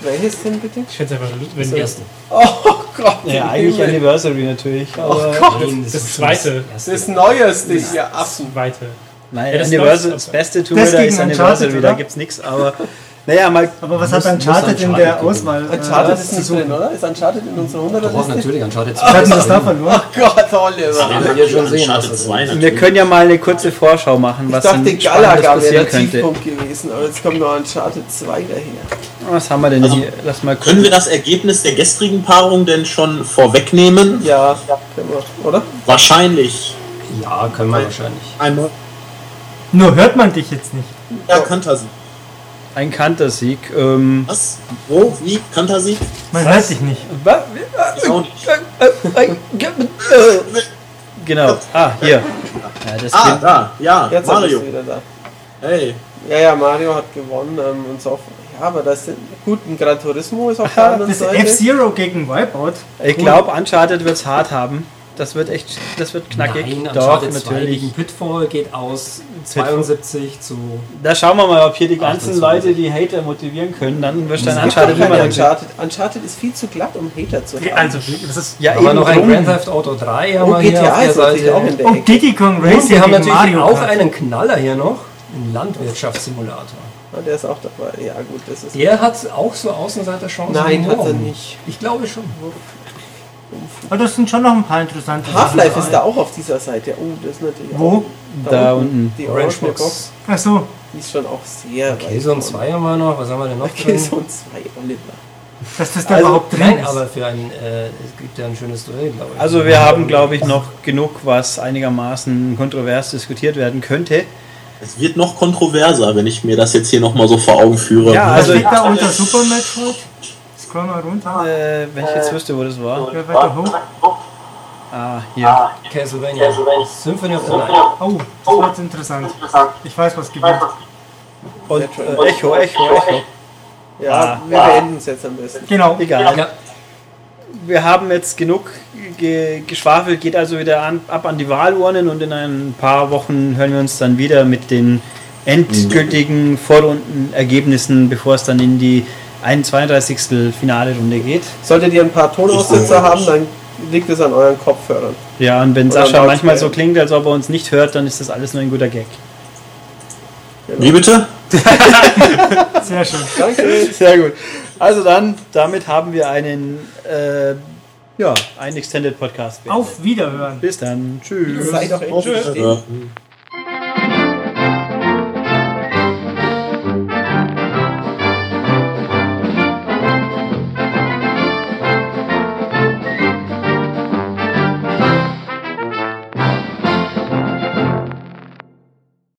[SPEAKER 4] Welches denn bitte?
[SPEAKER 6] Ich fände es einfach lustig, wenn
[SPEAKER 5] Das
[SPEAKER 6] wir-
[SPEAKER 5] erste.
[SPEAKER 4] Oh Gott.
[SPEAKER 1] Ja, eigentlich Anniversary natürlich. Aber
[SPEAKER 5] Nein,
[SPEAKER 6] Das
[SPEAKER 5] ist
[SPEAKER 6] zweite.
[SPEAKER 5] schon Das
[SPEAKER 4] Das ist
[SPEAKER 5] erste.
[SPEAKER 4] neueste hier Affen.
[SPEAKER 6] Weite.
[SPEAKER 1] Oh, Nein,
[SPEAKER 6] Ja, das
[SPEAKER 1] Anniversary,
[SPEAKER 6] glaub's,
[SPEAKER 1] das
[SPEAKER 6] aber-
[SPEAKER 1] beste Tomb
[SPEAKER 3] Das
[SPEAKER 1] Raider ist
[SPEAKER 3] gegen Uncharted,
[SPEAKER 1] Anniversary, da
[SPEAKER 3] oder?
[SPEAKER 1] gibt's nichts, aber naja, mal
[SPEAKER 3] Aber was hat
[SPEAKER 5] Muss- muss
[SPEAKER 3] Uncharted in der
[SPEAKER 5] Uncharted
[SPEAKER 3] Auswahl? äh,
[SPEAKER 4] Uncharted
[SPEAKER 3] was
[SPEAKER 4] ist
[SPEAKER 3] zu
[SPEAKER 4] nicht
[SPEAKER 3] suchen?
[SPEAKER 4] drin, oder? Ist Uncharted in unserer 100er
[SPEAKER 5] Doch,
[SPEAKER 4] Liste?
[SPEAKER 5] natürlich, anscheinend jetzt.
[SPEAKER 3] Wir hatten das da verloren.
[SPEAKER 4] Oh Gott, Oliver.
[SPEAKER 5] Ja.
[SPEAKER 2] Wer
[SPEAKER 5] wir
[SPEAKER 2] hat
[SPEAKER 5] schon
[SPEAKER 2] die
[SPEAKER 5] sehen,
[SPEAKER 2] Uncharted
[SPEAKER 5] was das
[SPEAKER 2] 2
[SPEAKER 5] ist.
[SPEAKER 1] wir
[SPEAKER 2] natürlich.
[SPEAKER 1] können ja mal eine kurze Vorschau machen,
[SPEAKER 4] Ich
[SPEAKER 1] was
[SPEAKER 4] dachte,
[SPEAKER 1] denn Spannendes
[SPEAKER 4] Galaga wäre
[SPEAKER 1] passieren
[SPEAKER 4] der
[SPEAKER 1] könnte.
[SPEAKER 4] Tiefpunkt gewesen, aber jetzt kommt noch Uncharted 2 daher.
[SPEAKER 1] Was haben wir denn
[SPEAKER 2] Also,
[SPEAKER 1] hier? Lass mal
[SPEAKER 2] Können wir
[SPEAKER 1] gucken.
[SPEAKER 2] das Ergebnis der gestrigen Paarung denn schon vorwegnehmen?
[SPEAKER 4] Ja, können wir, oder?
[SPEAKER 2] Wahrscheinlich.
[SPEAKER 5] Ja, können wir wahrscheinlich.
[SPEAKER 2] Einmal.
[SPEAKER 3] Nur hört man dich jetzt nicht.
[SPEAKER 2] Ja, Kantasy.
[SPEAKER 1] Ein Kantersieg. Ähm,
[SPEAKER 2] Was? Wo? Wie? Kantasy?
[SPEAKER 3] Man hört dich nicht.
[SPEAKER 2] Ich auch nicht.
[SPEAKER 1] genau. Ah, hier. Ja, das
[SPEAKER 2] Ah,
[SPEAKER 1] geht.
[SPEAKER 2] da. Ja,
[SPEAKER 4] Jetzt ist
[SPEAKER 2] Mario.
[SPEAKER 4] wieder da.
[SPEAKER 2] Hey.
[SPEAKER 4] Ja, ja, Mario hat gewonnen ähm, und so. Ja, aber das ist gut, ein Gran Turismo ist auf der anderen
[SPEAKER 3] Das
[SPEAKER 4] Seite.
[SPEAKER 3] F-Zero gegen Wipeout.
[SPEAKER 1] Ich glaube, Uncharted wird es hart haben. Das wird echt, das wird knackig.
[SPEAKER 5] Nein,
[SPEAKER 1] Doch,
[SPEAKER 5] Uncharted 2
[SPEAKER 1] natürlich.
[SPEAKER 5] gegen Pitfall geht aus 72 zu
[SPEAKER 1] Da schauen wir mal, ob hier die ganzen
[SPEAKER 5] 28.
[SPEAKER 1] Leute die Hater motivieren können. Dann wirst du ein
[SPEAKER 4] Es gibt
[SPEAKER 1] Uncharted
[SPEAKER 4] doch
[SPEAKER 1] immer
[SPEAKER 4] keine
[SPEAKER 1] noch sehen.
[SPEAKER 4] Uncharted. Uncharted ist viel zu glatt, um Hater zu haben. Oh,
[SPEAKER 6] Also, das ist
[SPEAKER 1] Ja,
[SPEAKER 5] Aber
[SPEAKER 1] eben
[SPEAKER 5] noch ein
[SPEAKER 1] drum.
[SPEAKER 5] Grand Theft Auto 3 haben
[SPEAKER 4] Und
[SPEAKER 5] wir hier
[SPEAKER 4] GTA
[SPEAKER 5] auf der
[SPEAKER 4] ist natürlich
[SPEAKER 5] Seite.
[SPEAKER 4] auch in der
[SPEAKER 3] Und
[SPEAKER 4] Ecke.
[SPEAKER 3] Oh, Diddy Kong
[SPEAKER 5] Und
[SPEAKER 3] Racing
[SPEAKER 5] wir haben
[SPEAKER 3] gegen
[SPEAKER 5] natürlich
[SPEAKER 3] Mario
[SPEAKER 5] auch
[SPEAKER 3] Kart.
[SPEAKER 5] einen Knaller hier noch, einen Landwirtschaftssimulator.
[SPEAKER 4] Ah, Der ist auch dabei. Ja gut, das ist...
[SPEAKER 5] Der hat auch so Außenseiterchancen.
[SPEAKER 4] Nein,
[SPEAKER 5] wie
[SPEAKER 4] hat er
[SPEAKER 5] morgen.
[SPEAKER 4] nicht.
[SPEAKER 5] Ich glaube schon.
[SPEAKER 3] Aber Oh, das sind schon noch ein paar interessante
[SPEAKER 4] Half-Life ist da auch auf dieser Seite. Oh, das ist natürlich
[SPEAKER 3] Wo?
[SPEAKER 4] auch...
[SPEAKER 1] Da unten.
[SPEAKER 4] Die
[SPEAKER 5] Orange
[SPEAKER 4] Orange Box.
[SPEAKER 5] Box.
[SPEAKER 3] Ach so.
[SPEAKER 4] Die ist schon auch sehr
[SPEAKER 5] Oh, Okay, so ein 2 haben wir noch. Was haben wir denn noch? drin?
[SPEAKER 4] Killzone 2, Oliver.
[SPEAKER 3] Dass das da
[SPEAKER 1] Also,
[SPEAKER 3] überhaupt drin
[SPEAKER 5] Nein,
[SPEAKER 3] ist.
[SPEAKER 5] aber für ein, äh, es gibt ja ein schönes Duell, glaube ich.
[SPEAKER 1] Also wir haben, glaube ich, noch genug, was einigermaßen kontrovers diskutiert werden könnte.
[SPEAKER 2] Es wird noch kontroverser, wenn ich mir das jetzt hier nochmal so vor Augen führe.
[SPEAKER 1] Ja,
[SPEAKER 3] Was
[SPEAKER 1] also-
[SPEAKER 3] liegt da unter Super Metroid? Scroll mal runter.
[SPEAKER 1] Äh, wenn ich jetzt wüsste, wo das war.
[SPEAKER 3] Wer weiter hoch?
[SPEAKER 1] Ah, hier.
[SPEAKER 5] Castlevania. Symphony of the Night.
[SPEAKER 3] Oh, das wird interessant. Ich weiß, was gewinnt.
[SPEAKER 1] Und äh, Echo, Echo, Echo.
[SPEAKER 4] Ja, wir beenden es jetzt am besten.
[SPEAKER 3] Genau.
[SPEAKER 1] Egal.
[SPEAKER 5] Ja,
[SPEAKER 1] Wir haben jetzt genug ge geschwafelt, geht also wieder an, ab an die Wahlurnen und in ein paar Wochen hören wir uns dann wieder mit den endgültigen Vorrundenergebnissen, bevor es dann in die 31. Finale Runde geht.
[SPEAKER 4] Solltet ihr ein paar Tonaussetzer haben, dann liegt es an euren Kopfhörern.
[SPEAKER 1] Ja, und wenn
[SPEAKER 4] Oder
[SPEAKER 1] Sascha
[SPEAKER 4] Max
[SPEAKER 1] manchmal
[SPEAKER 4] Bell.
[SPEAKER 1] so klingt, als ob er uns nicht hört, dann ist das alles nur ein guter Gag.
[SPEAKER 2] Wie bitte?
[SPEAKER 3] Sehr schön.
[SPEAKER 4] Danke.
[SPEAKER 1] Sehr gut. Also dann, damit haben wir einen, äh, ja, einen Extended Podcast. beendet.
[SPEAKER 3] Auf Wiederhören.
[SPEAKER 1] Bis dann. Tschüss.
[SPEAKER 4] Seid doch endlich
[SPEAKER 2] Ja.